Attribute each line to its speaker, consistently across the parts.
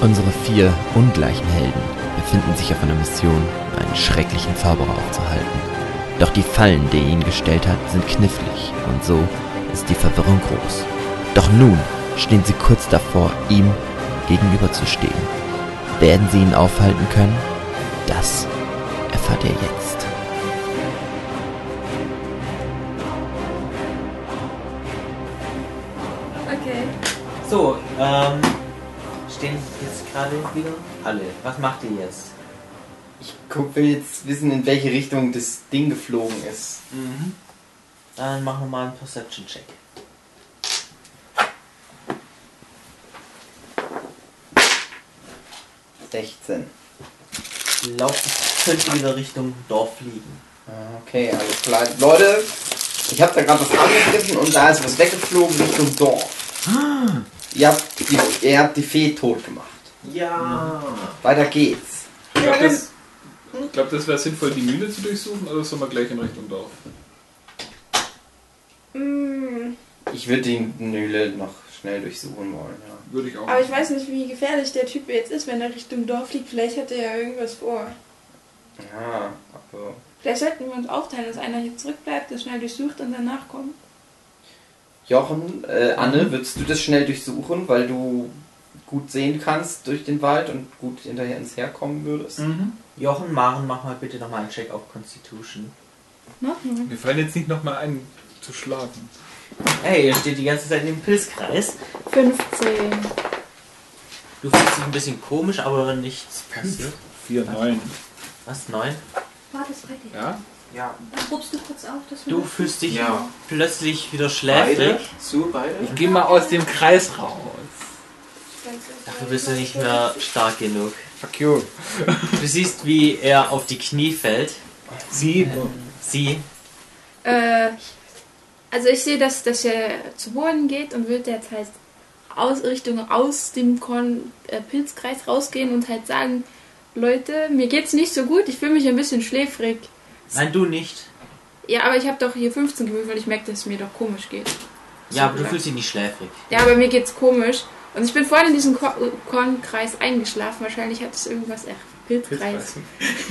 Speaker 1: Unsere vier ungleichen Helden befinden sich auf einer Mission, um einen schrecklichen Zauberer aufzuhalten. Doch die Fallen, die er ihnen gestellt hat, sind knifflig und so ist die Verwirrung groß. Doch nun stehen sie kurz davor, ihm gegenüberzustehen. Werden sie ihn aufhalten können? Das erfahrt ihr jetzt.
Speaker 2: Okay.
Speaker 3: So, ähm, stehen jetzt gerade wieder alle. Was macht ihr jetzt?
Speaker 4: Ich guck, will jetzt wissen, in welche Richtung das Ding geflogen ist.
Speaker 3: Mhm. Dann machen wir mal einen Perception-Check.
Speaker 4: Sechzehn.
Speaker 3: Ich glaube, es könnte wieder Richtung Dorf fliegen.
Speaker 4: Ah, Okay, alles klar. Leute, ich habe da gerade was angegriffen und da ist was weggeflogen Richtung Dorf. Ah. Ihr habt die, ihr habt die Fee tot gemacht.
Speaker 3: Ja.
Speaker 4: Weiter geht's.
Speaker 5: Ich glaube, das,
Speaker 2: hm?
Speaker 5: ich glaub, das wäre sinnvoll, die Mühle zu durchsuchen, oder sollen wir gleich in Richtung Dorf?
Speaker 2: Mm,
Speaker 4: Ich würde die Nüle noch schnell durchsuchen wollen. Ja.
Speaker 5: Würde ich auch.
Speaker 2: aber ich weiß nicht, wie gefährlich der Typ jetzt ist, wenn er Richtung Dorf fliegt. Vielleicht hat er ja irgendwas vor.
Speaker 4: Ja, also, aber.
Speaker 2: Vielleicht sollten wir uns aufteilen, dass einer hier zurückbleibt, das schnell durchsucht und danach kommt.
Speaker 4: Jochen, äh, Anne, würdest du das schnell durchsuchen, weil du gut sehen kannst durch den Wald und gut hinterher ins Herkommen würdest?
Speaker 5: Mhm.
Speaker 3: Jochen, Maren, mach mal bitte nochmal einen Check auf Constitution.
Speaker 2: Machen.
Speaker 5: Mir fallen jetzt nicht nochmal ein, zu schlagen.
Speaker 3: Hey, ihr steht die ganze Zeit in dem Pilzkreis.
Speaker 2: 15.
Speaker 3: Du fühlst dich ein bisschen komisch, aber nichts passiert.
Speaker 4: Hm.
Speaker 5: 4, 9.
Speaker 3: Was? Neun?
Speaker 6: War das bei dir?
Speaker 5: Ja?
Speaker 7: Ja,
Speaker 6: Dann rupst du kurz auf, dass
Speaker 3: Du fühlst dich
Speaker 7: Ja.
Speaker 3: plötzlich wieder
Speaker 7: beide.
Speaker 3: schläfrig.
Speaker 7: Zu beide?
Speaker 8: Ich geh mal aus dem Kreis raus.
Speaker 3: Dafür bist du nicht mehr stark genug.
Speaker 8: Fuck you.
Speaker 3: Du siehst, wie er auf die Knie fällt.
Speaker 8: Sie.
Speaker 3: Sie.
Speaker 6: Äh, also ich sehe, dass, dass er zu Boden geht und wird jetzt halt aus Richtung aus dem Korn, äh, Pilzkreis rausgehen und halt sagen, Leute, mir geht's nicht so gut, ich fühle mich ein bisschen schläfrig.
Speaker 3: Nein, du nicht.
Speaker 6: Ja, aber ich habe doch hier 15 gewürfelt, ich merke, dass es mir doch komisch geht.
Speaker 3: Ja, aber du fühlst dich nicht schläfrig.
Speaker 6: Ja, aber mir geht's komisch. Und ich bin vorhin in diesem Ko Kornkreis eingeschlafen. Wahrscheinlich hat es irgendwas. Ach, Pilzkreis.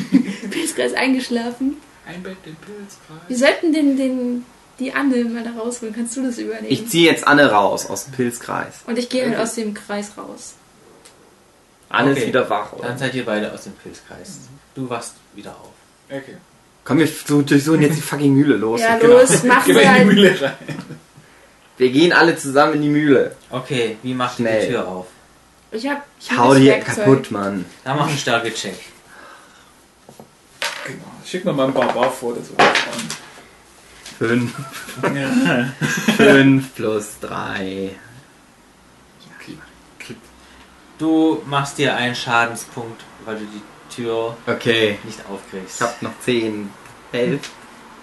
Speaker 5: Pilzkreis.
Speaker 6: Pilzkreis eingeschlafen.
Speaker 5: Ein Bett im Pilzkreis.
Speaker 6: Wir sollten den, den, die Anne mal da rausholen. Kannst du das übernehmen?
Speaker 4: Ich ziehe jetzt Anne raus aus dem Pilzkreis.
Speaker 6: Und ich gehe halt aus dem Kreis raus.
Speaker 4: Anne ist
Speaker 3: Okay.
Speaker 4: wieder wach, oder?
Speaker 3: Dann seid ihr beide aus dem Pilzkreis. Du wachst wieder auf.
Speaker 5: Okay.
Speaker 4: Komm, wir so- durchsuchen jetzt die fucking Mühle los. genau.
Speaker 6: ja, los, mach
Speaker 5: Geh mal in
Speaker 6: sie
Speaker 5: die
Speaker 6: halt.
Speaker 5: Mühle rein.
Speaker 4: Wir gehen alle zusammen in die Mühle.
Speaker 3: Okay, wie macht ihr die
Speaker 4: Schnell.
Speaker 3: Tür auf?
Speaker 6: Ich hab.
Speaker 4: Ich hau die
Speaker 6: Werkzeug.
Speaker 4: kaputt, Mann.
Speaker 3: Da mach einen starke Check.
Speaker 5: Genau. Schick mir mal einen Barbar vor, der so
Speaker 4: Fünf.
Speaker 5: ja.
Speaker 4: Fünf plus drei.
Speaker 5: Okay.
Speaker 3: Du machst dir einen Schadenspunkt, weil du die Tür
Speaker 4: Okay.
Speaker 3: nicht aufkriegst.
Speaker 4: Ich hab noch zehn. Elf.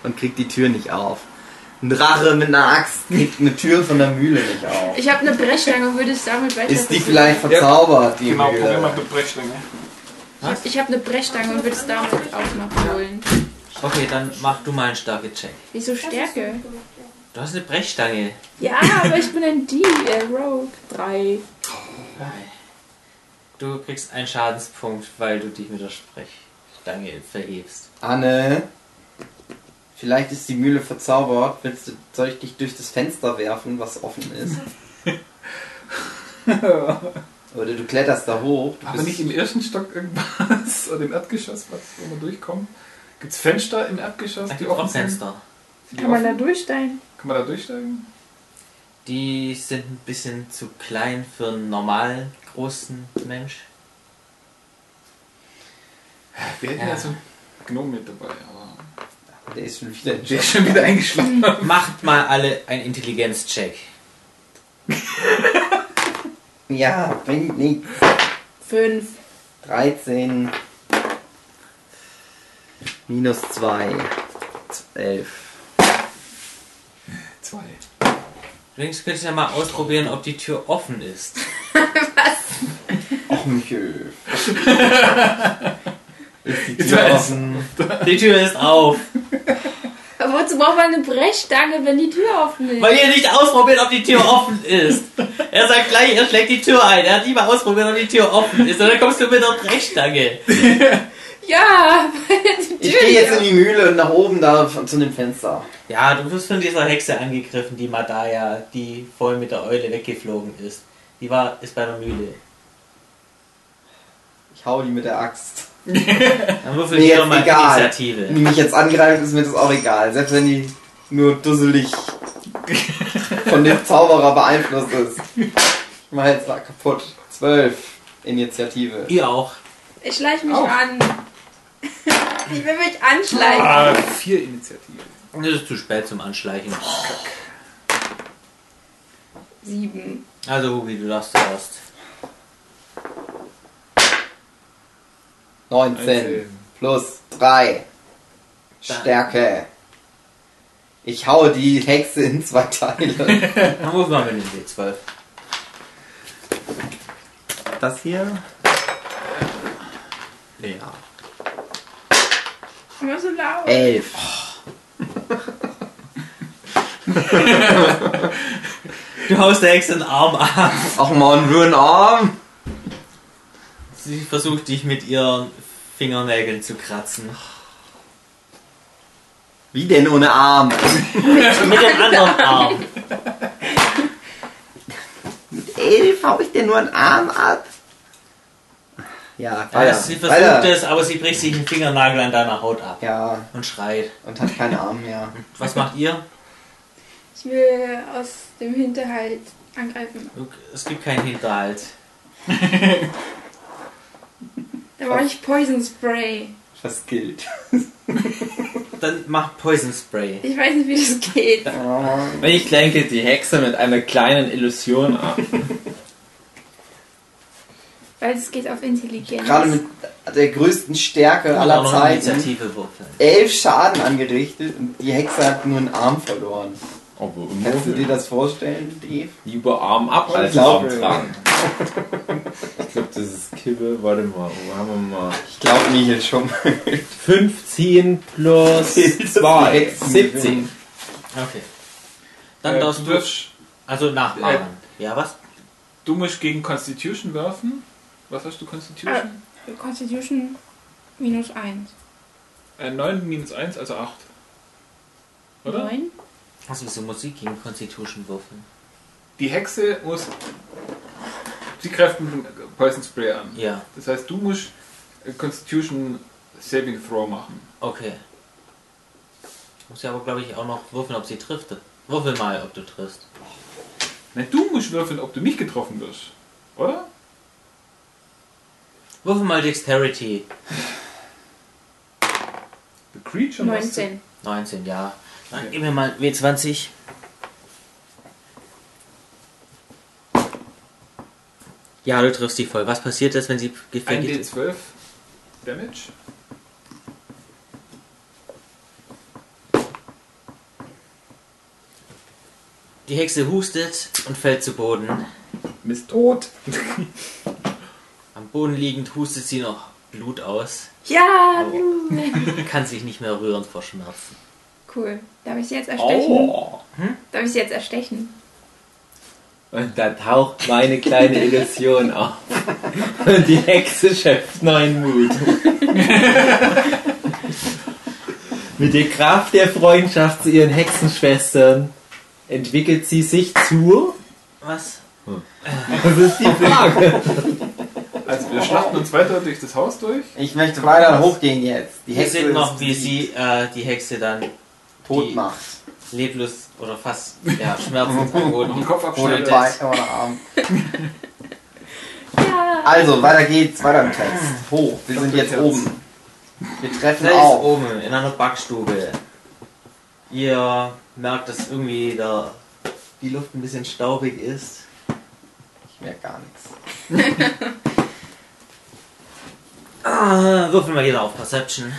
Speaker 4: Und krieg die Tür nicht auf. Ein Drache mit einer Axt kriegt eine Tür von der Mühle nicht auf.
Speaker 6: Ich hab eine Brechstange, würde ich damit weiter.
Speaker 4: Ist die
Speaker 6: versuchen?
Speaker 4: vielleicht verzaubert, die
Speaker 5: Genau, probier mal
Speaker 4: Mühle?
Speaker 5: mit Brechstange.
Speaker 6: Ich hab eine Brechstange und würde es damit auch noch holen.
Speaker 3: Okay, dann mach du mal einen starke Check.
Speaker 6: Wieso Stärke?
Speaker 3: Du hast eine Brechstange.
Speaker 6: Ja, aber ich bin ein D, äh, Rogue. Drei.
Speaker 3: Du kriegst einen Schadenspunkt, weil du dich mit der Sprechstange verhebst.
Speaker 4: Anne. Vielleicht ist die Mühle verzaubert. Willst du, soll ich dich durch das Fenster werfen, was offen ist? Oder du kletterst da hoch. Du
Speaker 5: Aber
Speaker 4: bist-
Speaker 5: nicht im ersten Stock irgendwas oder im Erdgeschoss, was, wo man durchkommt. Gibt's Fenster im Erdgeschoss?
Speaker 3: Da
Speaker 5: die
Speaker 3: gibt auch
Speaker 5: offen sind?
Speaker 3: Fenster.
Speaker 5: Sind die
Speaker 2: Kann man da
Speaker 5: offen?
Speaker 2: durchsteigen?
Speaker 5: Kann man da durchsteigen?
Speaker 3: Die sind ein bisschen zu klein für einen normalen großen Mensch.
Speaker 5: Wir hätten
Speaker 3: Ja.
Speaker 5: ja, so einen Gnom mit dabei, aber.
Speaker 4: Der ist schon wieder
Speaker 5: Der ist schon wieder eingeschlafen.
Speaker 2: Hm.
Speaker 3: Macht mal alle einen Intelligenzcheck.
Speaker 4: Ja, bringt nichts.
Speaker 2: Fünf.
Speaker 4: 13 minus 2. 11.
Speaker 5: Zwei.
Speaker 3: Übrigens könnt ihr ja mal ausprobieren, ob die Tür offen ist.
Speaker 4: Och, Michael. ist die
Speaker 5: Jetzt
Speaker 4: Tür
Speaker 5: weiß-
Speaker 4: offen?
Speaker 3: Die Tür ist auf.
Speaker 6: Aber wozu braucht man eine Brechstange, wenn die Tür offen ist?
Speaker 3: Weil ihr nicht ausprobiert, ob die Tür offen ist. Er sagt gleich, er schlägt die Tür ein. Er hat nie mal ausprobiert, ob die Tür offen ist. Und dann kommst du mit einer Brechstange.
Speaker 2: Ja,
Speaker 4: Ich gehe jetzt in die Mühle und nach oben da zu dem Fenster.
Speaker 3: Ja, du wirst von dieser Hexe angegriffen, die Madaya, die voll mit der Eule weggeflogen ist. Die war, ist bei der Mühle.
Speaker 4: Ich hau die mit der Axt.
Speaker 3: Dann würfel
Speaker 4: Mir
Speaker 3: nee,
Speaker 4: jetzt
Speaker 3: mal
Speaker 4: egal. Wenn
Speaker 3: Initiative.
Speaker 4: die mich jetzt angreift, ist mir das auch egal. Selbst wenn die nur dusselig von dem Zauberer beeinflusst ist. Mein Hals lag kaputt. Zwölf. Initiative.
Speaker 3: Ihr auch.
Speaker 2: Ich schleiche mich
Speaker 5: Au.
Speaker 2: an. ich will mich anschleichen.
Speaker 5: Ah, vier Initiative.
Speaker 3: Es ist zu spät zum Anschleichen.
Speaker 2: Sieben.
Speaker 3: Also, Hugi, du darfst zuerst.
Speaker 4: 19. Plus 3. Stärke. Ich hau die Hexe in zwei Teile.
Speaker 3: Dann würfel mal mit dem D12.
Speaker 4: Das hier?
Speaker 3: Ja.
Speaker 2: Immer so laut.
Speaker 4: Elf.
Speaker 3: Du haust der Hexe den Arm ab.
Speaker 4: Auch mal einen rühren Arm.
Speaker 3: Sie versucht dich mit ihren Fingernägeln zu kratzen.
Speaker 4: Wie denn ohne Arm?
Speaker 3: Mit dem anderen Arm.
Speaker 4: Mit elf hau ich denn nur einen Arm ab? Ah Ja, weiter.
Speaker 3: Ja, sie versucht
Speaker 4: Weiter.
Speaker 3: es, aber sie bricht sich einen Fingernagel an deiner Haut ab.
Speaker 4: Ja,
Speaker 3: Und schreit.
Speaker 4: und hat keine Arme mehr.
Speaker 3: Was macht ihr?
Speaker 2: Ich will aus dem Hinterhalt angreifen.
Speaker 3: Es gibt keinen Hinterhalt.
Speaker 2: Da mache ich Poison Spray.
Speaker 4: Was gilt?
Speaker 3: Dann macht Poison Spray.
Speaker 2: Ich weiß nicht, wie das geht.
Speaker 7: Wenn ich lenke die Hexe mit einer kleinen Illusion ab.
Speaker 6: Weil es geht auf Intelligenz.
Speaker 4: Gerade mit der größten Stärke
Speaker 3: Auch
Speaker 4: aller
Speaker 3: noch eine
Speaker 4: Zeiten.
Speaker 3: Initiative würfeln.
Speaker 4: Elf Schaden angerichtet und die Hexe hat nur einen Arm verloren.
Speaker 7: Aber
Speaker 4: Kannst du dir
Speaker 7: unmöglich.
Speaker 4: das vorstellen, Dave?
Speaker 7: Lieber Arm ab als Arm
Speaker 4: Unglaublich.
Speaker 7: dran. Ich glaube, das ist Kibbe. Warte mal, wo haben wir mal?
Speaker 4: Ich glaube nicht jetzt schon.
Speaker 7: 15 plus
Speaker 4: Das ist
Speaker 7: 2.
Speaker 4: direkt
Speaker 7: 17.
Speaker 3: Okay. Dann
Speaker 5: Äh,
Speaker 3: darfst
Speaker 5: du
Speaker 3: du.
Speaker 5: wirfst-
Speaker 3: Also nachmachen. Ja, was?
Speaker 5: Du musst gegen Constitution werfen. Was hast du Constitution?
Speaker 6: Constitution minus 1.
Speaker 5: Äh, 9 minus 1, also 8. Oder?
Speaker 6: 9?
Speaker 3: Also, wieso Musik gegen Constitution würfeln?
Speaker 5: Die Hexe muss. Sie greift mit dem Poison Spray an.
Speaker 3: Ja,
Speaker 5: Das heißt, du musst äh, Constitution Saving Throw machen.
Speaker 3: okay. Muss ja aber, glaube ich, auch noch würfeln, ob sie trifft. Würfel mal, ob du triffst.
Speaker 5: Nein, du musst würfeln, ob du nicht getroffen wirst. Oder?
Speaker 3: Würfel mal Dexterity.
Speaker 5: The Creature must-
Speaker 6: 19.
Speaker 3: 19, ja. Dann
Speaker 5: Okay.
Speaker 3: gib mir mal W20. Ja, du triffst die voll. Was passiert ist, wenn sie
Speaker 5: Ein
Speaker 3: gefängt ist?
Speaker 5: D12 Damage.
Speaker 3: Die Hexe hustet und fällt zu Boden.
Speaker 7: Mist tot.
Speaker 3: Am Boden liegend hustet sie noch Blut aus.
Speaker 6: Ja!
Speaker 2: Oh.
Speaker 3: Kann sich nicht mehr rühren vor Schmerzen.
Speaker 6: Cool. Darf ich sie jetzt erstechen?
Speaker 7: Oh.
Speaker 6: Darf ich sie jetzt erstechen?
Speaker 7: Und da taucht meine kleine Illusion auf. Und die Hexe schöpft neuen Mut. Mit der Kraft der Freundschaft zu ihren Hexenschwestern entwickelt sie sich zu.
Speaker 3: Was?
Speaker 7: Das ist die Frage.
Speaker 5: Also wir schlachten uns weiter durch das Haus durch.
Speaker 4: Ich möchte weiter hochgehen jetzt. Die
Speaker 3: Wir
Speaker 4: Hexe
Speaker 3: sehen noch,
Speaker 4: ist
Speaker 3: wie sie äh, die Hexe dann
Speaker 4: tot
Speaker 3: die-
Speaker 4: macht.
Speaker 3: leblos oder fast ja, schmerzend am
Speaker 5: Noch
Speaker 3: Boden
Speaker 5: den Kopf
Speaker 4: Ohne
Speaker 5: abschneiden.
Speaker 4: Bein, ohne Arm. Also, weiter geht's, weiter im Text. Hoch, wir sind jetzt oben. Wir treffen
Speaker 3: Da ist
Speaker 4: auf.
Speaker 3: oben in einer Backstube. Ihr merkt, dass irgendwie da die Luft ein bisschen staubig ist.
Speaker 4: Ich merke gar nichts.
Speaker 3: Ah, würfel mal jeder auf Perception.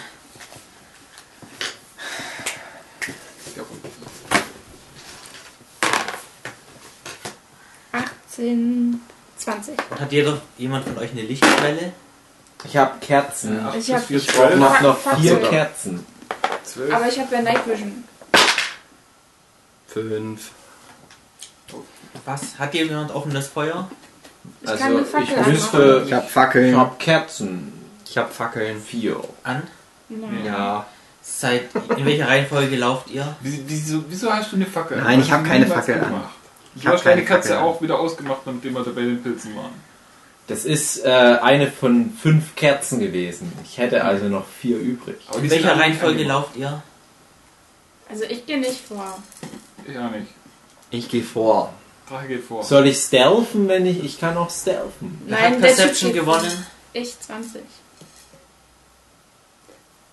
Speaker 5: Jawohl.
Speaker 6: 18, 20.
Speaker 3: Und hat jeder, jemand von euch eine Lichtquelle?
Speaker 7: Ich habe Kerzen.
Speaker 5: Acht
Speaker 6: Also
Speaker 5: plus
Speaker 6: Ich hab-
Speaker 5: vier,
Speaker 6: ich
Speaker 7: Ich
Speaker 5: zwölf.
Speaker 7: mach noch vier
Speaker 6: Fahrzeuge.
Speaker 7: Kerzen.
Speaker 5: Zwölf.
Speaker 6: Aber ich habe ja Night Vision.
Speaker 4: Fünf.
Speaker 3: Was? Hat jemand auch das Feuer?
Speaker 6: Ich kann eine Fackel
Speaker 7: Also, ich
Speaker 6: anmachen.
Speaker 7: müsste.
Speaker 4: Ich hab Fackeln.
Speaker 7: Ich hab Kerzen.
Speaker 3: Ich hab Fackeln.
Speaker 7: Vier.
Speaker 3: An?
Speaker 6: Nein.
Speaker 7: Ja.
Speaker 3: Seit, in welcher Reihenfolge lauft ihr?
Speaker 5: Wie- Wieso, wieso hast du eine Fackel?
Speaker 4: Nein, ich
Speaker 5: Hast
Speaker 4: hab
Speaker 5: du
Speaker 4: keine
Speaker 5: niemals
Speaker 4: Fackel an.
Speaker 5: gemacht?
Speaker 4: Ich
Speaker 5: Du
Speaker 4: hab
Speaker 5: hast deine
Speaker 4: keine
Speaker 5: Katze
Speaker 4: Fackel an.
Speaker 5: auch wieder ausgemacht, nachdem wir dabei den Pilzen waren.
Speaker 7: Das ist äh, eine von fünf Kerzen gewesen. Ich hätte also noch vier übrig.
Speaker 5: Aber die
Speaker 3: In
Speaker 5: sind
Speaker 3: welcher
Speaker 5: alle nicht
Speaker 3: Reihenfolge
Speaker 5: angemacht.
Speaker 3: lauft ihr?
Speaker 6: Also ich gehe nicht vor.
Speaker 5: Ich auch nicht.
Speaker 4: Ich gehe vor.
Speaker 5: Drache geht vor.
Speaker 7: Soll ich stealthen, wenn ich. Ich kann auch stealthen.
Speaker 3: Wer hat
Speaker 6: der Typ
Speaker 3: Perception
Speaker 6: geht-
Speaker 3: gewonnen?
Speaker 6: Ich 20.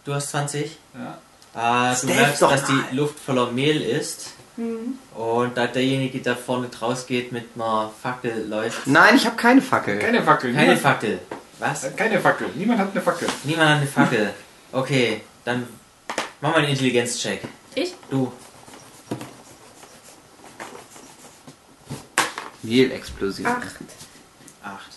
Speaker 3: Du hast 20.
Speaker 5: Ja.
Speaker 3: Ah, du
Speaker 7: Stealth
Speaker 3: merkst,
Speaker 7: doch
Speaker 3: dass
Speaker 7: mal.
Speaker 3: die Luft voller Mehl ist.
Speaker 6: Hm.
Speaker 3: Und da derjenige da vorne draus geht mit einer Fackel läuft.
Speaker 4: Nein, ich hab keine Fackel.
Speaker 5: Keine Fackel.
Speaker 3: Keine
Speaker 5: niemand,
Speaker 3: Fackel. Was?
Speaker 5: äh, keine Fackel. Niemand hat eine Fackel.
Speaker 3: Niemand hat eine Fackel. Okay, dann mach mal einen Intelligenzcheck.
Speaker 6: Ich?
Speaker 3: Du.
Speaker 4: Mehlexplosion.
Speaker 5: Ah.
Speaker 6: 8.
Speaker 3: Acht.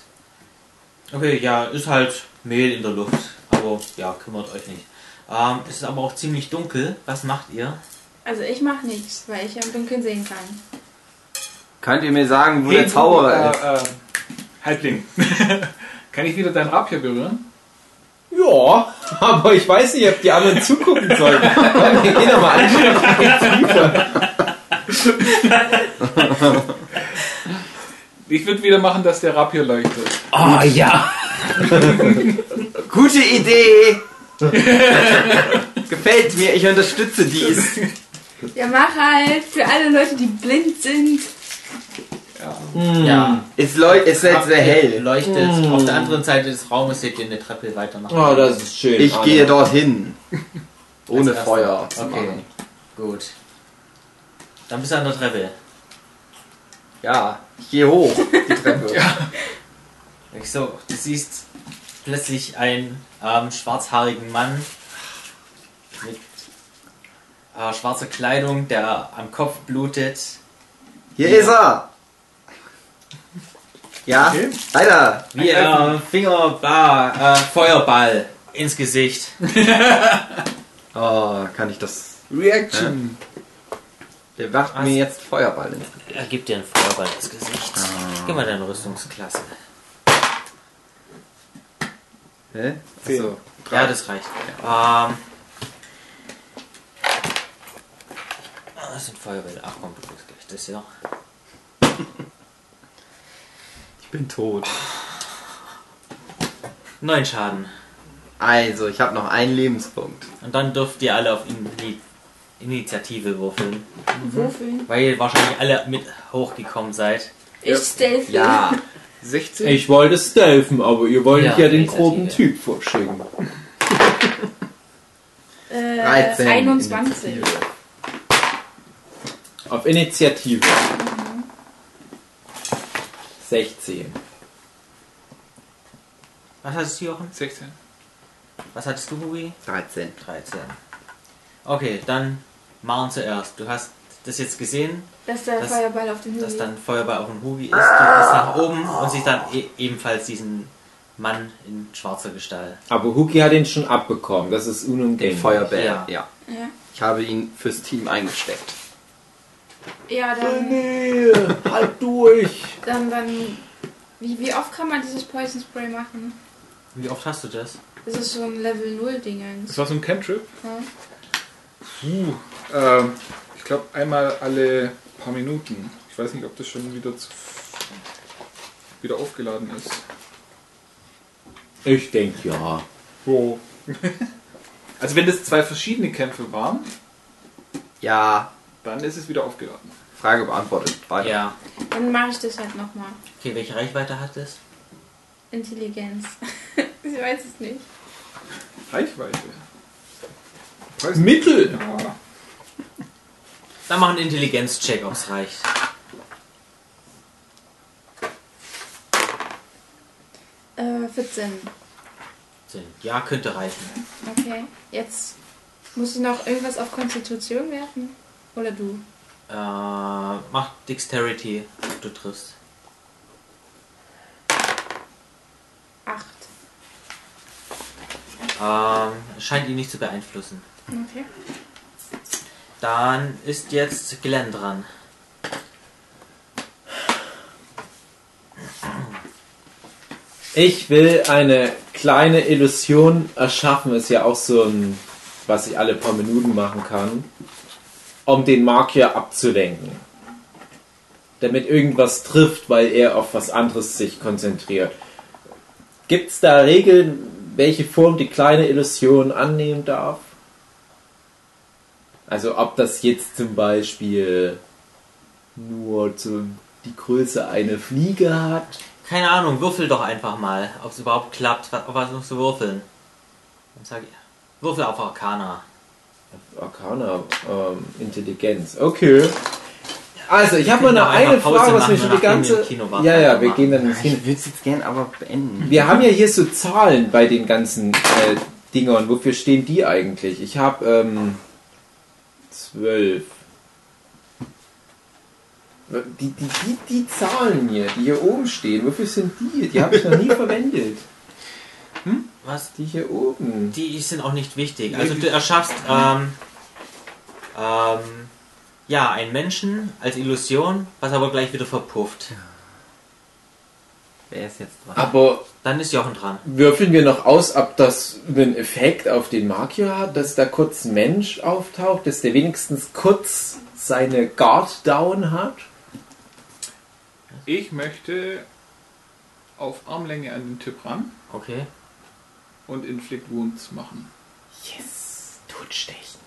Speaker 3: Okay, ja, ist halt Mehl in der Luft. Aber ja, kümmert euch nicht. Ähm, es ist aber auch ziemlich dunkel. Was macht ihr?
Speaker 6: Also ich mache nichts, weil ich ja im Dunkeln sehen kann.
Speaker 4: Könnt ihr mir sagen, wo
Speaker 5: Hey,
Speaker 4: der Zauberer
Speaker 5: du,
Speaker 4: ist?
Speaker 5: äh, äh, Halbling. Kann ich wieder deinen Rapier berühren?
Speaker 7: Ja, aber ich weiß nicht, ob die anderen zugucken sollen. Komm, wir gehen nochmal an.
Speaker 5: Ich würde wieder machen, dass der Rapier leuchtet.
Speaker 7: Oh ja.
Speaker 4: Gute Idee! Gefällt mir, ich unterstütze dies.
Speaker 6: Ja, mach halt für alle Leute, die blind sind.
Speaker 5: Ja.
Speaker 4: Ja. Es, leu es wird halt sehr hell. Mm.
Speaker 3: Leuchtet. Auf der anderen Seite des Raumes seht ihr eine Treppe weiter nach.
Speaker 4: Ah,
Speaker 7: Oh, das ist schön.
Speaker 4: Ich
Speaker 7: Anna.
Speaker 4: gehe dorthin. Ohne
Speaker 3: Als erster.
Speaker 4: Feuer zu
Speaker 3: Okay.
Speaker 4: machen.
Speaker 3: Gut. Dann bist du an der Treppe.
Speaker 4: Ja, ich gehe hoch die Treppe.
Speaker 3: Ich so, du siehst plötzlich einen ähm, schwarzhaarigen Mann mit äh, schwarzer Kleidung, der am Kopf blutet.
Speaker 4: Hier ist er! Ja,
Speaker 5: Okay.
Speaker 4: leider.
Speaker 3: Wie er Fingerball, äh, Feuerball ins Gesicht.
Speaker 4: Oh, kann ich das.
Speaker 5: Reaction.
Speaker 4: Der macht mir jetzt Feuerball ins Gesicht.
Speaker 3: Er gibt dir einen Feuerball ins Gesicht. Gib mal deine Rüstungsklasse.
Speaker 4: Hä? Achso.
Speaker 3: Ja, das reicht. Ähm, das sind Feuerbälle. Ach komm, du kriegst gleich das, ja.
Speaker 4: Ich bin tot.
Speaker 3: Neun Schaden.
Speaker 4: Also, ich habe noch einen Lebenspunkt.
Speaker 3: Und dann dürft ihr alle auf Ini Initiative würfeln.
Speaker 6: Würfeln.
Speaker 3: Weil ihr wahrscheinlich alle mit hochgekommen seid.
Speaker 6: Ich stealth.
Speaker 4: Ja.
Speaker 5: 16.
Speaker 7: Ich wollte stealthen, aber ihr wollt ja,
Speaker 3: Ja,
Speaker 7: den
Speaker 3: Initiative.
Speaker 7: groben Typ vorschicken.
Speaker 6: Äh,
Speaker 4: 13.
Speaker 6: 21.
Speaker 4: Initiative.
Speaker 7: Auf Initiative.
Speaker 6: Mhm.
Speaker 7: 16.
Speaker 3: Was hattest du, Jochen?
Speaker 5: 16.
Speaker 3: Was hattest du, Bubi?
Speaker 4: 13.
Speaker 3: 13. Okay, dann Maren zuerst. Du hast das jetzt gesehen,
Speaker 6: Dass der
Speaker 3: Das-
Speaker 6: Feuerball auf dem
Speaker 3: dass
Speaker 6: Hügel.
Speaker 3: dann Feuerball auf dem Hugi ist. Du gehst nach oben und siehst dann e ebenfalls diesen Mann in schwarzer Gestalt.
Speaker 7: Aber Huki hat ihn schon abbekommen. Das ist unumgänglich.
Speaker 4: Den Feuerball.
Speaker 3: Ja.
Speaker 4: Ja.
Speaker 6: Ja.
Speaker 4: Ich habe ihn fürs Team eingesteckt.
Speaker 6: ja, dann,
Speaker 7: Nee, halt durch.
Speaker 6: dann, dann. Wie, wie oft kann man dieses Poison Spray machen?
Speaker 3: Wie oft hast du das?
Speaker 6: Das ist so ein Level 0 Dingens.
Speaker 5: Das war so ein Cantrip.
Speaker 6: Ja.
Speaker 5: Puh. Ähm, ich glaube einmal alle paar Minuten. Ich weiß nicht, ob das schon wieder zu wieder aufgeladen ist.
Speaker 7: Ich denke ja.
Speaker 5: Wow. also wenn das zwei verschiedene Kämpfe waren,
Speaker 4: Ja.
Speaker 5: dann ist es wieder aufgeladen.
Speaker 4: Frage beantwortet. Weiter.
Speaker 3: Ja.
Speaker 6: Dann mache ich das halt nochmal.
Speaker 3: Okay, welche Reichweite hat das?
Speaker 6: Intelligenz. ich weiß es nicht.
Speaker 5: Reichweite. Preis-
Speaker 7: Mittel.
Speaker 5: Ja.
Speaker 3: Dann mach einen Intelligenzcheck, ob es reicht.
Speaker 6: Äh, 14.
Speaker 3: 10. Ja, könnte reichen.
Speaker 6: Okay. Jetzt muss ich noch irgendwas auf Konstitution werfen. Oder du?
Speaker 3: Äh, mach Dexterity, ob du triffst.
Speaker 6: 8.
Speaker 3: Ähm, scheint ihn nicht zu beeinflussen.
Speaker 6: Okay.
Speaker 3: Dann ist jetzt Glenn dran.
Speaker 7: Ich will eine kleine Illusion erschaffen, ist ja auch so ein, was ich alle paar Minuten machen kann, um den Magier abzulenken. Damit irgendwas trifft, weil er auf was anderes sich konzentriert. Gibt es da Regeln, welche Form die kleine Illusion annehmen darf? Also ob das jetzt zum Beispiel nur zum, die Größe einer Fliege hat
Speaker 3: Keine Ahnung, würfel doch einfach mal, ob es überhaupt klappt. Was, auf was musst du würfeln? Dann sag ich, würfel auf Arcana.
Speaker 7: Arcana, ähm, Intelligenz. Okay. Also, ich habe mal eine,
Speaker 3: noch
Speaker 7: eine
Speaker 3: einfach Pause
Speaker 7: Frage, was
Speaker 3: machen,
Speaker 7: mich schon die
Speaker 3: nachdem wir
Speaker 7: ganze.
Speaker 3: im Kino waren.
Speaker 7: ja, ja, wir
Speaker 3: Machen.
Speaker 7: gehen dann ins Kino.
Speaker 4: Ich würde es jetzt gern aber beenden.
Speaker 7: Wir haben ja hier so Zahlen bei den ganzen äh, Dingern. Wofür stehen die eigentlich? Ich habe ähm, 12. Die, die, die, die Zahlen hier, die hier oben stehen, wofür sind die? Die habe ich noch nie verwendet.
Speaker 3: Was?
Speaker 7: Die hier oben.
Speaker 3: Die sind auch nicht wichtig. Also du erschaffst ähm, ähm, ja einen Menschen als Illusion, was aber gleich wieder verpufft.
Speaker 4: Wer ist jetzt dran?
Speaker 7: Aber
Speaker 3: Dann ist Jochen dran.
Speaker 7: Würfeln wir noch aus, ob das einen Effekt auf den Magier hat, dass da kurz ein Mensch auftaucht, dass der wenigstens kurz seine Guard down hat?
Speaker 5: Ich möchte auf Armlänge an den Tipp ran
Speaker 3: Okay.
Speaker 5: und Inflict Wounds machen.
Speaker 7: Yes, totstechen.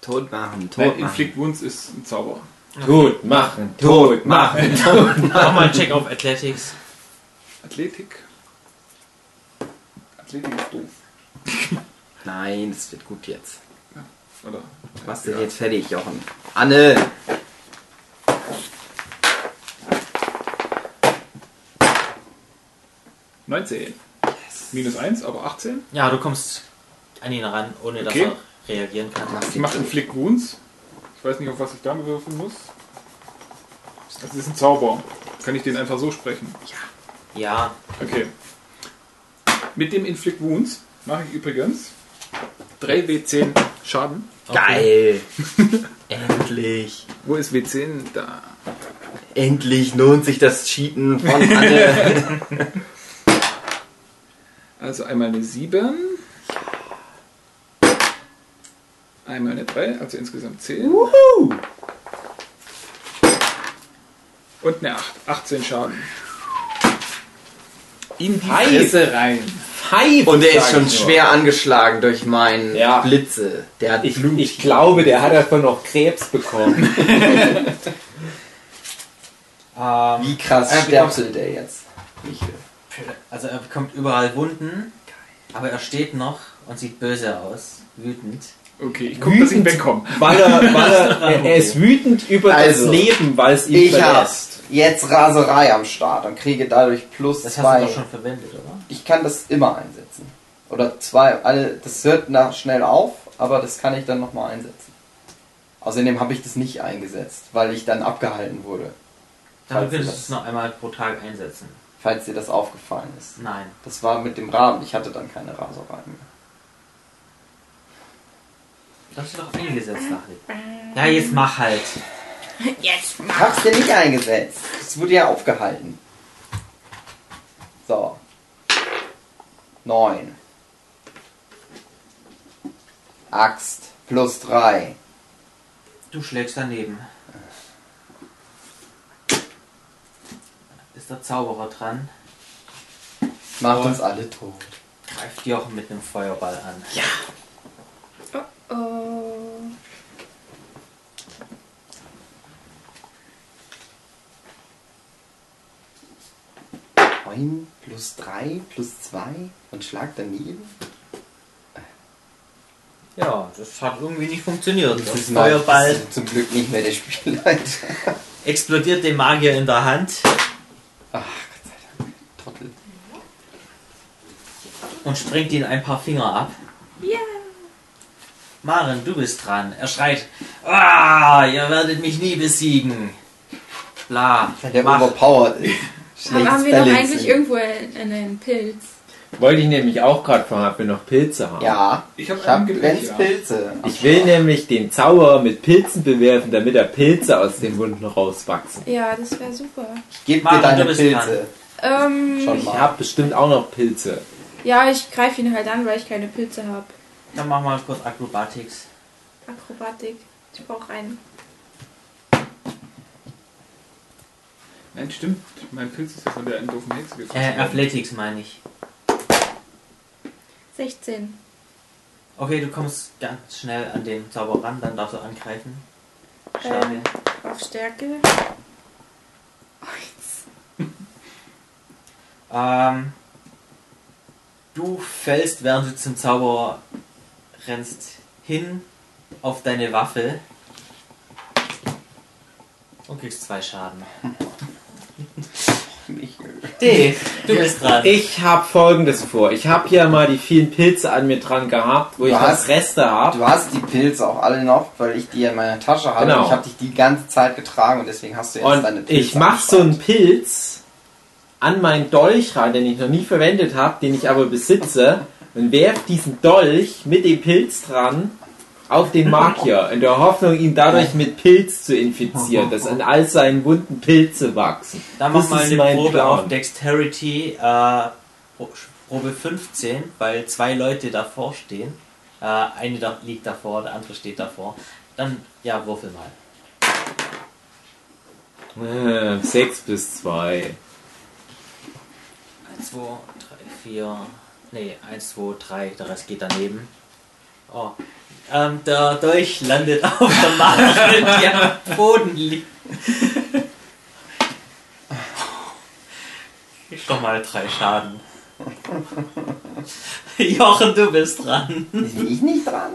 Speaker 4: Tot machen, tot
Speaker 5: Nein,
Speaker 4: machen.
Speaker 5: Inflict Wounds ist ein Zauber.
Speaker 7: Tot machen, tot machen.
Speaker 3: Mach mal einen Check auf Athletics.
Speaker 5: Athletik. Athletik ist doof.
Speaker 4: Nein, es wird gut jetzt.
Speaker 5: Oder?
Speaker 4: Was denn jetzt fertig, Jochen? Anne!
Speaker 5: Ja. 19. Minus 1, aber 18.
Speaker 3: Ja, du kommst an ihn ran, ohne dass
Speaker 5: Okay.
Speaker 3: er reagieren kann.
Speaker 4: machst
Speaker 5: Ich mache Inflict Wounds. Ich weiß nicht, auf was ich damit würfeln muss. Das ist ein Zauber. Kann ich den einfach so sprechen?
Speaker 3: Ja,
Speaker 5: Okay. Mit dem Inflict Wounds mache ich übrigens 3W10 Schaden.
Speaker 4: Geil! Endlich!
Speaker 5: Wo ist W10? Da.
Speaker 4: Endlich lohnt sich das Cheaten von Anne!
Speaker 5: Also einmal eine 7. Einmal eine 3, also insgesamt 10. Und eine 8. 18 Schaden.
Speaker 7: In die Fresse
Speaker 5: rein.
Speaker 7: Pfeife,
Speaker 4: Und er ist
Speaker 7: sag
Speaker 4: schon
Speaker 7: ich nur.
Speaker 4: schwer angeschlagen durch meinen
Speaker 7: Ja.
Speaker 4: Blitze. Der hat
Speaker 7: Ich,
Speaker 4: Blut.
Speaker 7: ich glaube, der hat davon noch Krebs bekommen.
Speaker 3: ähm,
Speaker 4: Wie krass
Speaker 3: Er bekommt-
Speaker 4: sterbselt der jetzt? Michael.
Speaker 3: also er bekommt überall Wunden, aber er steht noch und sieht böse aus, wütend.
Speaker 5: Okay, ich gucke, dass ich
Speaker 7: Wütend.
Speaker 5: wegkomme.
Speaker 7: Weil er, weil er, er, er ist wütend über
Speaker 4: Also,
Speaker 7: das Leben, weil es ihn
Speaker 4: Ich hab
Speaker 7: verlässt.
Speaker 4: jetzt Raserei am Start und kriege dadurch plus
Speaker 3: Das hast du
Speaker 4: zwei.
Speaker 3: doch schon verwendet, oder?
Speaker 4: Ich kann das immer einsetzen. Oder zwei. Alle, das hört nach schnell auf, aber das kann ich dann nochmal einsetzen. Außerdem habe ich das nicht eingesetzt, weil ich dann abgehalten wurde.
Speaker 3: Dann
Speaker 4: Falls
Speaker 3: könntest du
Speaker 4: das-
Speaker 3: es noch einmal pro Tag einsetzen.
Speaker 4: Falls dir das aufgefallen ist.
Speaker 3: Nein.
Speaker 4: Das war mit dem Rahmen. Ich hatte dann keine Raserei mehr.
Speaker 3: Das hast du doch eingesetzt, Nachricht. Ja, jetzt mach halt.
Speaker 6: Jetzt
Speaker 4: Ich hab's dir nicht eingesetzt. Es wurde ja aufgehalten. So. Neun. Axt plus drei.
Speaker 3: Du schlägst daneben. Ist der Zauberer dran,
Speaker 4: Macht uns alle tot.
Speaker 3: greift Jochen mit einem Feuerball an.
Speaker 6: Oh.
Speaker 4: Neun plus drei plus zwei und schlag daneben.
Speaker 3: Ja, das hat irgendwie nicht funktioniert. Der
Speaker 4: mein-
Speaker 3: Feuerball
Speaker 4: das ist zum Glück nicht mehr der Spielleiter.
Speaker 3: explodiert dem Magier in der Hand
Speaker 4: Ach, Gott sei Dank. Trottel.
Speaker 3: und sprengt ihn ein paar Finger ab.
Speaker 6: Ja.
Speaker 3: Maren, du bist dran. Er schreit, ah, ihr werdet mich nie besiegen. Bla,
Speaker 4: Weil der
Speaker 3: mach.
Speaker 4: overpowered ist.
Speaker 6: Aber
Speaker 4: Schlechtes
Speaker 6: haben wir doch
Speaker 4: Balancing.
Speaker 6: eigentlich irgendwo einen Pilz?
Speaker 7: Wollte ich nämlich auch gerade fragen, ob wir noch Pilze haben.
Speaker 4: Ja.
Speaker 5: Ich habe
Speaker 4: Ich hab
Speaker 5: einen Gewicht, ja.
Speaker 4: Grenzpilze.
Speaker 7: Ich will nämlich den Zauberer mit Pilzen bewerfen, damit er Pilze aus den Wunden rauswachsen.
Speaker 6: Ja, das wäre super.
Speaker 4: Gib mir
Speaker 3: Maren, du
Speaker 4: deine
Speaker 3: bist
Speaker 4: Pilze.
Speaker 3: dran.
Speaker 6: Ähm,
Speaker 4: Schon
Speaker 7: Ich
Speaker 4: mal.
Speaker 7: habe bestimmt auch noch Pilze.
Speaker 6: ja, ich greife ihn halt an, weil ich keine Pilze habe.
Speaker 3: Dann machen wir kurz Akrobatics.
Speaker 6: Akrobatik. Ich brauche einen.
Speaker 5: Nein, stimmt. Mein Pilz ist ja von der einen doofen Hexe gefressen
Speaker 3: Äh,
Speaker 5: worden.
Speaker 3: Athletics meine ich.
Speaker 6: 16.
Speaker 3: Okay, du kommst ganz schnell an den Zauber ran, dann darfst du angreifen. Schade.
Speaker 6: Ähm. Auf Stärke.
Speaker 3: Ähm, du fällst, während du zum Zauberer rennst, hin auf deine Waffe und kriegst zwei Schaden.
Speaker 4: Nicht.
Speaker 3: Dave, du bist dran.
Speaker 7: Ich habe folgendes vor. Ich habe ja mal die vielen Pilze an mir dran gehabt, wo ich
Speaker 4: Was?
Speaker 7: noch Reste habe.
Speaker 4: Du hast die Pilze auch alle noch, weil ich die in meiner Tasche habe.
Speaker 7: Genau.
Speaker 4: Ich habe dich die ganze Zeit getragen und deswegen hast du jetzt deine
Speaker 7: Und
Speaker 4: Pilze.
Speaker 7: ich mache so einen Pilz an meinen Dolch rein, den ich noch nie verwendet habe, den ich aber besitze, und werf diesen Dolch mit dem Pilz dran auf den Magier, in der Hoffnung, ihn dadurch mit Pilz zu infizieren, dass an all seinen Wunden Pilze wachsen.
Speaker 3: Dann
Speaker 7: Das
Speaker 3: mach mal
Speaker 7: ist
Speaker 3: eine
Speaker 7: mein
Speaker 3: Probe
Speaker 7: Plan.
Speaker 3: auf Dexterity, äh, Pro- Probe 15, weil zwei Leute davor stehen. Äh, eine da liegt davor, der andere steht davor. Dann, ja, würfel mal.
Speaker 7: Äh, 6 bis 2.
Speaker 3: 1, 2, 3, 4. Nee, 1, 2, 3. Der Rest geht daneben. Oh. Ähm, der Dolch landet auf der Marke, die am Boden liegt. Ich doch mal drei Schaden. Jochen, du bist dran.
Speaker 4: Bin ich nicht dran?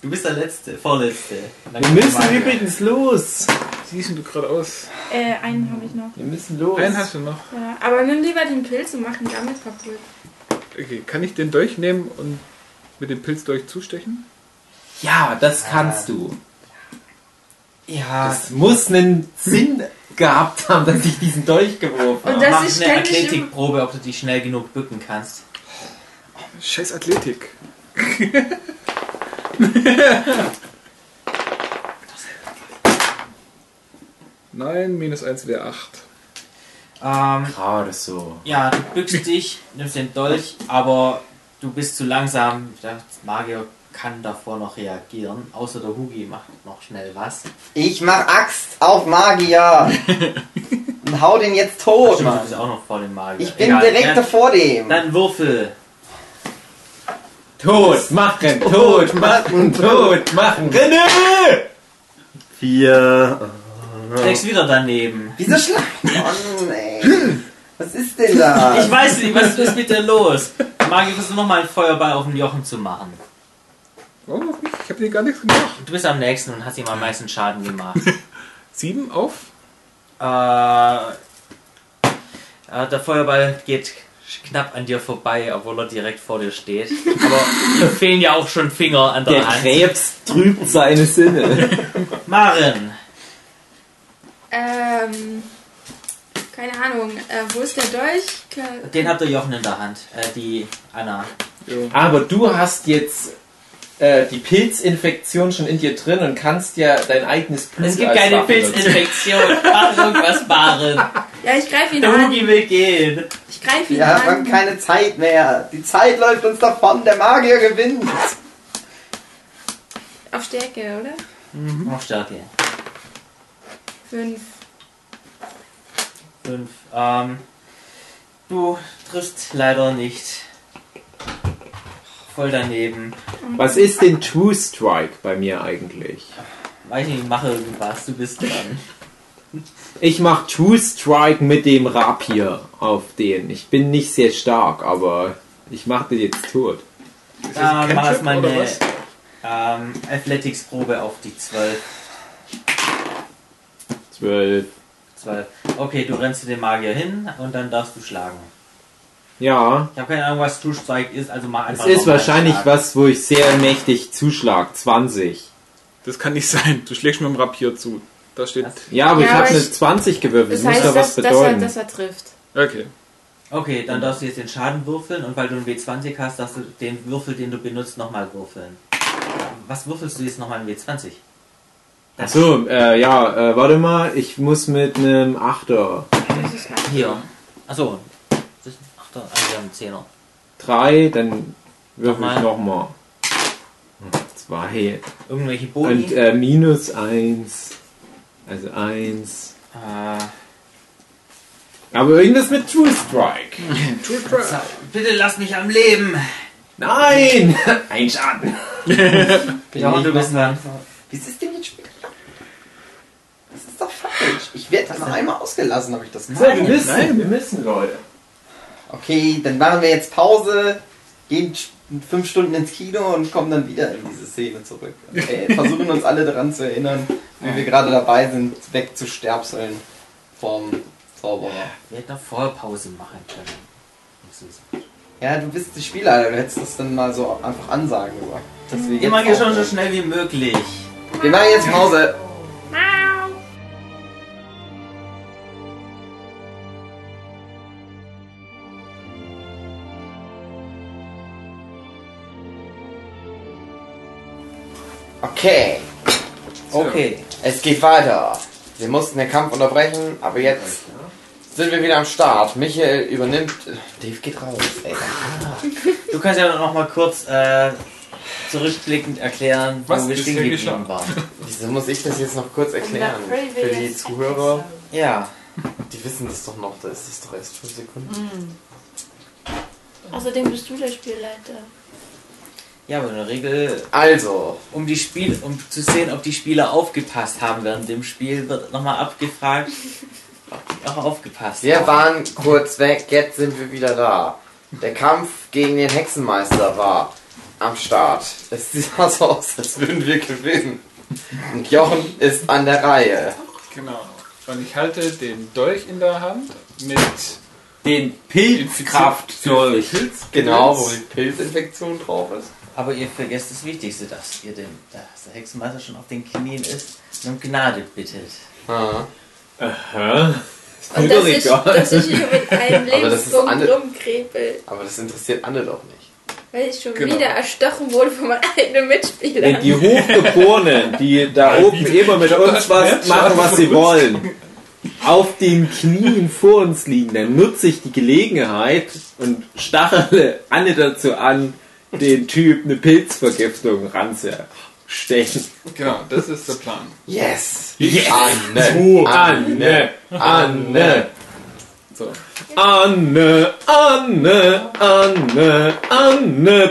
Speaker 3: Du bist der Letzte, Vorletzte. Dann
Speaker 7: Wir
Speaker 3: kommt
Speaker 7: müssen
Speaker 3: Mario.
Speaker 7: übrigens los.
Speaker 5: Siehst du gerade aus?
Speaker 6: Äh, einen habe ich noch.
Speaker 7: Wir müssen los.
Speaker 5: Einen hast du noch.
Speaker 6: Ja, aber nimm lieber den Pilz und mach ihn damit kaputt.
Speaker 5: Okay, kann ich den Dolch nehmen und mit dem Pilz Dolch zustechen?
Speaker 7: Ja, das kannst du.
Speaker 3: Ja,
Speaker 7: Das muss einen Sinn gehabt haben, dass ich diesen Dolch geworfen
Speaker 6: Und
Speaker 7: habe.
Speaker 6: das
Speaker 3: mach
Speaker 6: ist
Speaker 3: eine
Speaker 6: ständig im-
Speaker 3: Athletikprobe, ob du dich schnell genug bücken kannst.
Speaker 5: Scheiß Athletik. Nein, minus 1 wäre 8.
Speaker 3: Ähm,
Speaker 7: Gerade ah, so.
Speaker 3: Ja, du bückst dich, nimmst den Dolch, aber du bist zu langsam. Der Magier kann davor noch reagieren, außer der Hugi macht noch schnell was.
Speaker 4: Ich mach Axt auf Magier. und hau den jetzt tot,
Speaker 3: Stimmt, du bist
Speaker 4: Oh, Mann.
Speaker 3: auch noch vor dem Magier.
Speaker 4: Ich bin
Speaker 3: Egal,
Speaker 4: direkt
Speaker 3: dann-
Speaker 4: davor dem.
Speaker 3: Dann würfel.
Speaker 7: Tot machen, tot machen, tot machen. René!
Speaker 1: Vier.
Speaker 3: Schlägst wieder daneben.
Speaker 4: Wieso schleicht Mann, ey? Was ist denn da?
Speaker 3: Ich weiß nicht, was ist mit dir los? Magier, versuch noch nochmal einen Feuerball auf den Jochen zu machen.
Speaker 5: Warum auf mich? Ich habe dir gar nichts gemacht.
Speaker 3: Du bist am nächsten und hast ihm am meisten Schaden gemacht.
Speaker 5: 7 auf?
Speaker 3: äh, äh, der Feuerball geht knapp an dir vorbei, obwohl er direkt vor dir steht. Aber ihm fehlen ja auch schon Finger an der,
Speaker 7: Der
Speaker 3: Hand.
Speaker 7: Krebs trübt seine Sinne.
Speaker 3: Maren,
Speaker 6: Ähm, keine Ahnung. Äh, wo ist der Dolch? Klar,
Speaker 3: den hat der Jochen in der Hand. Äh, die Anna.
Speaker 5: Jo.
Speaker 7: Aber du hast jetzt äh, die Pilzinfektion schon in dir drin und kannst ja dein eigenes Blut
Speaker 3: Es gibt
Speaker 7: als
Speaker 3: keine
Speaker 7: Waffe nutzen.
Speaker 3: Pilzinfektion. Mach irgendwas, Maren.
Speaker 6: ja, ich greife ihn
Speaker 3: Der
Speaker 6: an.
Speaker 3: Hugi will gehen.
Speaker 6: Ich greife ihn
Speaker 4: Wir haben
Speaker 6: an.
Speaker 4: keine Zeit mehr. Die Zeit läuft uns davon. Der Magier gewinnt.
Speaker 6: Auf Stärke, oder?
Speaker 3: Noch Stärke.
Speaker 6: Fünf.
Speaker 3: Fünf. Ähm, du triffst leider nicht. Voll daneben.
Speaker 7: Was ist denn True Strike bei mir eigentlich?
Speaker 3: Weiß nicht, mache irgendwas. Du bist dran.
Speaker 7: Ich mach True Strike mit dem Rapier auf den. Ich bin nicht sehr stark, aber ich mach den jetzt tot.
Speaker 5: Ist das
Speaker 3: Ja,
Speaker 5: ein
Speaker 3: Äh, mach
Speaker 5: Cantrip
Speaker 3: erst mal
Speaker 5: oder
Speaker 3: eine
Speaker 5: was?
Speaker 3: ähm, Athletics-Probe auf die 12.
Speaker 7: 12.
Speaker 3: 12. Okay, du rennst zu dem Magier hin und dann darfst du schlagen.
Speaker 7: Ja.
Speaker 3: Ich habe keine Ahnung, was True Strike ist, also mach
Speaker 7: Es
Speaker 3: einfach.
Speaker 7: ist
Speaker 3: nochmal
Speaker 7: wahrscheinlich
Speaker 3: Schlag.
Speaker 7: was, wo ich sehr mächtig zuschlag. 20.
Speaker 5: Das kann nicht sein. Du schlägst mit dem Rapier zu. Da steht.
Speaker 3: Was?
Speaker 7: Ja, aber
Speaker 6: Ja,
Speaker 7: ich
Speaker 6: aber
Speaker 7: habe eine
Speaker 6: ich-
Speaker 7: 20 gewürfelt. Das,
Speaker 6: Das
Speaker 7: muss
Speaker 6: heißt,
Speaker 7: doch was
Speaker 6: dass, dass, er,
Speaker 7: bedeuten.
Speaker 6: dass er trifft.
Speaker 5: Okay.
Speaker 3: Okay, dann darfst du jetzt den Schaden würfeln und weil du einen W20 hast, darfst du den Würfel, den du benutzt, nochmal würfeln. Was würfelst du jetzt nochmal in W20?
Speaker 7: Achso, äh, ja, äh, warte mal. Ich muss mit einem Achter.
Speaker 6: Das ist ein-
Speaker 3: Hier. Achso, also Zehner.
Speaker 7: Drei, dann würfel ich
Speaker 3: Nochmal.
Speaker 7: nochmal. Zwei.
Speaker 3: Irgendwelche Boni.
Speaker 7: Und äh, minus eins. Also eins.
Speaker 3: äh,
Speaker 7: Aber irgendwas mit True Strike.
Speaker 3: Äh, so, bitte lass mich am Leben.
Speaker 7: Nein! Ein Schaden.
Speaker 3: Ja, du bist dran.
Speaker 4: Wieso ist denn jetzt Spiel? Das ist doch falsch. Ich werde das noch einmal ausgelassen, habe ich das
Speaker 7: So, wir
Speaker 4: gesagt.
Speaker 7: müssen, nein. wir müssen, Leute.
Speaker 4: Okay, dann machen wir jetzt Pause, gehen sch- fünf Stunden ins Kino und kommen dann wieder in diese Szene zurück. Und, äh, versuchen uns alle daran zu erinnern, wie wir gerade dabei sind, wegzusterbseln vom Zauberer.
Speaker 3: Wir hätten noch vorher Pause machen können.
Speaker 4: Ja, du bist die Spielleiter, du hättest das dann mal so einfach ansagen gesagt. dass wir jetzt
Speaker 3: Immer hier schon so
Speaker 4: aufhören.
Speaker 3: schnell wie möglich.
Speaker 4: Wir machen jetzt Pause. Okay. Okay, es geht weiter. Wir mussten den Kampf unterbrechen, aber jetzt sind wir wieder am Start. Michael übernimmt. Dave geht raus. Ey.
Speaker 3: Du kannst ja noch mal kurz äh, zurückblickend erklären, wo
Speaker 5: Was
Speaker 3: wir
Speaker 5: ist
Speaker 3: stehen
Speaker 5: hier
Speaker 3: geblieben
Speaker 5: geschah?
Speaker 3: waren.
Speaker 4: Wieso muss ich das jetzt noch kurz erklären? Für die Zuhörer.
Speaker 3: Ja,
Speaker 4: Die wissen das doch noch, da ist es doch erst 5 Sekunden.
Speaker 6: Außerdem bist du der Spielleiter.
Speaker 3: ja, aber in der Regel,
Speaker 4: Also,
Speaker 3: um die Spiel, um zu sehen, ob die Spieler aufgepasst haben während dem Spiel, wird nochmal abgefragt, ob die auch aufgepasst
Speaker 4: wir
Speaker 3: haben.
Speaker 4: waren kurz weg, jetzt sind wir wieder da. Der Kampf gegen den Hexenmeister war am Start. Es sah so aus, als würden wir gewinnen. Und Jochen ist an der Reihe.
Speaker 5: Genau. Und ich halte den Dolch in der Hand mit
Speaker 7: Den
Speaker 5: Pilzkraftdolch. Pilz
Speaker 4: Genau, wo die Pilzinfektion drauf ist.
Speaker 3: Aber ihr vergesst das Wichtigste, dass ihr den, dass der Hexenmeister schon auf den Knien ist und um Gnade bittet.
Speaker 4: Ah.
Speaker 7: Aha.
Speaker 6: Und dass ich,
Speaker 7: Ulrika.
Speaker 6: dass ich hier mit einem
Speaker 4: Aber das ist
Speaker 6: Lebenspunkt
Speaker 4: alle-
Speaker 6: rumkrepel,
Speaker 4: Aber das interessiert Anne doch nicht.
Speaker 6: weil ich schon
Speaker 5: Genau.
Speaker 6: wieder erstochen wurde von meinen eigenen
Speaker 7: Ey,
Speaker 6: Mitspielern.
Speaker 7: Die Hochgeborenen, die da oben immer mit uns was machen, was sie wollen, auf den Knien vor uns liegen, dann nutze ich die Gelegenheit und stachele Anne dazu an, den Typ eine Pilzvergiftung ranzustechen.
Speaker 5: Genau, das ist der Plan.
Speaker 4: Yes!
Speaker 7: Yes!
Speaker 4: Anne!
Speaker 7: Anne, Anne,
Speaker 5: So.
Speaker 7: Anne, Anne, Anne, Anne,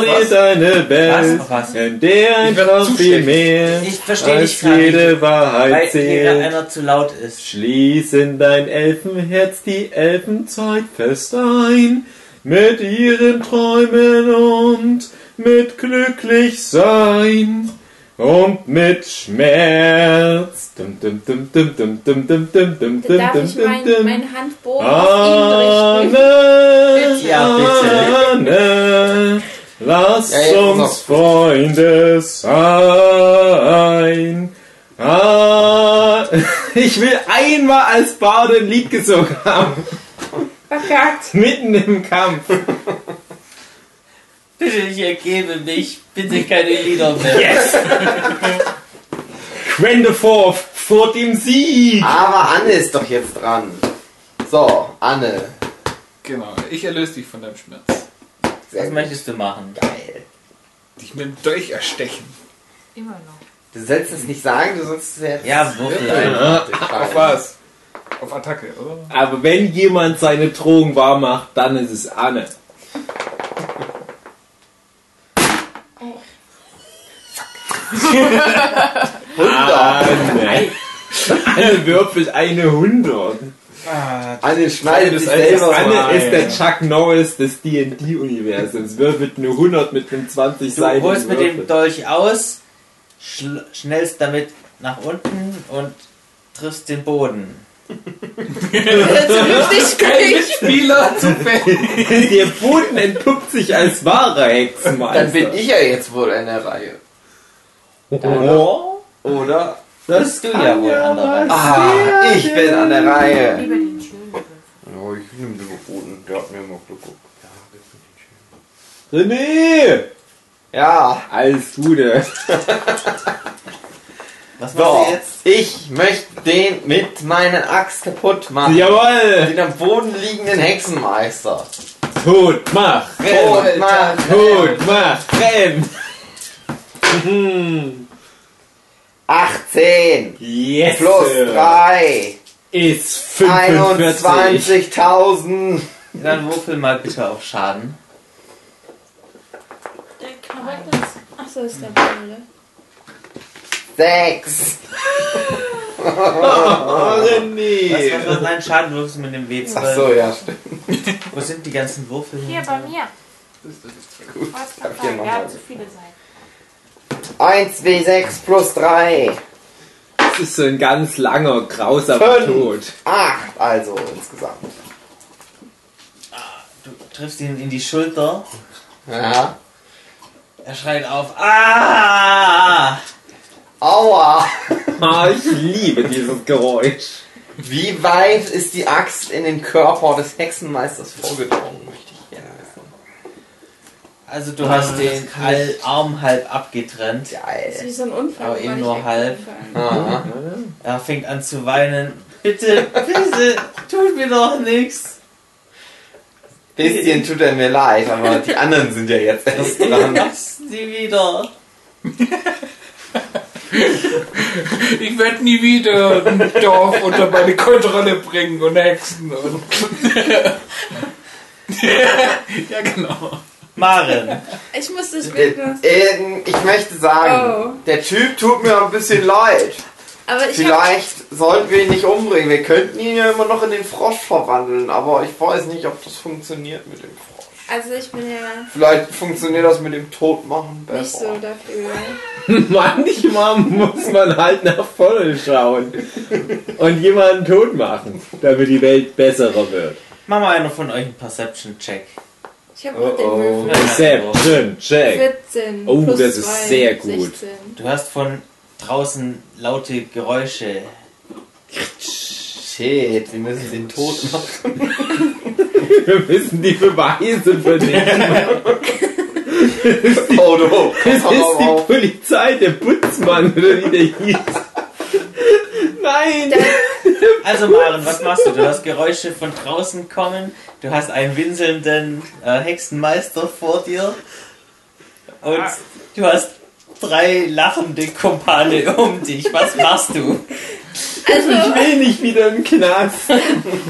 Speaker 5: Das war
Speaker 7: dir
Speaker 5: was.
Speaker 7: deine Welt,
Speaker 3: Was? Was?
Speaker 7: in der ein
Speaker 5: Ich werd
Speaker 7: Traum viel
Speaker 5: zustecken.
Speaker 7: mehr
Speaker 3: Ich verstehe
Speaker 7: als
Speaker 3: dich gerade,
Speaker 7: jede Wahrheit
Speaker 3: weil hier
Speaker 7: zählt.
Speaker 3: einer zu laut ist.
Speaker 7: Schließ in dein Elfenherz die Elfenzeit fest ein, mit ihren Träumen und mit glücklich sein und mit Schmerz. Dum, dum, dum, dum, dum, dum, dum, dum, dum,
Speaker 6: Da darf
Speaker 7: dum,
Speaker 6: ich
Speaker 7: dum, dum. Ah,
Speaker 6: meinen mein Handbogen Oh, auf ihn richten.
Speaker 7: Anne,
Speaker 3: Ja,
Speaker 7: Anne, lass
Speaker 4: Ja, jetzt pass
Speaker 7: uns
Speaker 4: auf.
Speaker 7: Freunde sein. Ah, ich will einmal als Barde ein Lied gesungen haben,
Speaker 6: Verkackt.
Speaker 7: mitten im Kampf.
Speaker 3: Bitte, ich ergebe mich. Bitte keine Lieder mehr.
Speaker 7: Quende forth vor dem Sieg.
Speaker 4: Aber Anne ist doch jetzt dran. So, Anne.
Speaker 5: Genau, ich erlöse dich von deinem Schmerz.
Speaker 4: Sehr
Speaker 3: Was möchtest du machen?
Speaker 4: geil.
Speaker 5: Dich mit dem Dolch erstechen.
Speaker 9: Immer noch.
Speaker 4: Du sollst es nicht sagen, du sollst es jetzt.
Speaker 3: Ja, Würfel ein.
Speaker 5: Auf
Speaker 4: Ja.
Speaker 5: was? Auf Attacke, oder?
Speaker 7: Aber wenn jemand seine Drohung wahr macht, dann ist es Anne. Anne. Anne würfelt eine 100.
Speaker 4: Anne schneidet
Speaker 5: Das
Speaker 4: sich
Speaker 5: ist alles
Speaker 4: selber
Speaker 5: Anne.
Speaker 4: mal.
Speaker 7: Anne
Speaker 5: Nein.
Speaker 7: ist der Chuck Norris des D&D-Universums. Würfelt eine 100 mit einem 20
Speaker 3: Du
Speaker 7: Seiten.
Speaker 3: holst mit dem Dolch aus, schl schnellst damit nach unten und triffst den Boden.
Speaker 6: Richtig glücklich.
Speaker 5: Spieler zu
Speaker 7: Der Boden entpuppt sich als wahrer Hexenmeister.
Speaker 4: Dann bin ich ja jetzt wohl in der Reihe.
Speaker 7: Oh,
Speaker 4: Oder?
Speaker 3: Das bist du ja wohl anderweitig.
Speaker 4: Ah, ich bin an der Reihe.
Speaker 9: Lieber den schönen Begriff.
Speaker 4: Ja, ich nehme den Boden. Der hat mir immer Glück.
Speaker 7: René!
Speaker 4: Ja,
Speaker 7: Alles Gute.
Speaker 3: Was machst du
Speaker 4: so.
Speaker 3: jetzt?
Speaker 4: Ich möchte den mit meiner Axt kaputt machen.
Speaker 7: Jawoll!
Speaker 4: Den am Boden liegenden Hexenmeister.
Speaker 7: Tot, mach!
Speaker 4: Rot, Mann.
Speaker 7: Tot, mach! Renn! Mhm.
Speaker 4: 18
Speaker 7: yes!
Speaker 4: plus
Speaker 7: Sir.
Speaker 4: 3.
Speaker 7: Ist 45.
Speaker 4: 21.000.
Speaker 3: Dann würfel mal bitte auf Schaden.
Speaker 2: Der Charakter ist. Achso, ist der ne? Ball, oder?
Speaker 4: 6.
Speaker 7: Oh,
Speaker 3: Was,
Speaker 7: René!
Speaker 3: was, was, nein, Schaden würfelst du mit dem W12.
Speaker 4: Achso, ja, stimmt.
Speaker 3: Wo sind die ganzen Würfel hin?
Speaker 9: Hier bei mir.
Speaker 4: Gut.
Speaker 9: Was
Speaker 4: Hab
Speaker 9: kann
Speaker 4: ich ja
Speaker 9: sein?
Speaker 4: noch
Speaker 9: Ja,
Speaker 4: mal.
Speaker 9: zu viele sein.
Speaker 4: 1 W6 plus 3.
Speaker 7: Das ist so ein ganz langer, grausamer
Speaker 4: Fünf.
Speaker 7: Tod.
Speaker 4: 8 also insgesamt.
Speaker 3: Du triffst ihn in die Schulter.
Speaker 4: Ja.
Speaker 3: Er schreit auf. Ah!
Speaker 4: Aua.
Speaker 7: Ah, ich liebe dieses Geräusch.
Speaker 4: Wie weit ist die Axt in den Körper des Hexenmeisters vorgedrungen, möchte ich gerne wissen.
Speaker 3: Also du hast den All Arm halb abgetrennt.
Speaker 2: Das ist
Speaker 4: Geil.
Speaker 2: wie so ein Unfall.
Speaker 3: Aber
Speaker 2: wo
Speaker 3: eben
Speaker 2: man
Speaker 3: nur
Speaker 2: nicht
Speaker 3: halb.
Speaker 2: wegkommen kann.
Speaker 4: Aha.
Speaker 3: Er fängt an zu weinen. Bitte, bitte, tut mir doch nichts.
Speaker 4: Bisschen tut er mir leid, aber die anderen sind ja jetzt erst dran.
Speaker 3: Mach's nie wieder.
Speaker 8: Ich werde nie wieder ein Dorf unter meine Kontrolle bringen und Hexen und. ja, genau.
Speaker 3: Maren.
Speaker 2: Ich muss das Bild nur.
Speaker 4: Äh, Ich möchte sagen, der Typ tut mir ein bisschen leid.
Speaker 2: Aber Oh. ich hab.
Speaker 4: Vielleicht sollten wir ihn nicht umbringen. Wir könnten ihn ja immer noch in den Frosch verwandeln, aber ich weiß nicht, ob das funktioniert mit dem Frosch.
Speaker 2: Also ich bin ja
Speaker 4: Vielleicht funktioniert das mit dem Todmachen besser.
Speaker 2: nicht so dafür.
Speaker 7: Manchmal muss man halt nach vorne schauen und jemanden tot machen, damit die Welt besserer wird.
Speaker 3: Mach mal einer von euch einen Perception-Check.
Speaker 2: Ich habe
Speaker 4: Oh,
Speaker 2: auch den
Speaker 4: oh.
Speaker 2: Würfel.
Speaker 7: Perception, check.
Speaker 2: 14.
Speaker 7: Oh,
Speaker 2: plus
Speaker 7: das ist
Speaker 2: zwei,
Speaker 7: sehr gut.
Speaker 2: 16.
Speaker 3: Du hörst von draußen laute Geräusche.
Speaker 4: Shit, wir müssen den Todmachen.
Speaker 7: Wir müssen die Beweise vernehmen.
Speaker 4: Oh no,
Speaker 7: Es ist
Speaker 4: komm
Speaker 7: die
Speaker 4: auf.
Speaker 7: Polizei, der Putzmann oder wie der hieß. Nein!
Speaker 3: Also Maren, was machst du? Du hörst Geräusche von draußen kommen. Du hast einen winselnden äh, Hexenmeister vor dir. Und du hast drei lachende Kumpane um dich. Was machst du?
Speaker 7: Ich
Speaker 2: Also,
Speaker 7: will nicht wieder im Knast.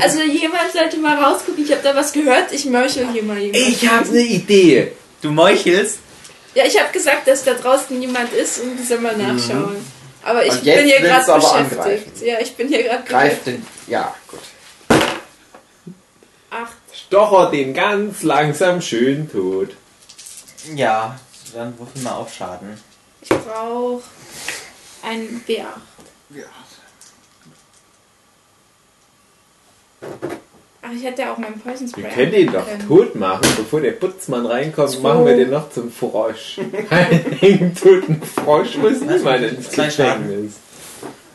Speaker 2: also jemand sollte mal rausgucken. Ich habe da was gehört. Ich möchte hier mal jemanden.
Speaker 7: Ich habe eine Idee.
Speaker 3: Du meuchelst.
Speaker 2: Ja, ich habe gesagt, dass da draußen jemand ist und die soll mal nachschauen. Aber ich
Speaker 4: Mhm. Und jetzt
Speaker 2: bin hier gerade
Speaker 4: willst du aber
Speaker 2: beschäftigt.
Speaker 4: angreifen.
Speaker 2: Ja, ich bin hier gerade
Speaker 4: Greif
Speaker 2: beschäftigt.
Speaker 4: den. Ja, gut.
Speaker 2: Ach,
Speaker 7: Stocher den ganz langsam schön tot.
Speaker 3: Ja, dann würfel mal auf Schaden.
Speaker 2: ich brauche ein B8. Ach, ich hätte ja auch meinen Poison Spray.
Speaker 7: Wir können den doch
Speaker 2: anwenden können.
Speaker 7: tot machen. Bevor der Putzmann reinkommt, machen wir den noch zum Frosch. Einen toten Frosch muss niemand ins
Speaker 3: Zwei Schaden.
Speaker 7: Gefängnis.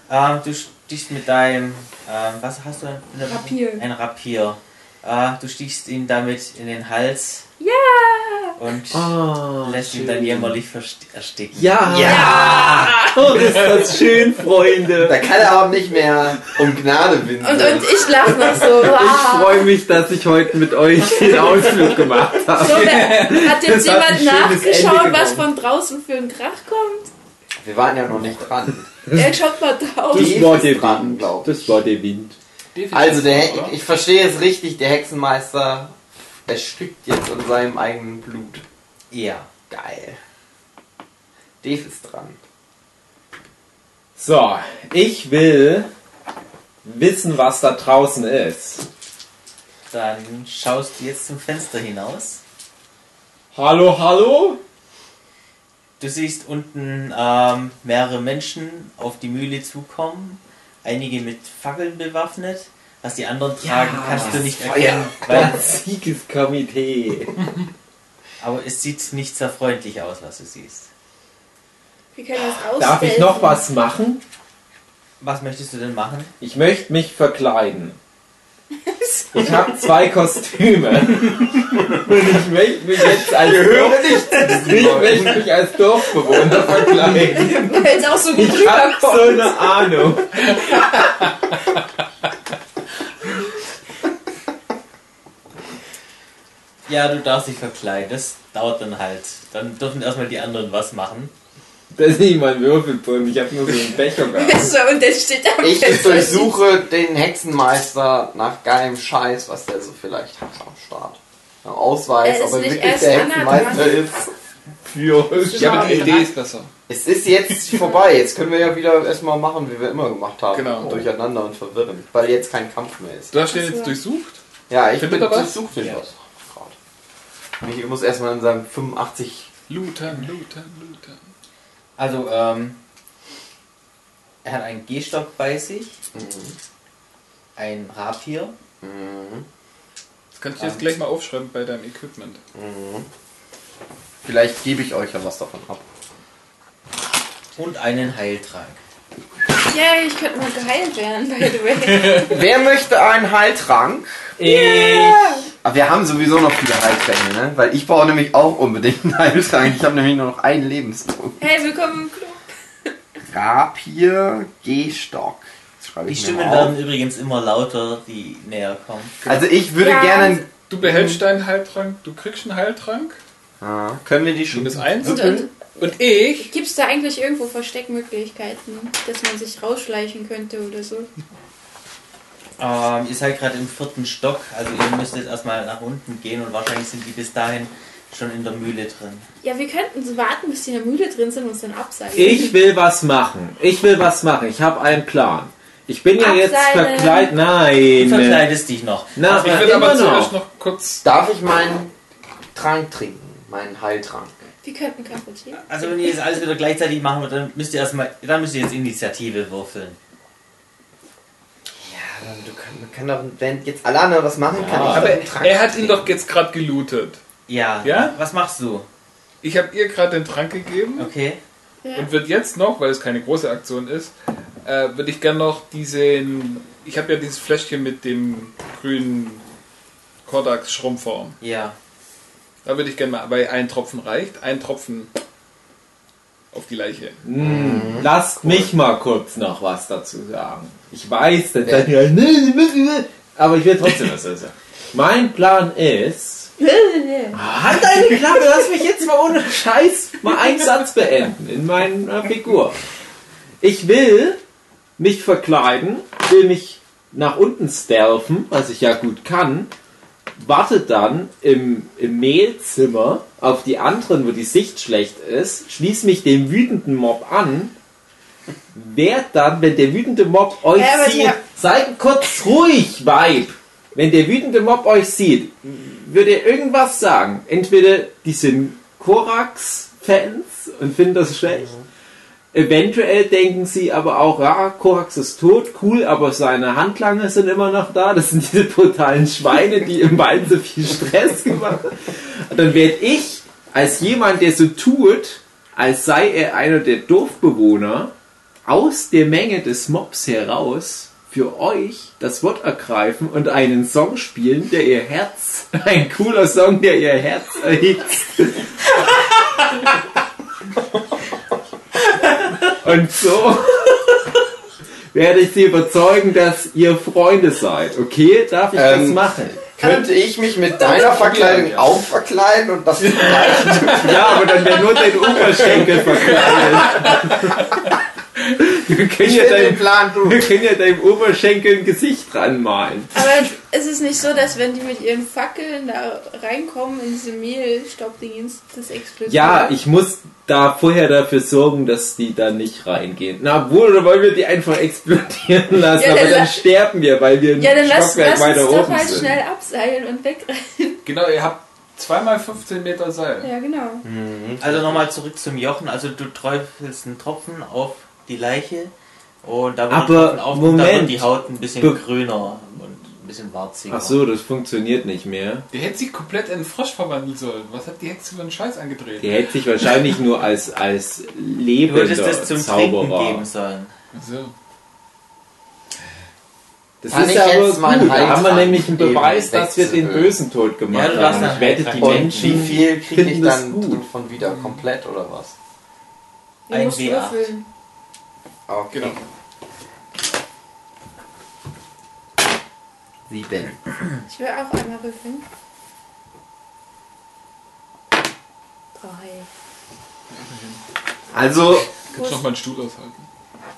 Speaker 3: Ähm, du stichst mit deinem. Ähm, was hast du? denn?
Speaker 2: Rapier.
Speaker 3: Ein Rapier. Äh, du stichst ihm damit in den Hals
Speaker 2: Ja!
Speaker 3: und
Speaker 7: Ah,
Speaker 3: lässt ihn
Speaker 7: schön.
Speaker 3: dann jämmerlich verst- ersticken.
Speaker 7: Ja!
Speaker 4: Ja!
Speaker 7: Oh, ist das schön, Freunde.
Speaker 4: Da kann er auch nicht mehr um Gnade
Speaker 2: Und, und
Speaker 4: winseln.
Speaker 2: ich lache noch so.
Speaker 7: Ich
Speaker 2: Wow.
Speaker 7: freue mich, dass ich heute mit euch den Ausflug gemacht
Speaker 2: So,
Speaker 7: habe.
Speaker 2: wer, hat jetzt
Speaker 7: Das hat ein
Speaker 2: jemand
Speaker 7: schönes Ende
Speaker 2: nachgeschaut, was
Speaker 7: genommen.
Speaker 2: von draußen für ein Krach kommt?
Speaker 4: Wir waren ja noch nicht dran.
Speaker 2: Er schaut mal drauf.
Speaker 4: Die
Speaker 7: Das war
Speaker 4: ist
Speaker 7: der
Speaker 4: dran,
Speaker 7: Wind.
Speaker 4: glaub ich.
Speaker 7: Das war der Wind.
Speaker 4: Also, der, ich, ich verstehe es richtig, der Hexenmeister erstickt jetzt in seinem eigenen Blut.
Speaker 3: Ja.
Speaker 4: Geil. Dave ist dran.
Speaker 7: So, ich will wissen, was da draußen ist.
Speaker 3: Dann schaust du jetzt zum Fenster hinaus.
Speaker 7: Hallo, hallo?
Speaker 3: Du siehst unten ähm, mehrere Menschen auf die Mühle zukommen. Einige mit Fackeln bewaffnet. Was die anderen tragen, kannst du nicht erkennen. Weil,
Speaker 7: Das Siegeskomitee.
Speaker 3: aber es sieht nicht sehr freundlich aus, was du siehst.
Speaker 2: Wir können das rausstellen.
Speaker 7: Darf ich noch was machen?
Speaker 3: Was möchtest du denn machen?
Speaker 7: Ich möchte mich verkleiden. Ich habe zwei Kostüme. Und ich möchte mich jetzt als, Dorf, ich möchte mich als Dorfbewohner verkleiden.
Speaker 2: Du hältst auch so gut
Speaker 7: Ich habe
Speaker 2: rüberkommen.
Speaker 7: so eine Ahnung.
Speaker 3: Ja, du darfst dich verkleiden. Das dauert dann halt. Dann dürfen erstmal die anderen was machen.
Speaker 7: Das ist nicht mein Würfelpulm, ich habe nur so einen Becher gehabt.
Speaker 6: So, und das steht da.
Speaker 4: Ich durchsuche den Hexenmeister nach geilem Scheiß, was der so vielleicht hat am Start. Nach Ausweis,
Speaker 6: Er ist
Speaker 4: ob er
Speaker 6: nicht
Speaker 4: wirklich
Speaker 6: erst
Speaker 4: der
Speaker 6: anerkannt.
Speaker 4: Hexenmeister ist.
Speaker 8: Ja, aber die Idee ist besser.
Speaker 4: Es ist jetzt vorbei. Jetzt können wir ja wieder erstmal machen, wie wir immer gemacht haben.
Speaker 5: Genau.
Speaker 4: Durcheinander und verwirren. Weil jetzt kein Kampf mehr ist.
Speaker 5: Du hast den jetzt durchsucht?
Speaker 4: Ja, ich
Speaker 5: Findet
Speaker 4: bin
Speaker 5: er was?
Speaker 4: durchsucht den was. Gott. Ich muss erstmal in seinem 85.
Speaker 5: Lutern, lutern, lutern.
Speaker 3: Also, ähm, er hat einen Gehstock bei sich, Mhm. ein Rapier,
Speaker 5: Das kannst du jetzt gleich mal aufschreiben bei deinem Equipment.
Speaker 4: Vielleicht gebe ich euch ja was davon ab.
Speaker 3: und einen Heiltrank.
Speaker 6: Yay, ich könnte mal geheilt werden, by the way.
Speaker 4: Wer möchte einen Heiltrank?
Speaker 7: Yeah.
Speaker 4: Aber wir haben sowieso noch viele Heiltränke, ne? Weil ich brauche nämlich auch unbedingt einen Heiltrank. Ich habe nämlich nur noch einen Lebenspunkt.
Speaker 6: Hey, willkommen im Club.
Speaker 4: Rapier, Gehstock. Das schreibe
Speaker 3: Die
Speaker 4: ich
Speaker 3: Stimmen
Speaker 4: mir mal auf.
Speaker 3: werden übrigens immer lauter, die näher kommen.
Speaker 4: Also ich würde
Speaker 6: Ja.
Speaker 4: gerne...
Speaker 5: Du behältst deinen Heiltrank, du kriegst einen Heiltrank,
Speaker 4: Ah, können wir die schon...
Speaker 5: minus eins.
Speaker 6: Und, äh, und
Speaker 5: Und ich?
Speaker 6: gibt es da eigentlich irgendwo Versteckmöglichkeiten, dass man sich rausschleichen könnte oder so?
Speaker 3: Ähm, ihr seid gerade im vierten Stock, also ihr müsst jetzt erstmal nach unten gehen und wahrscheinlich sind die bis dahin schon in der Mühle drin.
Speaker 6: Ja, wir könnten so warten, bis die in der Mühle drin sind und uns dann abseilen.
Speaker 7: Ich will was machen. Ich will was machen. Ich habe einen Plan. Ich bin ja jetzt
Speaker 6: Abseilen.
Speaker 7: verkleidet.
Speaker 3: Du
Speaker 7: Nein.
Speaker 3: verkleidest dich noch. Also,
Speaker 7: Na,
Speaker 5: Ich will
Speaker 7: immer
Speaker 5: aber
Speaker 7: noch.
Speaker 5: zuerst noch kurz.
Speaker 4: Darf ich meinen Trank trinken? Meinen Heiltrank.
Speaker 6: Wir könnten Kaffee trinken.
Speaker 3: Also wenn ihr jetzt alles wieder gleichzeitig machen wollt, dann müsst ihr erstmal, dann müsst ihr jetzt Initiative würfeln.
Speaker 4: Ja, dann du kann, man kann doch, wenn jetzt alle anderen was machen, kann ich
Speaker 5: Aber
Speaker 4: doch einen Trank
Speaker 5: er hat ihn
Speaker 4: trinken.
Speaker 5: doch jetzt gerade gelootet.
Speaker 3: Ja.
Speaker 5: Ja?
Speaker 3: Was machst du?
Speaker 5: Ich habe ihr gerade den Trank gegeben
Speaker 3: Okay.
Speaker 6: Ja.
Speaker 5: und wird jetzt noch, weil es keine große Aktion ist, äh, würde ich gerne noch diesen. Ich habe ja dieses Fläschchen mit dem grünen Kordax-Schrumpfform.
Speaker 3: Ja.
Speaker 5: Da würde ich gerne mal, weil ein Tropfen reicht, ein Tropfen auf die Leiche.
Speaker 7: Hm, Lasst mich mal kurz noch was dazu sagen. Ich weiß, dann seid ihr, "Nee, die müssen wir-" aber ich will trotzdem was dazu sagen. Mein Plan ist. Halt deine Klappe, lass mich jetzt mal ohne Scheiß mal einen Satz beenden in meiner Figur. Ich will mich verkleiden, will mich nach unten stealthen, was ich ja gut kann, wartet dann im, im Mehlzimmer auf die anderen, wo die Sicht schlecht ist, schließt mich dem wütenden Mob an, werd dann, wenn der wütende Mob euch
Speaker 6: Ja, aber die
Speaker 7: sieht,
Speaker 6: hab-
Speaker 7: seid kurz ruhig, Weib! Wenn der wütende Mob euch sieht, würde er irgendwas sagen. Entweder die sind Korax-Fans und finden das schlecht, Eventuell denken sie aber auch, ja, Korax ist tot, cool, aber seine Handlanger sind immer noch da. Das sind diese brutalen Schweine, die im Wald so viel Stress gemacht haben. Und dann werde ich als jemand, der so tut, als sei er einer der Dorfbewohner, aus der Menge des Mobs heraus für euch das Wort ergreifen und einen Song spielen, der ihr Herz, ein cooler Song, der ihr Herz erhitzt. Und so werde ich sie überzeugen, dass ihr Freunde seid. Okay, darf ich das
Speaker 4: Ähm.
Speaker 7: machen?
Speaker 4: Könnte ich mich mit deiner Verkleidung auch verkleiden und das vielleicht?
Speaker 7: Ja, aber dann wäre nur dein Oberschenkel verkleidet. Wir können,
Speaker 4: Ich
Speaker 7: ja
Speaker 4: finde den
Speaker 7: deinem,
Speaker 4: Plan du.
Speaker 7: wir können ja deinem Oberschenkel ein Gesicht dran malen.
Speaker 6: Aber ist es nicht so, dass wenn die mit ihren Fackeln da reinkommen in diese Mehlstaubdingens, das explodiert?
Speaker 7: Ja, ich muss da vorher dafür sorgen, dass die da nicht reingehen. Na wohl, oder wollen wir die einfach explodieren lassen?
Speaker 6: Ja, dann
Speaker 7: aber dann
Speaker 6: la-
Speaker 7: sterben wir, weil wir ein
Speaker 6: Ja, dann lass,
Speaker 7: Stockwerk
Speaker 6: lass uns
Speaker 7: weiter
Speaker 6: doch
Speaker 7: oben
Speaker 6: halt
Speaker 7: sind.
Speaker 6: schnell abseilen und wegrennen.
Speaker 5: Genau, ihr habt zweimal 15 Meter Seil.
Speaker 6: Ja, genau.
Speaker 3: Also nochmal zurück zum Jochen. Also du träufelst einen Tropfen auf die Leiche und da wird,
Speaker 7: Aber
Speaker 3: der Tropfen auf, und da
Speaker 7: Moment.
Speaker 3: wird die Haut ein bisschen
Speaker 7: Be-
Speaker 3: grüner und ein bisschen warziger.
Speaker 7: Ach so, das funktioniert nicht mehr.
Speaker 5: Der hätte sich komplett in einen Frosch verwandeln sollen. Was hat die Hexe für einen Scheiß angedreht?
Speaker 7: Der hätte sich wahrscheinlich nur als, als
Speaker 3: Du
Speaker 7: lebender
Speaker 3: würdest das zum Trinken geben
Speaker 7: Zauberer.
Speaker 3: sollen.
Speaker 5: So.
Speaker 7: Das
Speaker 4: Kann
Speaker 7: ist
Speaker 4: ich
Speaker 7: ja aber
Speaker 4: jetzt meinen
Speaker 7: gut. Da
Speaker 4: Heiltrank
Speaker 7: haben wir nämlich einen
Speaker 4: geben,
Speaker 7: Beweis, dass wir den
Speaker 4: wechseln?
Speaker 7: bösen Tod gemacht
Speaker 3: Ja, du darfst
Speaker 7: haben.
Speaker 3: einen
Speaker 7: Ich wette, die
Speaker 3: Heiltrank geben.
Speaker 4: Und wie
Speaker 7: Menschen
Speaker 4: viel kriege ich
Speaker 7: finden das
Speaker 4: dann
Speaker 7: gut.
Speaker 4: von wieder? Komplett oder was?
Speaker 6: Du
Speaker 3: Ein
Speaker 6: musst
Speaker 3: W8.
Speaker 6: würfeln.
Speaker 4: Okay.
Speaker 5: Genau.
Speaker 4: Sieben.
Speaker 6: Ich will auch einmal würfeln. Ei.
Speaker 10: Also,
Speaker 5: Kannst du noch mal einen Stuhl aushalten?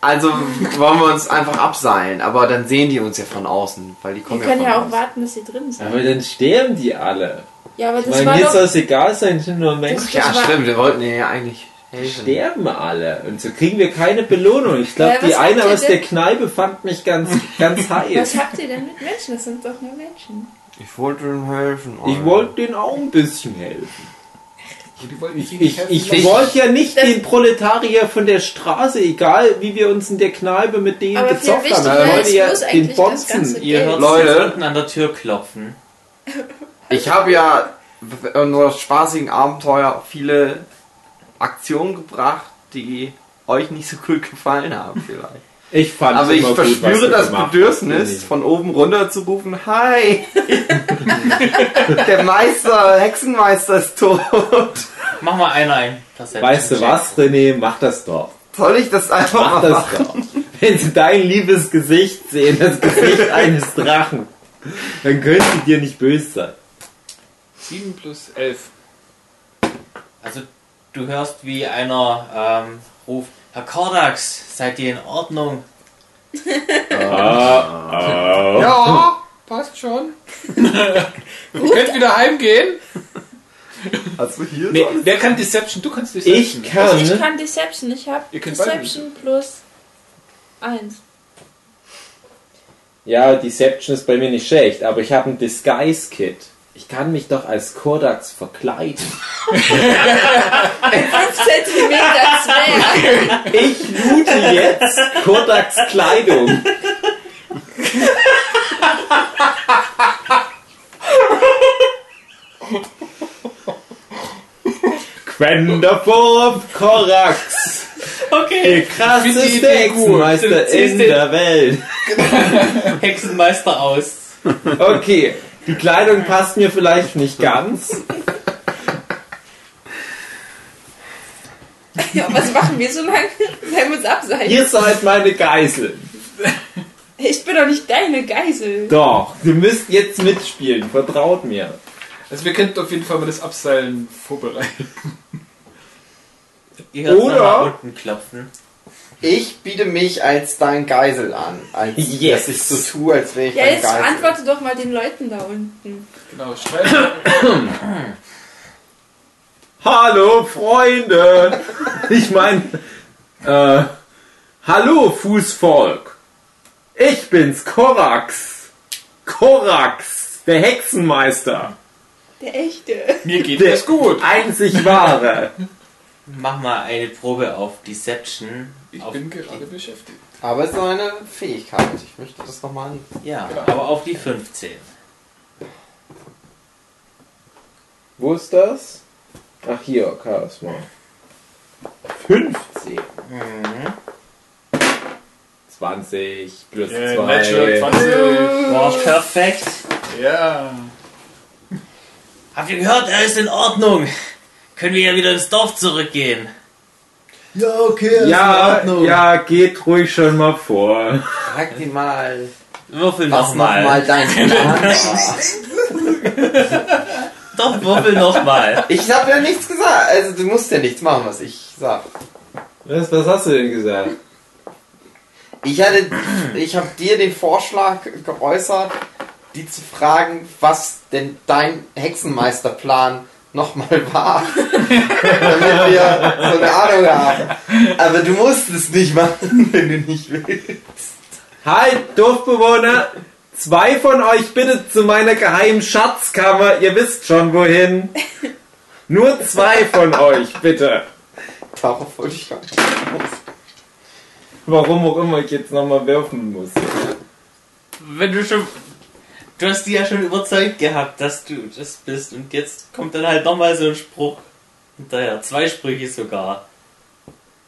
Speaker 10: also wollen wir uns einfach abseilen, aber dann sehen die uns ja von außen, weil die
Speaker 6: Wir
Speaker 10: kommen ja
Speaker 6: können
Speaker 10: von
Speaker 6: ja auch
Speaker 10: außen.
Speaker 6: warten, bis sie drin sind.
Speaker 7: Aber dann sterben die alle.
Speaker 6: Ja, aber das
Speaker 7: Weil
Speaker 6: war
Speaker 7: mir soll
Speaker 6: doch...
Speaker 7: es egal sein, sind nur Menschen.
Speaker 10: Ja,
Speaker 6: Das war-
Speaker 10: stimmt, wir wollten ihr ja eigentlich
Speaker 7: Die
Speaker 10: helfen.
Speaker 7: sterben alle. Und so kriegen wir keine Belohnung. Ich glaube,
Speaker 6: Ja, was
Speaker 7: die
Speaker 6: habt
Speaker 7: eine
Speaker 6: ihr
Speaker 7: aus der
Speaker 6: denn?
Speaker 7: Kneipe fand mich ganz, ganz heiß.
Speaker 6: Was habt ihr denn mit Menschen? Das sind doch nur Menschen.
Speaker 10: Ich wollte ihnen helfen.
Speaker 7: Ich wollte denen auch ein bisschen helfen.
Speaker 5: Die wollten
Speaker 7: Ich, ich, ich
Speaker 10: lassen.
Speaker 7: wollte ja nicht
Speaker 6: Das-
Speaker 7: den Proletarier von der Straße, egal wie wir uns in der Kneipe mit denen
Speaker 6: Aber viel
Speaker 7: gezockt haben.
Speaker 6: wichtiger
Speaker 7: Ich wollte
Speaker 6: ist,
Speaker 7: ja
Speaker 6: muss
Speaker 7: den
Speaker 6: eigentlich das ganze
Speaker 7: Bonzen.
Speaker 3: Ihr
Speaker 6: Geld.
Speaker 3: hört
Speaker 10: Leute.
Speaker 3: unten an der Tür klopfen.
Speaker 10: Ich habe ja in unserem spaßigen Abenteuer viele Aktionen gebracht, die euch nicht so gut gefallen haben vielleicht.
Speaker 7: Ich fand
Speaker 10: Aber ich
Speaker 7: immer gut, was
Speaker 10: verspüre
Speaker 7: du
Speaker 10: das
Speaker 7: gemacht hast.
Speaker 10: Bedürfnis, von oben runter zu rufen, Hi! Der Meister, Hexenmeister ist tot.
Speaker 3: Mach mal einer ein. Perception
Speaker 7: Weißt du
Speaker 3: Check.
Speaker 7: was, René? Mach das doch.
Speaker 10: Soll ich das einfach
Speaker 7: Mach
Speaker 10: mal
Speaker 7: das
Speaker 10: machen?
Speaker 7: doch. Wenn sie dein liebes Gesicht sehen, das Gesicht eines Drachen, dann können sie dir nicht böse sein.
Speaker 5: 7 plus 11.
Speaker 3: Also du hörst wie einer ähm, ruft, Herr Kordax, seid ihr in Ordnung?
Speaker 8: Ja, passt schon. Ihr könnt wieder heimgehen.
Speaker 10: Hast du Also hier
Speaker 8: Nee, wer kann Deception? Du kannst
Speaker 7: Ich
Speaker 8: Deception.
Speaker 7: kann.
Speaker 6: Ich kann Deception. Ich habe
Speaker 5: Ihr könnt
Speaker 6: Deception plus eins.
Speaker 7: Ja, Deception ist bei mir nicht schlecht, aber ich habe ein Disguise-Kit. Ich kann mich doch als Kordax verkleiden.
Speaker 6: 5 cm schwer.
Speaker 7: Ich loote jetzt Kordax Kleidung. Quenderwurf Korax. Okay. Der
Speaker 8: Ich
Speaker 7: krasseste
Speaker 8: finde die Idee gut.
Speaker 7: Hexenmeister
Speaker 3: Ziehst
Speaker 7: in
Speaker 3: den-
Speaker 7: der Welt.
Speaker 3: Hexenmeister aus.
Speaker 7: Okay, die Kleidung passt mir vielleicht nicht ganz.
Speaker 6: Ja, was machen wir so lange? Bleiben uns abseits.
Speaker 7: Ihr seid meine Geiseln.
Speaker 6: Ich bin doch nicht deine Geisel.
Speaker 7: Doch, ihr müsst jetzt mitspielen. Vertraut mir.
Speaker 5: Also wir könnten auf jeden Fall mal das Abseilen vorbereiten.
Speaker 3: Ihr hört
Speaker 7: Oder-
Speaker 3: nochmal unten klopfen.
Speaker 4: Ich biete mich als dein Geisel an. Als
Speaker 7: Yes.
Speaker 4: dass ich so tue, als wäre ich
Speaker 6: Ja,
Speaker 4: dein
Speaker 6: jetzt
Speaker 4: Geisel.
Speaker 6: antworte doch mal den Leuten da unten.
Speaker 5: Genau, schreiben.
Speaker 7: Hallo Freunde! Ich meine, äh, hallo Fußvolk! Ich bin's, Korax! Korax, der Hexenmeister!
Speaker 6: Der echte.
Speaker 5: Mir geht
Speaker 7: Der
Speaker 5: das gut.
Speaker 7: einzig wahre!
Speaker 3: Mach mal eine Probe auf Deception.
Speaker 5: Ich
Speaker 3: auf,
Speaker 5: bin gerade beschäftigt.
Speaker 4: Aber es ist nur eine Fähigkeit. Ich möchte das nochmal an.
Speaker 3: Ja, aber auf die 15.
Speaker 7: Wo ist das? Ach hier, Charisma. 15. 20 plus 2.
Speaker 3: Boah, perfekt.
Speaker 5: Äh. Ja.
Speaker 3: Habt ihr gehört, er ist in Ordnung. Können wir ja wieder ins Dorf zurückgehen.
Speaker 4: Ja, okay.
Speaker 7: Ja, ja, geht ruhig schon mal vor.
Speaker 4: Frag die mal,
Speaker 3: Würfel
Speaker 4: was nochmal
Speaker 3: nochmal.
Speaker 4: dein Plan war.
Speaker 3: Doch, würfel nochmal.
Speaker 4: Ich hab ja nichts gesagt. Also du musst ja nichts machen, was ich sag.
Speaker 7: Was, was hast du denn gesagt?
Speaker 4: Ich hatte, ich habe dir den Vorschlag geäußert, die zu fragen, was denn dein Hexenmeisterplan nochmal war, damit wir so eine Ahnung haben. Aber du musst es nicht machen, wenn du nicht willst.
Speaker 7: Halt, Dorfbewohner! Zwei von euch bitte zu meiner geheimen Schatzkammer. Ihr wisst schon wohin. Nur zwei von euch, bitte.
Speaker 4: Darauf wollte ich gar nicht.
Speaker 7: Warum auch immer ich jetzt nochmal werfen muss.
Speaker 3: Wenn du schon. Du hast die ja schon überzeugt gehabt, dass du das bist. Und jetzt kommt dann halt nochmal so ein Spruch hinterher. Zwei Sprüche sogar.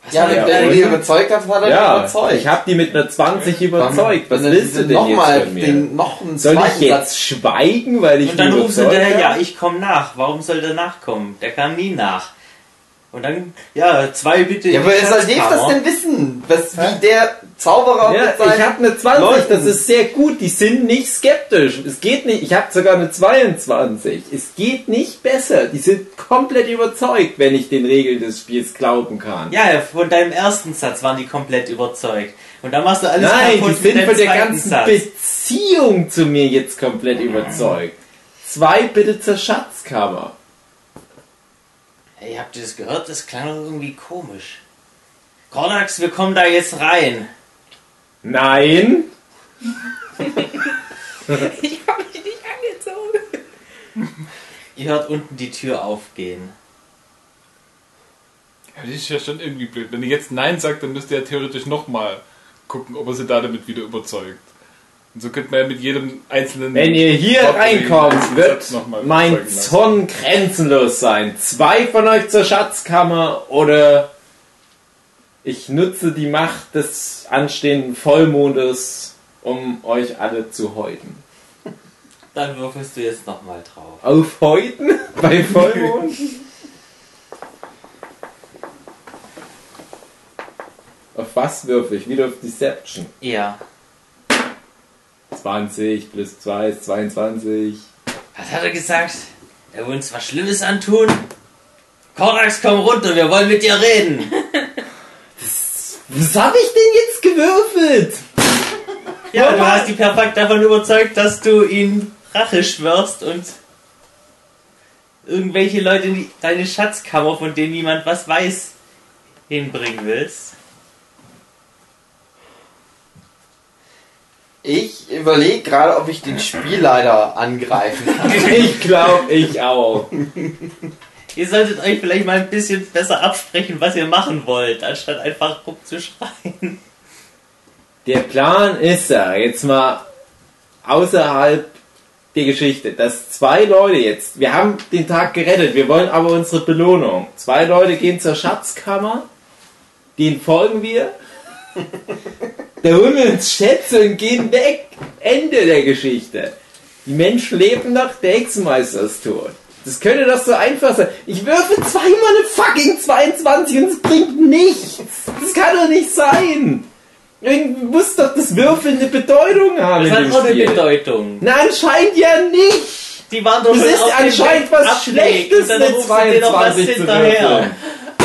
Speaker 3: Was
Speaker 4: Ja,
Speaker 3: war
Speaker 4: wenn
Speaker 7: ja,
Speaker 4: der
Speaker 3: denn-
Speaker 4: dich überzeugt hat, hat er dich
Speaker 7: Ja,
Speaker 4: überzeugt.
Speaker 7: ich hab die mit einer 20 überzeugt. Was
Speaker 4: Wenn er
Speaker 7: willst du
Speaker 4: diese
Speaker 7: denn
Speaker 4: nochmal
Speaker 7: jetzt von mir?
Speaker 4: Den, noch einen
Speaker 7: Soll
Speaker 4: zweiten
Speaker 7: ich jetzt schweigen, weil ich
Speaker 3: Und dann
Speaker 7: die
Speaker 3: rufst du
Speaker 7: überzeugt
Speaker 3: hinterher, ja,
Speaker 7: hab?
Speaker 3: ich komme nach. Warum soll der nachkommen? Der kam nie nach. Und dann, ja, zwei bitte.
Speaker 4: Ja,
Speaker 3: in
Speaker 4: aber
Speaker 3: die
Speaker 4: wer soll Dave das
Speaker 3: Schatzkammer.
Speaker 4: denn wissen? Was, wie der Zauberer
Speaker 7: Ja,
Speaker 4: mit seinen
Speaker 7: ich habe eine 20,
Speaker 4: Leuten-
Speaker 7: das ist sehr gut. Die sind nicht skeptisch. Es geht nicht. Ich habe sogar eine 22. Es geht nicht besser. Die sind komplett überzeugt, wenn ich den Regeln des Spiels glauben kann.
Speaker 3: Ja, von deinem ersten Satz waren die komplett überzeugt. Und dann machst du alles
Speaker 7: Nein,
Speaker 3: kaputt
Speaker 7: die sind
Speaker 3: mit deinem
Speaker 7: von der
Speaker 3: zweiten
Speaker 7: ganzen
Speaker 3: Satz. Mhm.
Speaker 7: Beziehung zu mir jetzt komplett überzeugt. Zwei bitte zur Schatzkammer.
Speaker 3: Ey, habt ihr das gehört? Das klang doch irgendwie komisch. Kordax, wir kommen da jetzt rein.
Speaker 7: Nein.
Speaker 6: Ich habe mich nicht angezogen.
Speaker 3: Ihr hört unten die Tür aufgehen.
Speaker 8: Ja, das ist ja schon irgendwie blöd. Wenn ihr jetzt Nein sagt, dann müsst ihr ja theoretisch nochmal gucken, ob er sie da damit wieder überzeugt. Und so könnte man ja mit jedem einzelnen.
Speaker 7: Wenn ihr hier
Speaker 8: Wort oder jedem
Speaker 7: reinkommt,
Speaker 8: einzelnen
Speaker 7: wird
Speaker 8: Satz noch mal
Speaker 7: mein
Speaker 8: überzeugen lassen.
Speaker 7: Zorn grenzenlos sein. Zwei von euch zur Schatzkammer oder ich nutze die Macht des anstehenden Vollmondes, um euch alle zu häuten.
Speaker 3: Dann würfelst du jetzt nochmal drauf.
Speaker 7: Auf Häuten? Bei Vollmond? auf was würfe ich? Wieder auf Deception.
Speaker 3: Ja.
Speaker 7: 20 plus 2 ist 22.
Speaker 3: Was hat er gesagt? Er will uns was Schlimmes antun? Kordax, komm runter, wir wollen mit dir reden.
Speaker 7: Was habe ich denn jetzt gewürfelt?
Speaker 3: Ja, du hast die perfekt davon überzeugt, dass du ihn Rache schwörst und irgendwelche Leute in die, deine Schatzkammer, von denen niemand was weiß, hinbringen willst.
Speaker 4: Ich überlege gerade, ob ich den Spielleiter angreifen kann.
Speaker 7: Ich glaube, ich auch.
Speaker 3: Ihr solltet euch vielleicht mal ein bisschen besser absprechen, was ihr machen wollt, anstatt einfach rumzuschreien.
Speaker 7: Der Plan ist ja, jetzt mal außerhalb der Geschichte, dass zwei Leute jetzt, wir haben den Tag gerettet, wir wollen aber unsere Belohnung. Zwei Leute gehen zur Schatzkammer, denen folgen wir, da holen wir uns Schätze und gehen weg. Ende der Geschichte. Die Menschen leben noch, der Hexenmeister ist tot. Das könnte doch so einfach sein. Ich würfe zweimal eine fucking 22 und es bringt nichts. Das kann doch nicht sein. Irgendwie muss doch das Würfeln eine Bedeutung haben.
Speaker 3: Das
Speaker 7: in dem
Speaker 3: hat auch eine
Speaker 7: Spiel.
Speaker 3: Bedeutung.
Speaker 7: Na, anscheinend ja nicht.
Speaker 3: Die waren doch
Speaker 7: Das
Speaker 3: schon
Speaker 7: ist
Speaker 3: auf dem
Speaker 7: anscheinend was
Speaker 3: Abweg
Speaker 7: Schlechtes,
Speaker 3: und dann
Speaker 7: eine
Speaker 3: rufen sie dir noch was
Speaker 7: 22 zu
Speaker 3: hinterher.
Speaker 7: würfeln.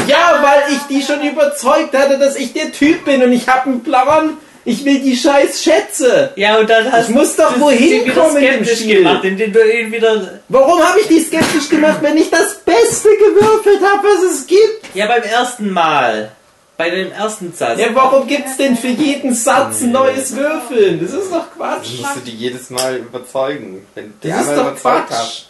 Speaker 7: Ja, weil ich die schon überzeugt hatte, dass ich der Typ bin und ich hab einen Plan. Ich will die scheiß Schätze.
Speaker 3: Ja, und dann hast
Speaker 7: Ich muss doch
Speaker 3: du
Speaker 7: wohin
Speaker 3: sie wieder
Speaker 7: kommen in dem
Speaker 3: skeptisch
Speaker 7: Spiel.
Speaker 3: gemacht, indem du ihn wieder...
Speaker 7: Warum habe ich die skeptisch gemacht, wenn ich das Beste gewürfelt habe, was es gibt?
Speaker 3: Ja, beim ersten Mal. Bei dem ersten Satz.
Speaker 7: Ja, warum gibt's denn für jeden Satz ein neues Würfeln? Das ist doch Quatsch.
Speaker 4: musst du die jedes Mal überzeugen. Wenn die
Speaker 7: Das ist
Speaker 4: einmal
Speaker 7: doch
Speaker 4: überzeugt
Speaker 7: Quatsch.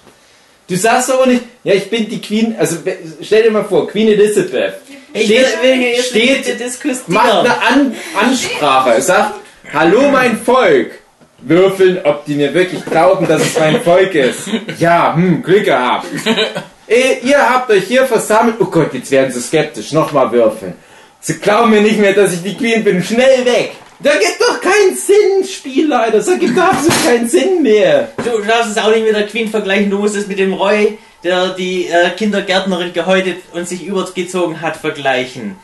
Speaker 7: Du sagst doch auch nicht, ja, ich bin die Queen, also stell dir mal vor, Queen Elizabeth
Speaker 3: ich
Speaker 7: steht,
Speaker 3: will, will hier jetzt
Speaker 7: steht
Speaker 3: nicht diskutieren.
Speaker 7: macht eine An Ansprache, sagt, hallo mein Volk. Würfeln, ob die mir wirklich glauben, dass es mein Volk ist. Ja, hm, Glück gehabt. Äh, ihr habt euch hier versammelt. Oh Gott, jetzt werden sie skeptisch. Nochmal würfeln. Sie glauben mir nicht mehr, dass ich die Queen bin. Schnell weg. Da gibt doch keinen Sinn, Spielleiter. Das ergibt doch absolut keinen Sinn mehr.
Speaker 3: Du darfst es auch nicht mit der Queen vergleichen, du musst es mit dem Roy, der die äh, Kindergärtnerin gehäutet und sich übergezogen hat, vergleichen.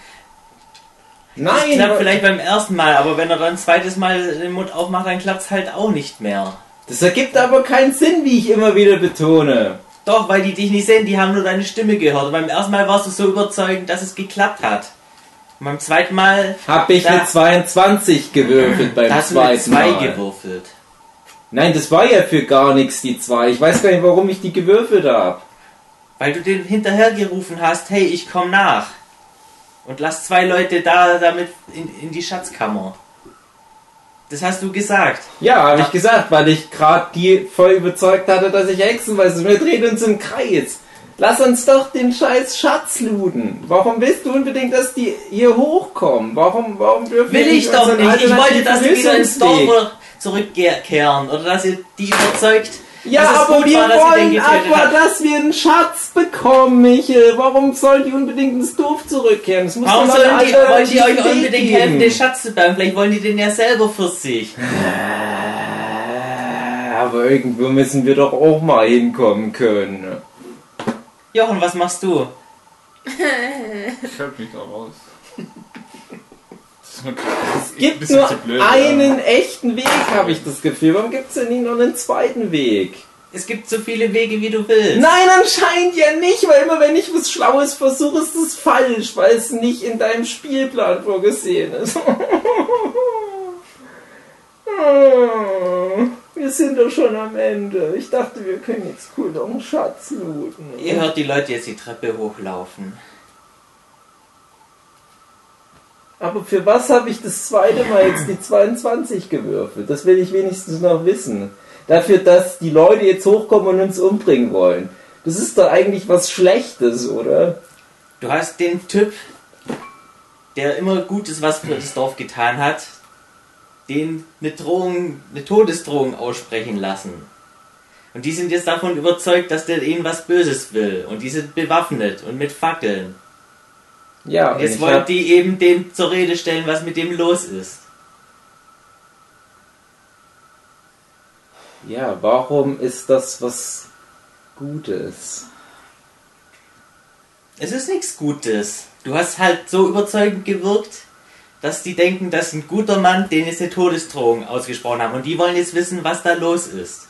Speaker 7: Nein.
Speaker 3: Klappt
Speaker 7: aber-
Speaker 3: vielleicht beim ersten Mal, aber wenn er dann ein zweites Mal den Mund aufmacht, dann klappt es halt auch nicht mehr.
Speaker 7: Das ergibt aber keinen Sinn, wie ich immer wieder betone.
Speaker 3: Doch, weil die dich nicht sehen, die haben nur deine Stimme gehört. Und beim ersten Mal warst du so überzeugend, dass es geklappt hat. Und beim zweiten Mal
Speaker 7: Hab ich
Speaker 3: Da-
Speaker 7: eine 22 gewürfelt beim
Speaker 3: hast du mit
Speaker 7: zweiten
Speaker 3: zwei
Speaker 7: Mal.
Speaker 3: gewürfelt.
Speaker 7: Nein, das war ja für gar nichts die 2. Ich weiß gar nicht, warum ich die gewürfelt habe.
Speaker 3: Weil du dem hinterhergerufen hast, hey, ich komm nach. Und lass zwei Leute da damit in, in die Schatzkammer. Das hast du gesagt.
Speaker 7: Ja, habe ich gesagt, weil ich gerade die voll überzeugt hatte, dass ich Hexen weiß. Wir drehen uns im Kreis. Lass uns doch den scheiß Schatz luden. Warum willst du unbedingt, dass die hier hochkommen? Warum, warum dürfen
Speaker 3: Will
Speaker 7: wir
Speaker 3: ich doch
Speaker 7: unseren
Speaker 3: nicht. Ich wollte,
Speaker 7: alternativen
Speaker 3: dass die wieder ins
Speaker 7: also Lösungsweg?
Speaker 3: Dorf zurückkehren. Oder dass ihr die überzeugt.
Speaker 7: Ja,
Speaker 3: dass es
Speaker 7: aber
Speaker 3: gut
Speaker 7: wir
Speaker 3: war, dass ihr den
Speaker 7: wollen
Speaker 3: getötet
Speaker 7: aber,
Speaker 3: habt.
Speaker 7: dass wir einen Schatz bekommen, Michel. Warum sollen die unbedingt ins Dorf zurückkehren? Es muss
Speaker 3: Warum
Speaker 7: doch mal
Speaker 3: sollen
Speaker 7: einen
Speaker 3: die, wollen die euch
Speaker 7: alternativen Weg
Speaker 3: unbedingt
Speaker 7: geben.
Speaker 3: helfen, den Schatz zu bauen? Vielleicht wollen die den ja selber für sich.
Speaker 7: Ah, Aber irgendwo müssen wir doch auch mal hinkommen können.
Speaker 3: Jochen, was machst du?
Speaker 8: Ich halte mich da raus. Das ist mir
Speaker 7: Es gibt nur einen echten Weg, habe ich das Gefühl. Warum gibt es denn nicht noch einen zweiten Weg?
Speaker 3: Es gibt so viele Wege, wie du willst.
Speaker 7: Nein, anscheinend ja nicht, weil immer wenn ich was Schlaues versuche, ist es falsch, weil es nicht in deinem Spielplan vorgesehen ist. Ah, Wir sind doch schon am Ende. Ich dachte, wir können jetzt cool noch einen Schatz looten.
Speaker 3: Ihr hört die Leute jetzt die Treppe hochlaufen.
Speaker 7: Aber für was habe ich das zweite Mal jetzt die 22 gewürfelt? Das will ich wenigstens noch wissen. Dafür, dass die Leute jetzt hochkommen und uns umbringen wollen. Das ist doch eigentlich was Schlechtes, oder?
Speaker 3: Du hast den Typ, der immer Gutes, was für das Dorf getan hat, den eine Drohung, eine Todesdrohung aussprechen lassen. Und die sind jetzt davon überzeugt, dass der ihnen was Böses will. Und die sind bewaffnet und mit Fackeln.
Speaker 7: Ja,
Speaker 3: Und
Speaker 7: und
Speaker 3: jetzt
Speaker 7: ich
Speaker 3: wollen
Speaker 7: hab-
Speaker 3: die eben dem zur Rede stellen, was mit dem los ist.
Speaker 7: ja, warum ist das was Gutes?
Speaker 3: Es ist nichts Gutes. Du hast halt so überzeugend gewirkt, dass die denken, dass ein guter Mann, den jetzt eine Todesdrohung ausgesprochen haben. Und die wollen jetzt wissen, was da los ist.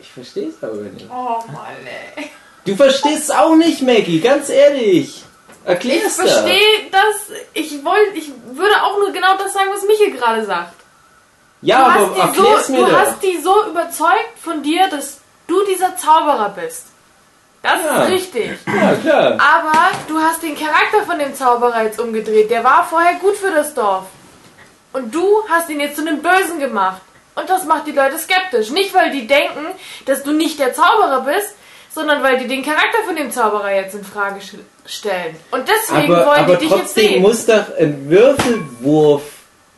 Speaker 7: Ich verstehe es aber nicht.
Speaker 2: Oh Mann, ey.
Speaker 7: Du verstehst es auch nicht, Maggie, ganz ehrlich.
Speaker 9: Ich
Speaker 7: Erklär's da.
Speaker 9: verstehe das. Ich wollte, ich würde auch nur genau das sagen, was Michael gerade sagt.
Speaker 7: Ja, aber
Speaker 9: du hast, die
Speaker 7: erklär's
Speaker 9: so,
Speaker 7: mir
Speaker 9: du
Speaker 7: doch.
Speaker 9: hast die so überzeugt von dir, dass du dieser Zauberer bist. Das
Speaker 7: Ja.
Speaker 9: ist richtig.
Speaker 7: Ja, klar.
Speaker 9: Aber du hast den Charakter von dem Zauberer jetzt umgedreht. Der war vorher gut für das Dorf. Und du hast ihn jetzt zu einem Bösen gemacht. Und das macht die Leute skeptisch. Nicht, weil die denken, dass du nicht der Zauberer bist, sondern weil die den Charakter von dem Zauberer jetzt in Frage sch- stellen. Und deswegen
Speaker 7: Aber,
Speaker 9: wollen
Speaker 7: aber
Speaker 9: die dich jetzt
Speaker 7: trotzdem
Speaker 9: sehen.
Speaker 7: muss doch ein Würfelwurf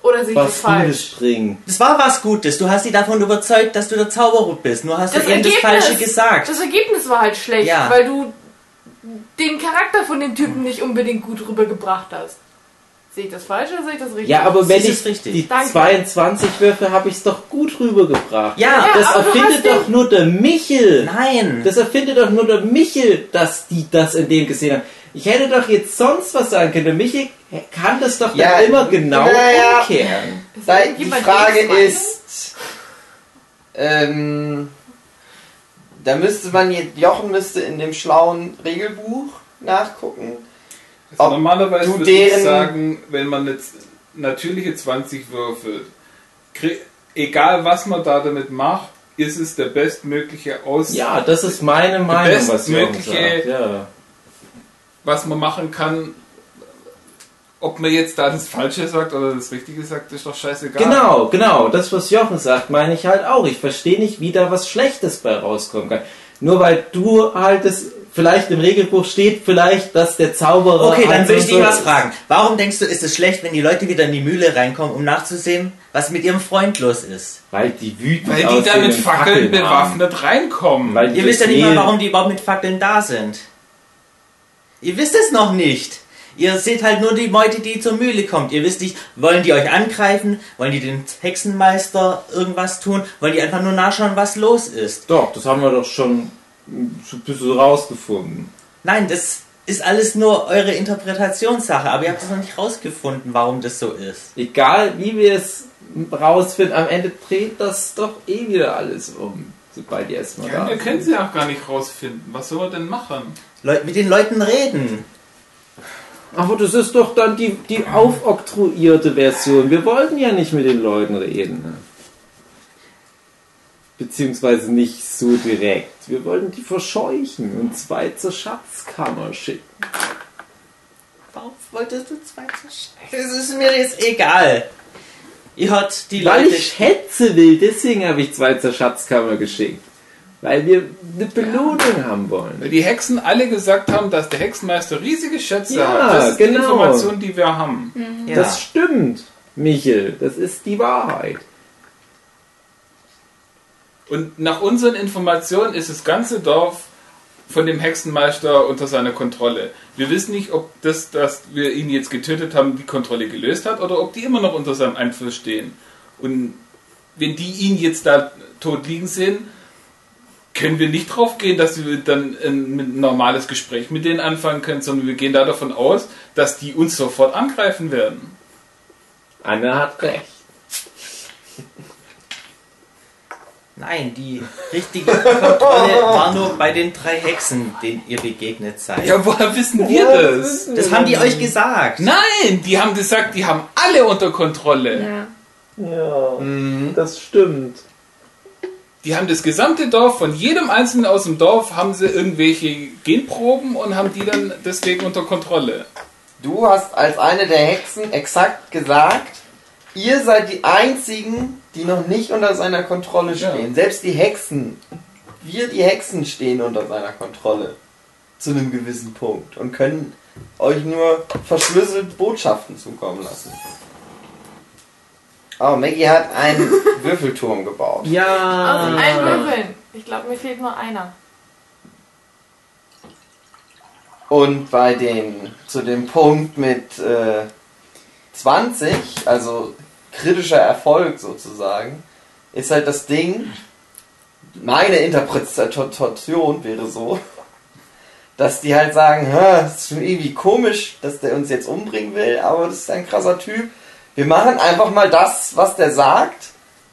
Speaker 9: Oder sehe ich das
Speaker 7: was
Speaker 9: falsch?
Speaker 7: Gutes bringen.
Speaker 3: Das war was Gutes. Du hast sie davon überzeugt, dass du der Zauberer bist. Nur hast
Speaker 9: Das
Speaker 3: du ihnen das
Speaker 9: Ergebnis,
Speaker 3: Falsche gesagt.
Speaker 9: das Ergebnis war halt schlecht,
Speaker 3: Ja.
Speaker 9: weil du den Charakter von den Typen nicht unbedingt gut rübergebracht hast. Sehe ich das falsch oder sehe ich das richtig?
Speaker 7: Ja, aber wenn
Speaker 3: ist
Speaker 7: ich
Speaker 3: richtig.
Speaker 7: die
Speaker 9: Danke.
Speaker 7: 22 würfe, habe ich es doch gut rübergebracht.
Speaker 3: Ja,
Speaker 9: Ja.
Speaker 7: Das
Speaker 9: aber du
Speaker 7: erfindet
Speaker 9: hast
Speaker 7: doch nur der Michel.
Speaker 3: nein.
Speaker 7: Das erfindet doch nur der Michel, dass die das in dem gesehen haben. Ich hätte doch jetzt sonst was sagen können. Der Michel kann das doch
Speaker 4: Ja,
Speaker 7: dann immer genau
Speaker 4: na ja.
Speaker 7: umkehren.
Speaker 4: Da, die
Speaker 9: Jemand
Speaker 4: Frage
Speaker 9: gegen
Speaker 4: ist, ähm, da müsste man jetzt, Jochen müsste in dem schlauen Regelbuch nachgucken.
Speaker 5: Also
Speaker 4: Ob
Speaker 5: normalerweise
Speaker 4: du
Speaker 5: würde ich
Speaker 4: deren-
Speaker 5: sagen, wenn man jetzt natürliche 20 würfelt, krie- egal was man da damit macht, ist es der bestmögliche Aus,
Speaker 7: Ja, das ist meine Meinung, was Jürgen
Speaker 5: bestmögliche-
Speaker 7: sagt. Ja.
Speaker 5: was man machen kann. Ob man jetzt da das Falsche sagt oder das Richtige sagt, ist doch scheißegal.
Speaker 7: Genau, genau. Das, was Jochen sagt, meine ich halt auch. Ich verstehe nicht, wie da was Schlechtes bei rauskommen kann. Nur weil du halt es vielleicht im Regelbuch steht, vielleicht, dass der Zauberer. halt
Speaker 3: Okay, dann will ich dich
Speaker 7: anders
Speaker 3: was
Speaker 7: ist.
Speaker 3: fragen. Warum denkst du, ist es schlecht, wenn die Leute wieder in die Mühle reinkommen, um nachzusehen, was mit ihrem Freund los ist?
Speaker 7: Weil die wütend
Speaker 5: Weil die da
Speaker 7: aussehen
Speaker 5: mit
Speaker 7: und
Speaker 5: Fackeln
Speaker 7: haben.
Speaker 5: bewaffnet reinkommen.
Speaker 7: Weil die
Speaker 8: Also
Speaker 3: Ihr wisst ja nicht
Speaker 7: sehen-
Speaker 3: mal, warum die überhaupt mit Fackeln da sind. Ihr wisst es noch nicht. Ihr seht halt nur die Meute, die zur Mühle kommt. Ihr wisst nicht, wollen die euch angreifen? Wollen die den Hexenmeister irgendwas tun? Wollen die einfach nur nachschauen, was los ist?
Speaker 7: Doch, das haben wir doch schon so ein bisschen rausgefunden.
Speaker 3: Nein, das ist alles nur eure Interpretationssache, aber ihr habt es noch nicht rausgefunden, warum das so ist.
Speaker 7: Egal wie wir es rausfinden, am Ende dreht das doch eh wieder alles um. Sobald ihr erstmal
Speaker 5: Ja,
Speaker 7: da
Speaker 5: wir können sie auch gar nicht rausfinden. Was soll man denn machen?
Speaker 3: Leu mit den Leuten reden.
Speaker 7: Aber das ist doch dann die, die aufoktroyierte Version. Wir wollten ja nicht mit den Leuten reden. Beziehungsweise nicht so direkt. Wir wollten die verscheuchen und zwei zur Schatzkammer schicken.
Speaker 3: Warum wolltest du zwei Tischchen? Es ist mir jetzt egal. Ihr hört die
Speaker 7: Weil
Speaker 3: Leute.
Speaker 7: ich Schätze will, deswegen habe ich zwei zur Schatzkammer geschickt. Weil wir eine Belohnung haben wollen.
Speaker 5: Weil die Hexen alle gesagt haben, dass der Hexenmeister riesige Schätze
Speaker 7: Ja,
Speaker 5: hat. Das ist die
Speaker 7: genau.
Speaker 5: Information, die wir haben.
Speaker 3: ja.
Speaker 7: Das stimmt, Michel. Das ist die Wahrheit.
Speaker 5: Und nach unseren Informationen ist das ganze Dorf von dem Hexenmeister unter seiner Kontrolle. Wir wissen nicht, ob das, dass wir ihn jetzt getötet haben, die Kontrolle gelöst hat oder ob die immer noch unter seinem Einfluss stehen. Und wenn die ihn jetzt da tot liegen sehen, können wir nicht drauf gehen, dass wir dann ein, ein normales Gespräch mit denen anfangen können, sondern wir gehen da davon aus, dass die uns sofort angreifen werden.
Speaker 7: Anne hat recht.
Speaker 3: Nein, die richtige Kontrolle war nur bei den drei Hexen, denen ihr begegnet seid.
Speaker 5: Ja, woher wissen wir das?
Speaker 3: Das haben die euch gesagt.
Speaker 5: Nein, die haben gesagt, die haben alle unter Kontrolle.
Speaker 6: Ja.
Speaker 7: Ja, das stimmt.
Speaker 5: Die haben das gesamte Dorf, von jedem Einzelnen aus dem Dorf haben sie irgendwelche Genproben und haben die dann deswegen unter Kontrolle.
Speaker 4: Du hast als eine der Hexen exakt gesagt, ihr seid die einzigen, die noch nicht unter seiner Kontrolle
Speaker 5: Ja.
Speaker 4: stehen. Selbst die Hexen, wir die Hexen stehen unter seiner Kontrolle. Zu einem gewissen Punkt. Und können euch nur verschlüsselt Botschaften zukommen lassen. Oh, Maggie hat einen Würfelturm gebaut.
Speaker 9: Aus
Speaker 7: Ja.
Speaker 9: allen Würfeln. Ich glaube, mir fehlt nur einer.
Speaker 4: Und bei den, zu dem Punkt mit äh, 20, also kritischer Erfolg sozusagen, ist halt das Ding, meine Interpretation wäre so, dass die halt sagen, "Hä, es ist schon irgendwie komisch, dass der uns jetzt umbringen will, aber das ist ein krasser Typ. Wir machen einfach mal das, was der sagt,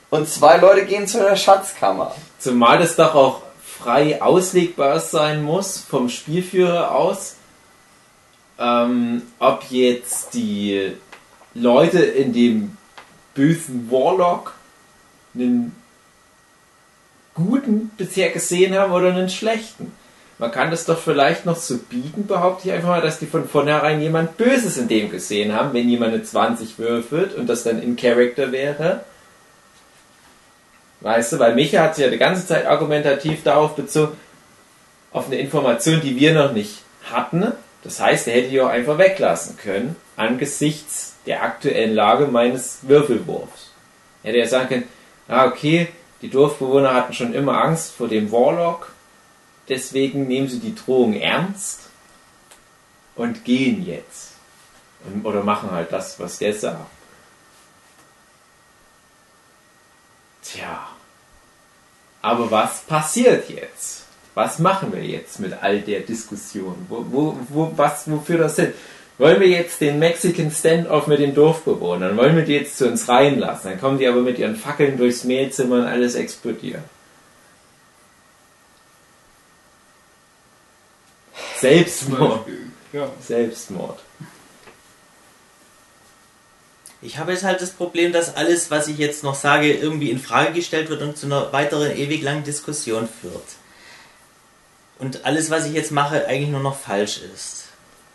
Speaker 4: und zwei Leute gehen zu der Schatzkammer.
Speaker 7: Zumal das doch auch frei auslegbar sein muss vom Spielführer aus, ähm, ob jetzt die Leute in dem bösen Warlock einen guten bisher gesehen haben oder einen schlechten. Man kann das doch vielleicht noch so bieten, behaupte ich einfach mal, dass die von vornherein jemand Böses in dem gesehen haben, wenn jemand eine 20 würfelt und das dann in Character wäre. Weißt du, weil Micha hat sich ja die ganze Zeit argumentativ darauf bezogen, auf eine Information, die wir noch nicht hatten. Das heißt, er hätte die auch einfach weglassen können, angesichts der aktuellen Lage meines Würfelwurfs. Er hätte ja sagen können, ah, okay, die Dorfbewohner hatten schon immer Angst vor dem Warlock, deswegen nehmen sie die Drohung ernst und gehen jetzt. Und, oder machen halt das, was der sagt. Tja. Aber was passiert jetzt? Was machen wir jetzt mit all der Diskussion? Wo, wo, wo, was, wofür das hin? Wollen wir jetzt den Mexican Standoff mit den Dorfbewohnern? Wollen wir die jetzt zu uns reinlassen? Dann kommen die aber mit ihren Fackeln durchs Mehlzimmer und alles explodiert. Selbstmord.
Speaker 8: Ja.
Speaker 7: Selbstmord.
Speaker 3: Ich habe jetzt halt das Problem, dass alles, was ich jetzt noch sage, irgendwie in Frage gestellt wird und zu einer weiteren ewig langen Diskussion führt. Und alles, was ich jetzt mache, eigentlich nur noch falsch ist.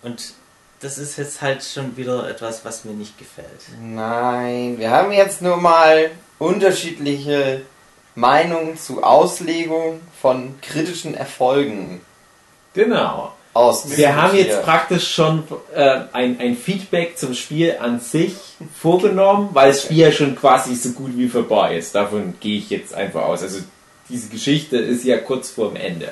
Speaker 3: Und das ist jetzt halt schon wieder etwas, was mir nicht gefällt.
Speaker 4: Nein, wir haben jetzt nur mal unterschiedliche Meinungen zu Auslegung von kritischen Erfolgen
Speaker 7: Genau.
Speaker 4: aus.
Speaker 7: Wir haben jetzt praktisch schon äh, ein, ein Feedback zum Spiel an sich vorgenommen, weil das Spiel ja schon quasi so gut wie vorbei ist. Davon gehe ich jetzt einfach aus. Also diese Geschichte ist ja kurz vorm Ende.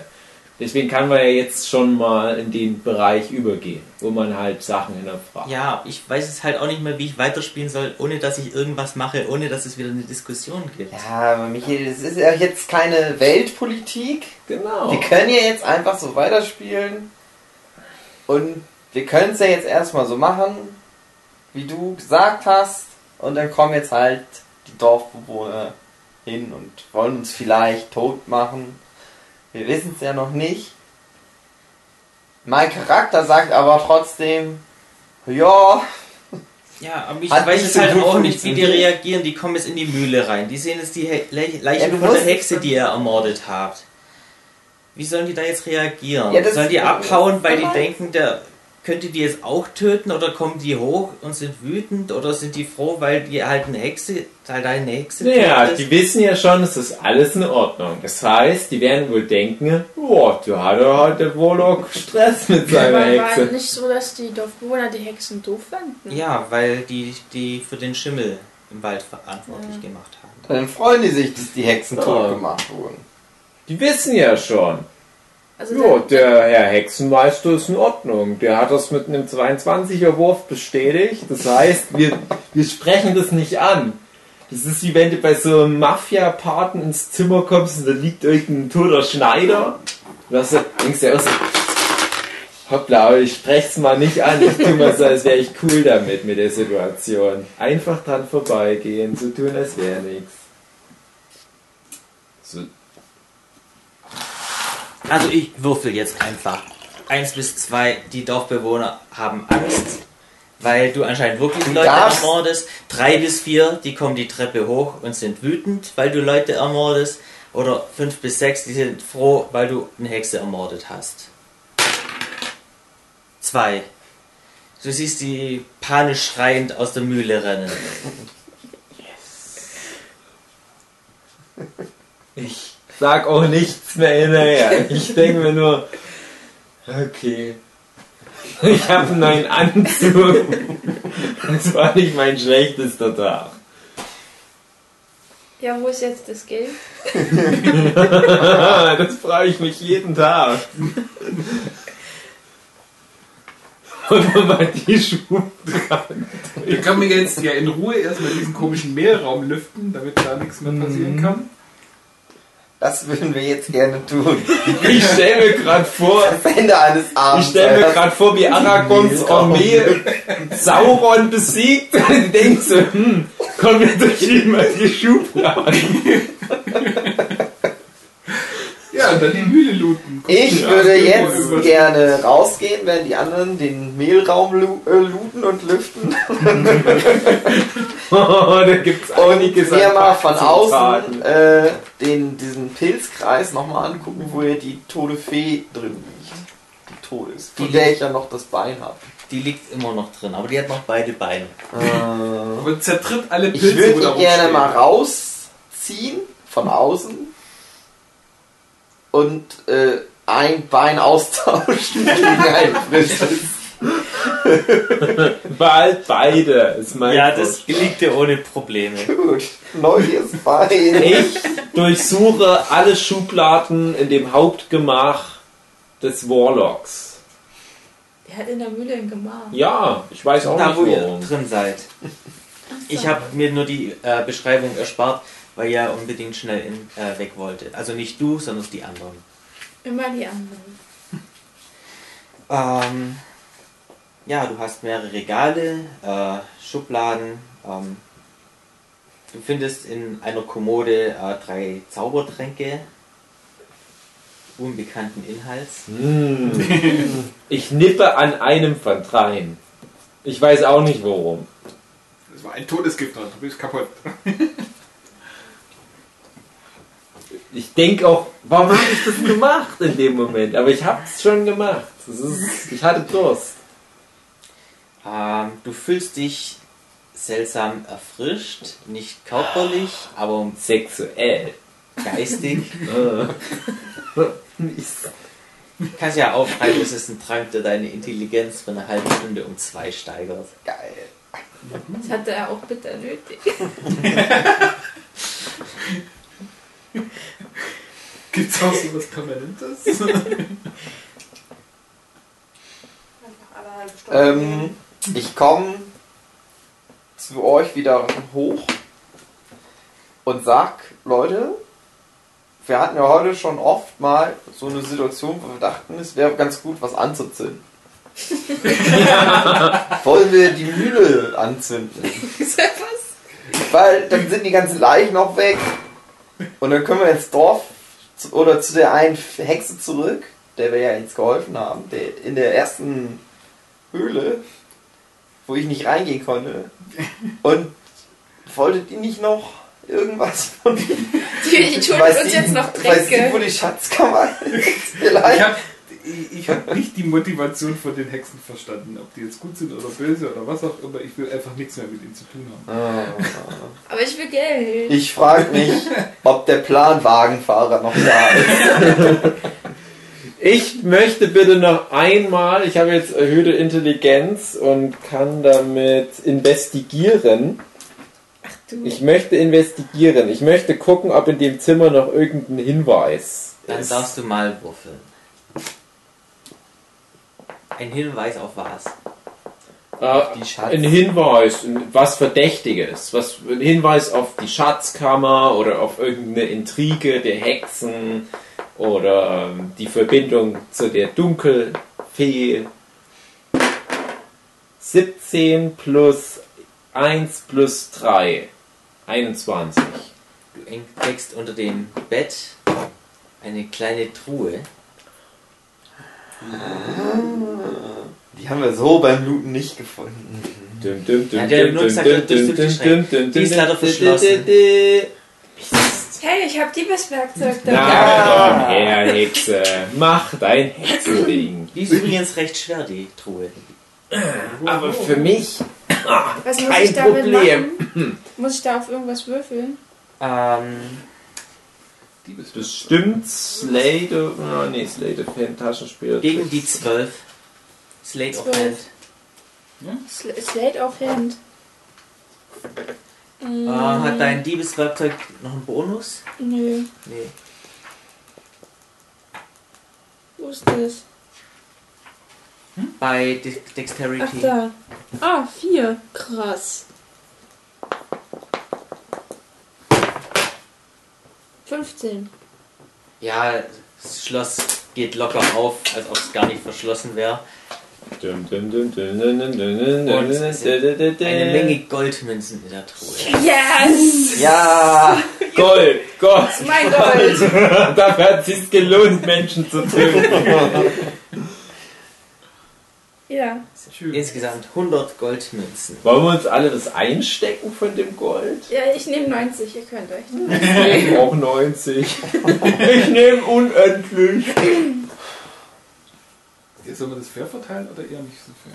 Speaker 7: Deswegen kann man ja jetzt schon mal in den Bereich übergehen, wo man halt Sachen hinterfragt.
Speaker 3: Ja, ich weiß es halt auch nicht mehr, wie ich weiterspielen soll, ohne dass ich irgendwas mache, ohne dass es wieder eine Diskussion gibt.
Speaker 4: Ja, aber Michael, es ist ja jetzt keine Weltpolitik.
Speaker 7: Genau.
Speaker 4: Wir können ja jetzt einfach so weiterspielen. Und wir können es ja jetzt erstmal so machen, wie du gesagt hast. Und dann kommen jetzt halt die Dorfbewohner hin und wollen uns vielleicht tot machen. Wir wissen es ja noch nicht. Mein Charakter sagt aber trotzdem, ja,
Speaker 3: Ja, aber ich
Speaker 4: Hat
Speaker 3: weiß
Speaker 4: nicht
Speaker 3: es
Speaker 4: so
Speaker 3: halt
Speaker 4: gut
Speaker 3: auch nicht, wie die
Speaker 4: funktioniert.
Speaker 3: reagieren. Die kommen jetzt in die Mühle rein. Die sehen jetzt die He Le
Speaker 4: Ja,
Speaker 3: Leiche
Speaker 4: du
Speaker 3: von der
Speaker 4: musst-
Speaker 3: Hexe, die ihr ermordet habt. Wie sollen die da jetzt reagieren?
Speaker 4: Ja, das-
Speaker 3: sollen die abhauen, weil die
Speaker 4: Aber-
Speaker 3: denken, der könnte die jetzt auch töten oder kommen die hoch und sind wütend oder sind die froh, weil die halt eine Hexe, halt eine Hexe
Speaker 7: Naja,
Speaker 3: tötet?
Speaker 7: die wissen ja schon, es ist alles in Ordnung. Das heißt, die werden wohl denken, boah, da hat er halt der Warlock Stress mit seiner
Speaker 6: Aber war
Speaker 7: Hexe.
Speaker 6: nicht so, dass die Dorfbewohner die Hexen doof fanden?
Speaker 3: Ja, weil die die für den Schimmel im Wald verantwortlich gemacht haben.
Speaker 4: dann freuen die sich, dass die Hexen
Speaker 7: Oh.
Speaker 4: tot gemacht wurden.
Speaker 7: Die wissen ja schon.
Speaker 6: Also
Speaker 7: Ja,
Speaker 6: dann-
Speaker 7: der Herr Hexenmeister ist in Ordnung. Der hat das mit einem 22er Wurf bestätigt. Das heißt, wir, wir sprechen das nicht an. Das ist wie wenn du bei so einem Mafia-Paten ins Zimmer kommst und da liegt irgendein toter Schneider. Und hast du, denkst du erst, hoppla, ich sprech's mal nicht an, ich tu mal so, als wäre ich cool damit, mit der Situation. Einfach dran vorbeigehen, so tun, als wäre nichts.
Speaker 1: So,
Speaker 3: Also ich würfel jetzt einfach. Eins bis zwei, die Dorfbewohner haben Angst, weil du anscheinend wirklich Leute
Speaker 4: darfst.
Speaker 3: ermordest. Drei bis vier, die kommen die Treppe hoch und sind wütend, weil du Leute ermordest. Oder fünf bis sechs, die sind froh, weil du eine Hexe ermordet hast. Zwei. Du siehst die panisch schreiend aus der Mühle rennen.
Speaker 7: Ich sag auch nichts mehr hinterher. Ich denke mir nur, okay. Ich habe einen neuen Anzug. Das war nicht mein schlechtester Tag.
Speaker 6: Ja, wo ist jetzt das Geld?
Speaker 7: Das frage ich mich jeden Tag. Und wo war die Schuhe dran?
Speaker 8: Wir können jetzt ja in Ruhe erstmal diesen komischen Mehlraum lüften, damit da nichts mehr passieren kann.
Speaker 4: Das würden wir jetzt gerne tun.
Speaker 7: Ich stelle mir gerade vor,
Speaker 4: Das Ende eines Abends.
Speaker 7: ich stelle mir
Speaker 4: Alter.
Speaker 7: gerade vor, wie Aragons Armee Sauron besiegt. Und denkst so, hm, kommen wir durch die, die Schubladen.
Speaker 8: Ja, und dann die Mühle looten.
Speaker 4: Ich
Speaker 8: Ja,
Speaker 4: würde
Speaker 8: irgendwo über-
Speaker 4: jetzt gerne rausgehen, während die anderen den Mehlraum lu äh, looten und lüften.
Speaker 7: Oh, da gibt's
Speaker 4: Und
Speaker 7: einiges
Speaker 4: wir
Speaker 7: an
Speaker 4: mal
Speaker 7: Fakten
Speaker 4: von
Speaker 7: zu
Speaker 4: außen
Speaker 7: tragen.
Speaker 4: äh, den, diesen Pilzkreis nochmal angucken, wo ja die tote Fee drin liegt. Die tot ist. Von
Speaker 3: Die-
Speaker 4: der ich ja noch das Bein habe.
Speaker 3: Die liegt immer noch drin, aber die hat noch beide Beine.
Speaker 8: Aber zertritt alle
Speaker 4: Ich
Speaker 8: Pilze, wo
Speaker 4: würde
Speaker 8: da
Speaker 4: ihn gerne
Speaker 8: rumstehen.
Speaker 4: mal rausziehen von außen und äh, ein Bein austauschen gegen ein frisches.
Speaker 7: Bald beide ist mein
Speaker 3: Ja,
Speaker 7: Vorschlag.
Speaker 3: das liegt dir ohne Probleme.
Speaker 4: Gut, neues Bein.
Speaker 7: Ich durchsuche alle Schubladen in dem Hauptgemach des Warlocks.
Speaker 6: Der hat in der Mühle ein Gemach.
Speaker 7: Ja, ich weiß auch
Speaker 3: Da, wo
Speaker 7: nicht
Speaker 3: ihr
Speaker 7: warum.
Speaker 3: drin seid. Ich habe mir nur die äh, Beschreibung erspart, weil ihr unbedingt schnell in, äh, weg wollte. Also nicht du, sondern die anderen.
Speaker 6: Immer die anderen.
Speaker 3: Ähm, ja, du hast mehrere Regale, äh, Schubladen. Ähm, du findest in einer Kommode äh, drei Zaubertränke unbekannten Inhalts.
Speaker 7: Hm. Mm. Ich nippe an einem von dreien. Ich weiß auch nicht warum.
Speaker 8: Das war ein Todesgift, dran, du bist kaputt.
Speaker 7: Ich denke auch, warum habe ich das gemacht in dem Moment? Aber ich habe es schon gemacht. Das ist, ich hatte Durst.
Speaker 3: Ähm, du fühlst dich seltsam erfrischt, nicht körperlich, aber
Speaker 7: Sexuell.
Speaker 3: geistig.
Speaker 7: Mies.
Speaker 3: Kannst ja aufschreiben, es ist ein Trank, der deine Intelligenz für eine halbe Stunde um zwei steigert.
Speaker 4: Geil.
Speaker 6: Das hatte er auch bitter nötig.
Speaker 8: Gibt's auch so was Permanentes?
Speaker 9: halt
Speaker 4: Ähm, ich komme zu euch wieder hoch und sag, Leute, wir hatten ja heute schon oft mal so eine Situation, wo wir dachten, es wäre ganz gut, was anzuzünden. Wollen wir die Mühle anzünden? Weil dann sind die ganzen Leichen auch weg. Und dann können wir ins Dorf zu, oder zu der einen Hexe zurück, der wir ja jetzt geholfen haben, der in der ersten Höhle, wo ich nicht reingehen konnte. Und wolltet ihr nicht noch irgendwas von
Speaker 6: Die die schulden
Speaker 4: Weiß
Speaker 6: uns
Speaker 4: sie-
Speaker 6: jetzt noch
Speaker 4: Weiß sie, wo
Speaker 6: Drecke.
Speaker 4: die Schatzkammer ist?
Speaker 8: Ich
Speaker 4: Vielleicht.
Speaker 8: habe ich hab nicht die Motivation von den Hexen verstanden, ob die jetzt gut sind oder böse oder was auch immer. Ich will einfach nichts mehr mit ihnen zu tun haben.
Speaker 6: Aber ich will Geld.
Speaker 4: Oh. Ich frage mich, ob der Planwagenfahrer noch da ist.
Speaker 7: Ich möchte bitte noch einmal, ich habe jetzt erhöhte Intelligenz und kann damit investigieren.
Speaker 6: Du.
Speaker 7: Ich möchte investigieren. Ich möchte gucken, ob in dem Zimmer noch irgendein Hinweis
Speaker 3: Dann
Speaker 7: ist.
Speaker 3: darfst du mal würfeln. Ein Hinweis auf was?
Speaker 7: äh,
Speaker 4: Die
Speaker 7: ein
Speaker 4: Schatz.
Speaker 7: Hinweis, ein- was Verdächtiges, was ein Hinweis auf die Schatzkammer oder auf irgendeine Intrige der Hexen oder ähm, die Verbindung zu der Dunkelfee. 17 plus 1 plus 3, 21.
Speaker 3: Du entdeckst unter dem Bett eine kleine Truhe.
Speaker 4: Die haben wir so beim Looten nicht gefunden.
Speaker 7: Düm, düm, düm,
Speaker 3: Ja, der
Speaker 7: düm,
Speaker 3: Nutzer durch
Speaker 7: düm, düm,
Speaker 3: den
Speaker 7: düm,
Speaker 3: Schrank.
Speaker 7: düm, düm,
Speaker 3: Die ist
Speaker 7: düm,
Speaker 3: leider
Speaker 7: düm, düm,
Speaker 3: verschlossen.
Speaker 7: düm, düm.
Speaker 2: Hey, ich habe Diebeswerkzeug
Speaker 7: Na
Speaker 2: dabei.
Speaker 7: komm her, Hexe. Mach dein Hexending.
Speaker 3: Die ist übrigens recht schwer, die Truhe.
Speaker 7: Aber für mich
Speaker 2: Was muss
Speaker 7: kein
Speaker 2: ich damit
Speaker 7: Problem.
Speaker 2: machen? Muss ich da auf irgendwas würfeln?
Speaker 3: Ähm,
Speaker 7: bestimmt Slade. Oh, nee, Slade Fan Taschenspiel.
Speaker 3: gegen die 12. Slate of Hand.
Speaker 2: Zwölf. Sl Slate Ähm, of Hand.
Speaker 3: Äh, hat dein Diebeswerkzeug noch einen Bonus?
Speaker 2: Nö.
Speaker 3: Nee.
Speaker 2: Wo ist das?
Speaker 3: Bei De
Speaker 2: Ach,
Speaker 3: Dexterity.
Speaker 2: da. Ah, vier. Krass. Fünfzehn.
Speaker 3: Ja, das Schloss geht locker auf, als ob es gar nicht verschlossen wäre. Eine
Speaker 7: Eine
Speaker 3: Menge Goldmünzen in der Truhe.
Speaker 2: Yes!
Speaker 4: Ja,
Speaker 7: Gold, Gold.
Speaker 2: Mein Gott!
Speaker 7: Dafür hat es sich gelohnt, Menschen zu töten.
Speaker 2: ja.
Speaker 3: Insgesamt 100 Goldmünzen.
Speaker 7: Wollen wir uns alle das einstecken von dem Gold?
Speaker 2: Ja, ich nehme 90, ihr könnt euch.
Speaker 7: Ich brauche 90. Ich nehme unendlich.
Speaker 8: Soll man das fair verteilen oder eher nicht so fair?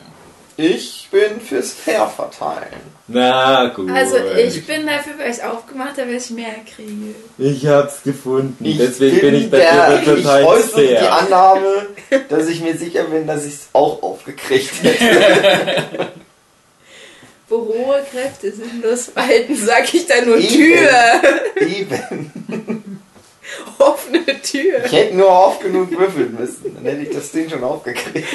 Speaker 4: ich bin fürs Fair verteilen.
Speaker 7: Na gut.
Speaker 6: Also ich bin dafür bei euch aufgemacht, damit ich mehr kriege.
Speaker 7: Ich hab's gefunden. Deswegen
Speaker 4: Ich
Speaker 7: bin ich
Speaker 4: der,
Speaker 7: bei dir
Speaker 4: Ich äußere die
Speaker 7: fair.
Speaker 4: Annahme, dass ich mir sicher bin, dass ich es auch aufgekriegt hätte.
Speaker 6: Wo rohe Kräfte sinnlos walten, sag ich da nur
Speaker 4: Eben.
Speaker 6: Tür.
Speaker 4: Eben.
Speaker 6: Offene Tür.
Speaker 4: Ich hätte nur oft genug würfeln müssen. Dann hätte ich das Ding schon aufgekriegt.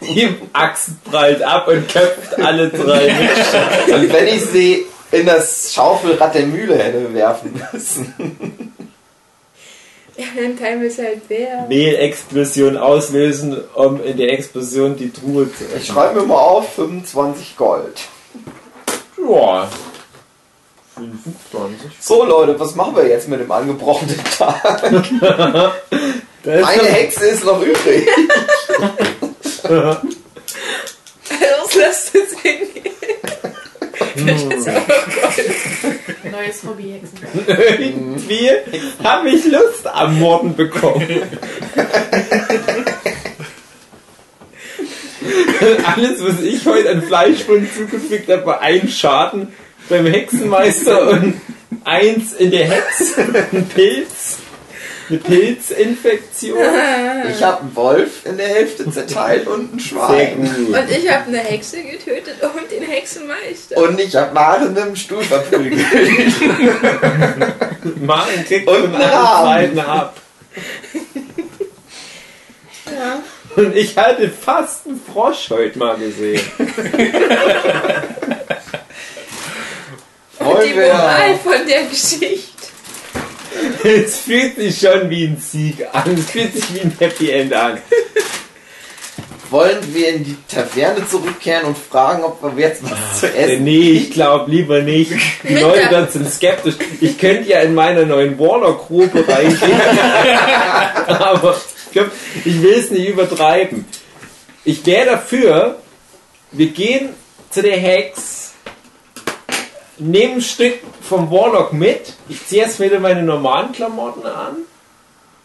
Speaker 7: Die Axt prallt ab und köpft alle drei mit.
Speaker 4: Und wenn ich sie in das Schaufelrad der Mühle hätte werfen müssen.
Speaker 6: Ja, dann teilen wir es halt wer.
Speaker 7: Mehlexplosion auslösen, um in der Explosion die Truhe zu
Speaker 4: Ich schreibe mir mal auf, 25 Gold.
Speaker 7: Ja. 25.
Speaker 4: So Leute, was machen wir jetzt mit dem angebrochenen Tag? Eine Hexe ist noch übrig.
Speaker 6: Also lasst es hingehen.
Speaker 9: Oh Neues Hobby, Hexen.
Speaker 7: Irgendwie habe ich Lust am Morden bekommen. Alles, was ich heute an Fleischwunden zugefügt habe, war ein Schaden beim Hexenmeister und eins in der Hex, ein Pilz, eine Pilzinfektion.
Speaker 4: Ich habe einen Wolf in der Hälfte zerteilt und ein
Speaker 7: Sehr
Speaker 4: Schwein.
Speaker 7: gut.
Speaker 6: Und ich habe eine Hexe getötet und den Hexenmeister.
Speaker 4: Und ich habe Maren mit dem Stuhl verprügelt.
Speaker 7: Martin kriegt
Speaker 4: Und
Speaker 7: von
Speaker 4: einen
Speaker 7: einem
Speaker 4: Rahmen.
Speaker 7: zweiten ab.
Speaker 2: Ja.
Speaker 7: Und ich hatte fast einen Frosch heute mal gesehen.
Speaker 6: Und die
Speaker 4: Wollen wir,
Speaker 6: Moral von der Geschichte.
Speaker 7: Es fühlt sich schon wie ein Sieg an. Es fühlt sich wie ein Happy End an.
Speaker 4: wollen wir in die Taverne zurückkehren und fragen, ob wir jetzt was zu
Speaker 7: Äh,
Speaker 4: essen
Speaker 7: Nee, ich glaube lieber nicht. Die Leute dort sind skeptisch. Ich könnte ja in meiner neuen Warlock-Gruppe reingehen. Aber ich, glaub, ich will es nicht übertreiben. Ich wäre dafür, wir gehen zu der Hex, nehmen ein Stück vom Warlock mit. Ich ziehe jetzt wieder meine normalen Klamotten an.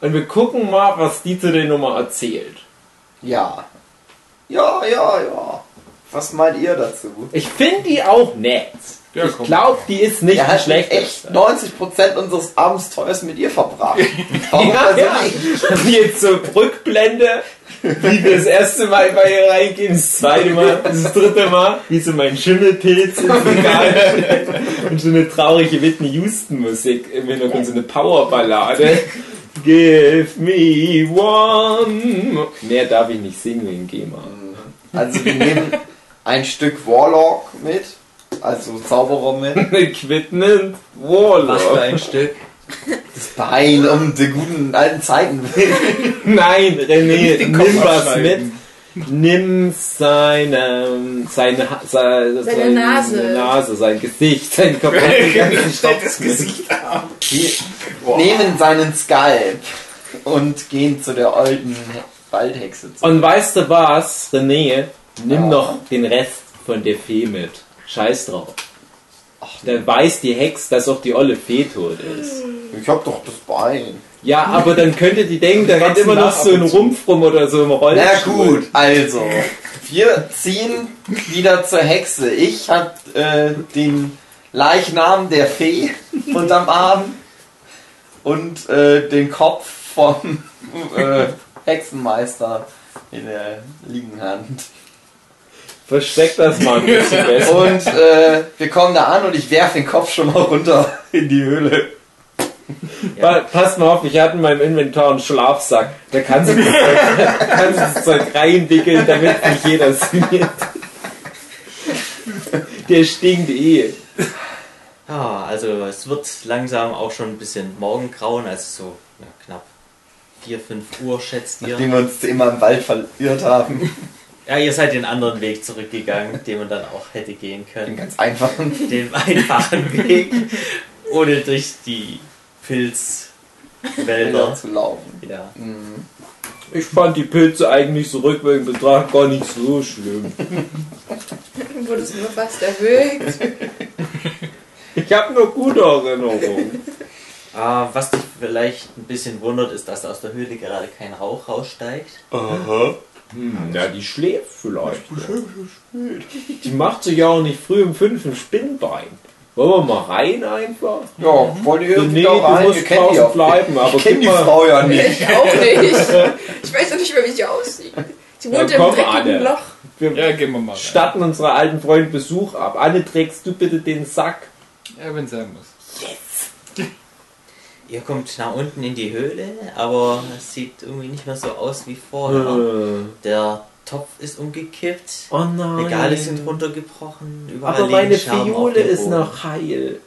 Speaker 7: Und wir gucken mal, was die zu der Nummer erzählt.
Speaker 4: Ja. Ja, ja, ja. Was meint ihr dazu?
Speaker 7: Ich finde die auch nett.
Speaker 8: Ja,
Speaker 7: ich
Speaker 8: komm.
Speaker 7: glaube, die ist nicht
Speaker 4: Wir
Speaker 7: ja,
Speaker 4: hatten
Speaker 7: schlecht.
Speaker 4: echt 90% unseres Abenteuers mit ihr verbracht. Warum
Speaker 7: Ja,
Speaker 4: also
Speaker 7: ja.
Speaker 4: nicht?
Speaker 7: Und Jetzt so Rückblende, wie wir das erste Mal bei ihr reingehen, das zweite Mal, das dritte Mal, wie so mein Schimmelpilz ins Regal steht. und so eine traurige Whitney Houston Musik im Hintergrund, so eine Powerballade. Give me one. Mehr darf ich nicht singen in GEMA.
Speaker 4: Also wir nehmen, ein Stück Warlock mit, also Zauberer mit,
Speaker 7: Equipment
Speaker 4: Was für
Speaker 7: Warlock.
Speaker 4: ein Stück. Das Bein, um die guten alten Zeiten willen.
Speaker 7: Nein, René,
Speaker 5: den Kopf
Speaker 7: nimm was mit.
Speaker 5: abschneiden.
Speaker 7: Nimm seine, seine, Ha- seine, seine
Speaker 6: Nase.
Speaker 7: Nase, sein Gesicht, sein Kopf. den ganzen Kopf mit.
Speaker 4: Nehmen seinen Skalp und gehen zu der alten Waldhexe zurück.
Speaker 7: Und weißt du was, René? Nimm
Speaker 4: Ja.
Speaker 7: noch den Rest von der Fee mit. Scheiß drauf. Dann weiß die Hex, dass auch die olle Fee tot ist.
Speaker 4: Ich hab doch das Bein.
Speaker 7: Ja, aber dann könnte die denken, da rennt
Speaker 5: Kannst
Speaker 7: immer
Speaker 5: du
Speaker 7: noch
Speaker 5: nach
Speaker 7: so
Speaker 5: ab
Speaker 7: ein
Speaker 5: und zu.
Speaker 7: Rumpf rum oder so im Rollstuhl.
Speaker 4: Na gut, also. Wir ziehen wieder zur Hexe. Ich hab äh, den Leichnam der Fee unterm Arm und äh, den Kopf vom äh, Hexenmeister in der linken Hand.
Speaker 7: Versteck das mal ein bisschen besser.
Speaker 4: Und äh, wir kommen da an und ich werfe den Kopf schon mal runter in die Höhle.
Speaker 7: Pa- Passt mal auf, ich hatte in meinem Inventar einen Schlafsack. Da kannst du das Zeug, da kannst du das Zeug reinwickeln, damit es nicht jeder sieht. Der stinkt eh.
Speaker 3: Ja, also es wird langsam auch schon ein bisschen morgengrauen, also so ja, knapp 4, 5 Uhr schätzt ihr.
Speaker 4: Nachdem wir uns immer im Wald verirrt haben.
Speaker 3: Ja, ihr seid den anderen Weg zurückgegangen, den man dann auch hätte gehen
Speaker 4: Den
Speaker 3: können.
Speaker 4: ganz einfachen.
Speaker 3: Den einfachen Weg, ohne durch die Pilzwälder.
Speaker 4: Wälder zu laufen.
Speaker 3: Ja.
Speaker 7: Ich fand die Pilze eigentlich so rückwirkend betrachtet gar nicht so schlimm.
Speaker 2: Wurdest nur fast erwürgt.
Speaker 7: Ich habe nur gute Erinnerungen.
Speaker 3: Ah, was dich vielleicht ein bisschen wundert, ist, dass aus der Höhle gerade kein Rauch raussteigt.
Speaker 7: Ja, die schläft vielleicht. Die macht sich ja auch nicht früh um fünf ein Spinnbein. Wollen wir mal rein einfach?
Speaker 4: Ja, wollt ihr
Speaker 7: Nee,
Speaker 4: da
Speaker 7: du
Speaker 4: rein?
Speaker 7: musst
Speaker 4: Wir kennen die
Speaker 7: draußen
Speaker 4: auch.
Speaker 7: bleiben, aber
Speaker 4: Ich kenn
Speaker 7: gib
Speaker 4: die
Speaker 7: mal-
Speaker 4: Frau ja nicht.
Speaker 2: Ich auch nicht. Ich weiß auch nicht mehr, wie sie aussieht. Sie wohnt
Speaker 7: Ja, komm,
Speaker 2: im dreckigen
Speaker 7: Anne.
Speaker 2: Loch.
Speaker 7: Wir
Speaker 8: Ja, gehen wir mal. Rein.
Speaker 7: statten unserer alten Freund Besuch ab. Anne, trägst du bitte den Sack?
Speaker 8: Ja, wenn sein muss.
Speaker 3: Ihr kommt nach unten in die Höhle, aber es sieht irgendwie nicht mehr so aus wie vorher.
Speaker 7: Oh
Speaker 3: Der Topf ist umgekippt,
Speaker 7: nein.
Speaker 3: Regale sind runtergebrochen, überall
Speaker 7: Aber meine
Speaker 3: liegen Scherben auf
Speaker 7: Fiole
Speaker 3: dem
Speaker 7: ist
Speaker 3: Boden.
Speaker 7: noch heil.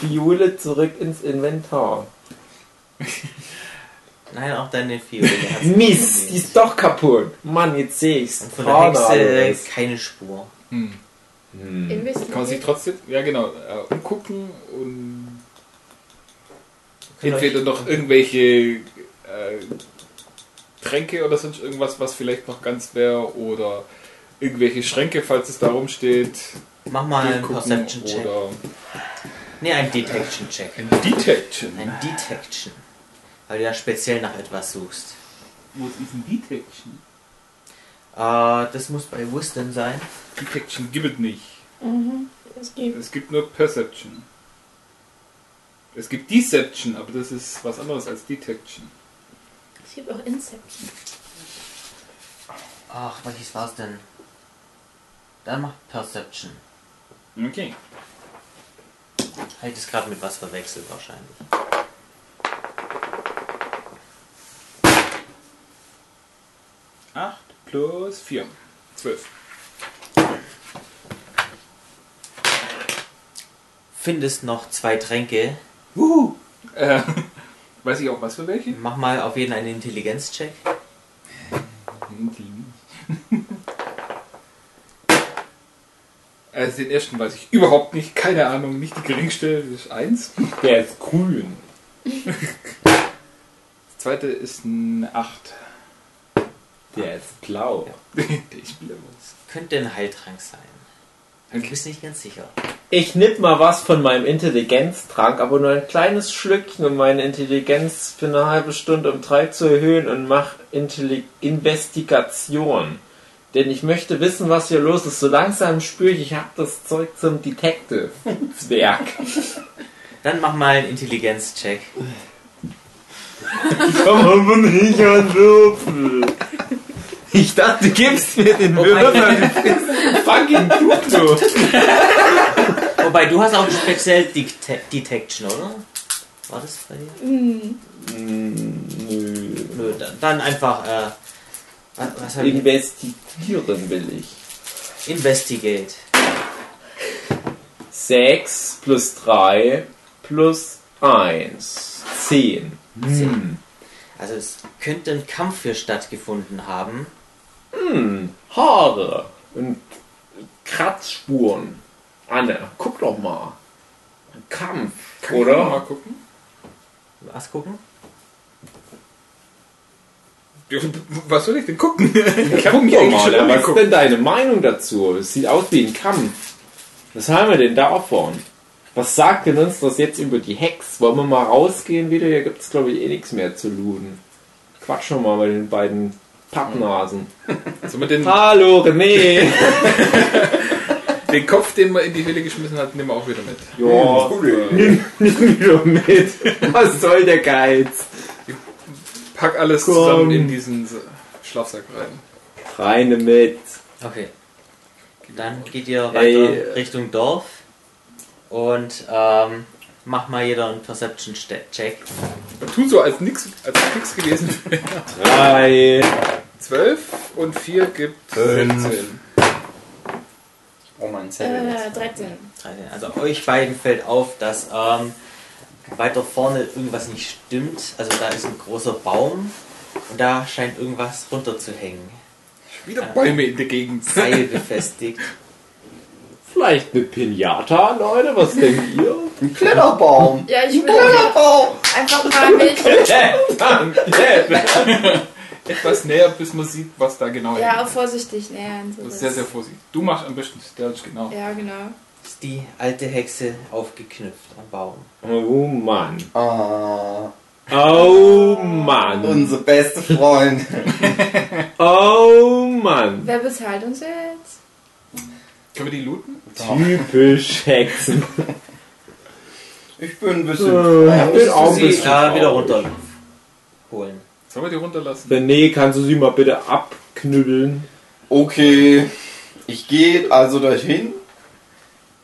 Speaker 7: Fiole zurück ins Inventar.
Speaker 3: Nein, auch deine Fiole. hat's nicht
Speaker 7: Mist,
Speaker 3: gesehen.
Speaker 7: die ist doch kaputt. Mann, jetzt sehe ich's.
Speaker 3: Und von der
Speaker 7: Trane
Speaker 3: Hexe äh,
Speaker 7: alles.
Speaker 3: keine Spur.
Speaker 7: Hm.
Speaker 8: Kann man sich trotzdem, ja genau, äh, umgucken und entweder noch irgendwelche äh, Tränke oder sonst irgendwas, was vielleicht noch ganz wäre oder irgendwelche Schränke, falls es da rumsteht,
Speaker 3: Mach mal einen
Speaker 8: durchgucken
Speaker 3: Perception-Check.
Speaker 8: oder
Speaker 3: Nee, einen Detection-Check.
Speaker 8: ein Detection.
Speaker 3: Ein Detection. Weil du ja speziell nach etwas suchst.
Speaker 8: Wo ist ein Detection?
Speaker 3: Äh, das muss bei Wisdom sein.
Speaker 8: Detection gibt es nicht.
Speaker 2: Mhm. Es gibt
Speaker 8: Es gibt nur Perception. Es gibt Deception, aber das ist was anderes als Detection.
Speaker 6: Es gibt auch Inception.
Speaker 3: Ach, welches war's denn? Dann mach Perception.
Speaker 8: Okay.
Speaker 3: Halt es gerade mit was verwechselt wahrscheinlich.
Speaker 8: Acht plus vier, zwölf.
Speaker 3: Findest noch zwei Tränke.
Speaker 8: Wuhu! Äh, weiß ich auch was für welche?
Speaker 3: Mach mal auf jeden einen Intelligenzcheck.
Speaker 8: Also den ersten weiß ich überhaupt nicht, keine Ahnung, nicht die geringste, das ist eins.
Speaker 7: Der ist grün.
Speaker 8: Das zweite ist eine acht.
Speaker 7: Der ist blau.
Speaker 8: ich spiele was.
Speaker 3: Könnte ein Heiltrank sein. Du
Speaker 8: Okay.
Speaker 3: bist nicht ganz sicher.
Speaker 7: Ich nipp mal was von meinem Intelligenztrank, aber nur ein kleines Schlückchen, um meine Intelligenz für eine halbe Stunde um drei zu erhöhen und mach Intelli Investigation. Denn ich möchte wissen, was hier los ist. So langsam spüre ich, ich habe das Zeug zum Detective-Zwerg.
Speaker 3: Dann mach mal einen Intelligenzcheck.
Speaker 7: Komm nicht an Würfel. Ich dachte, du gibst mir den Würfel. Fucking Pluto.
Speaker 3: Wobei, du hast auch speziell Dete Detection, oder? War das bei dir? Nö, dann, dann einfach, äh, was, was hab ich?
Speaker 7: Investieren will ich.
Speaker 3: Investigate.
Speaker 7: Sechs plus drei plus eins. Zehn. Hm.
Speaker 3: Also es könnte ein Kampf hier stattgefunden haben.
Speaker 7: Hm. Haare und Kratzspuren. Anne, guck doch mal. Ein Kampf,
Speaker 8: Oder? Mal
Speaker 7: oder?
Speaker 8: gucken.
Speaker 3: Was gucken?
Speaker 8: Was soll ich denn gucken? Ich hab
Speaker 7: Guck
Speaker 8: mir
Speaker 7: doch
Speaker 8: eigentlich
Speaker 7: mal,
Speaker 8: schon
Speaker 7: was ist
Speaker 8: angeguckt.
Speaker 7: denn deine Meinung dazu? Es sieht aus wie ein Kampf. Was haben wir denn davon? Was sagt denn uns das jetzt über die Hex? Wollen wir mal rausgehen wieder? Hier gibt es, glaube ich, eh nichts mehr zu looten. Quatsch schon mal mit den beiden Pappnasen.
Speaker 8: Sollen wir Also den,
Speaker 7: Hallo, René!
Speaker 8: den Kopf, den wir in die Höhle geschmissen hatten, nehmen wir auch wieder mit.
Speaker 7: Ja, nimm, nimm wieder mit. Was soll der Geiz?
Speaker 8: Pack alles
Speaker 7: Komm.
Speaker 8: zusammen in diesen Schlafsack rein.
Speaker 7: Reine mit.
Speaker 3: Okay. Dann geht ihr weiter
Speaker 7: Ey, äh.
Speaker 3: Richtung Dorf und ähm, mach mal jeder einen Perception-Check.
Speaker 8: Und tu so, als nix, als nix gewesen wäre.
Speaker 7: Drei.
Speaker 8: 12 und 4 gibt
Speaker 4: Fünf.
Speaker 8: 16.
Speaker 4: Oh mein Zettel.
Speaker 6: Äh, 13.
Speaker 3: 13. Also euch beiden fällt auf, dass ähm, weiter vorne irgendwas nicht stimmt. Also da ist ein großer Baum und da scheint irgendwas runterzuhängen.
Speaker 8: Wieder Bäume in der Gegend.
Speaker 3: Seil befestigt.
Speaker 7: Vielleicht eine Pinata, Leute? Was denkt ihr?
Speaker 4: Ein Kletterbaum.
Speaker 6: Ja, ich
Speaker 4: Oh.
Speaker 6: will
Speaker 4: Kletterbaum.
Speaker 6: einfach mal mit.
Speaker 8: Etwas näher, bis man sieht, was da genau
Speaker 6: Ja,
Speaker 8: hängt.
Speaker 6: auch vorsichtig nähern. So
Speaker 8: Das ist sehr, sehr vorsichtig. Du machst am besten Stealth, genau.
Speaker 6: Ja, genau.
Speaker 3: Ist die alte Hexe aufgeknüpft am Baum.
Speaker 7: Oh Mann.
Speaker 4: Ah,
Speaker 7: Oh Mann.
Speaker 4: unsere beste Freund.
Speaker 7: Oh Mann.
Speaker 6: Wer bezahlt uns jetzt?
Speaker 8: Können wir die looten?
Speaker 7: Typisch Hexen.
Speaker 4: Ich bin ein bisschen.
Speaker 7: Äh, Ich bin auch ein
Speaker 3: Sie
Speaker 7: bisschen
Speaker 3: äh, wieder
Speaker 7: traurig.
Speaker 3: runter holen.
Speaker 8: Sollen wir die runterlassen?
Speaker 7: René, kannst du sie mal bitte abknüppeln?
Speaker 4: Okay, ich gehe also dorthin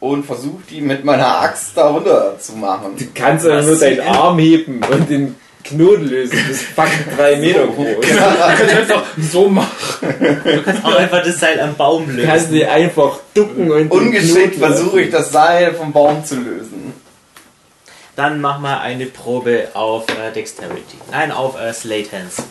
Speaker 4: und versuche die mit meiner Axt da runter zu machen.
Speaker 7: Du kannst ja nur deinen Arm heben und den Knoten lösen. Das ist fucking drei Meter groß.
Speaker 4: Genau.
Speaker 8: So machen.
Speaker 3: Aber einfach das Seil am Baum
Speaker 7: Du
Speaker 3: lösen.
Speaker 7: kannst dich einfach ducken und den
Speaker 4: Ungeschickt
Speaker 7: Knoten lösen.
Speaker 4: versuche ich das Seil vom Baum zu lösen.
Speaker 3: Dann mach mal eine Probe auf äh, Dexterity. Nein, auf äh, Slate Hands.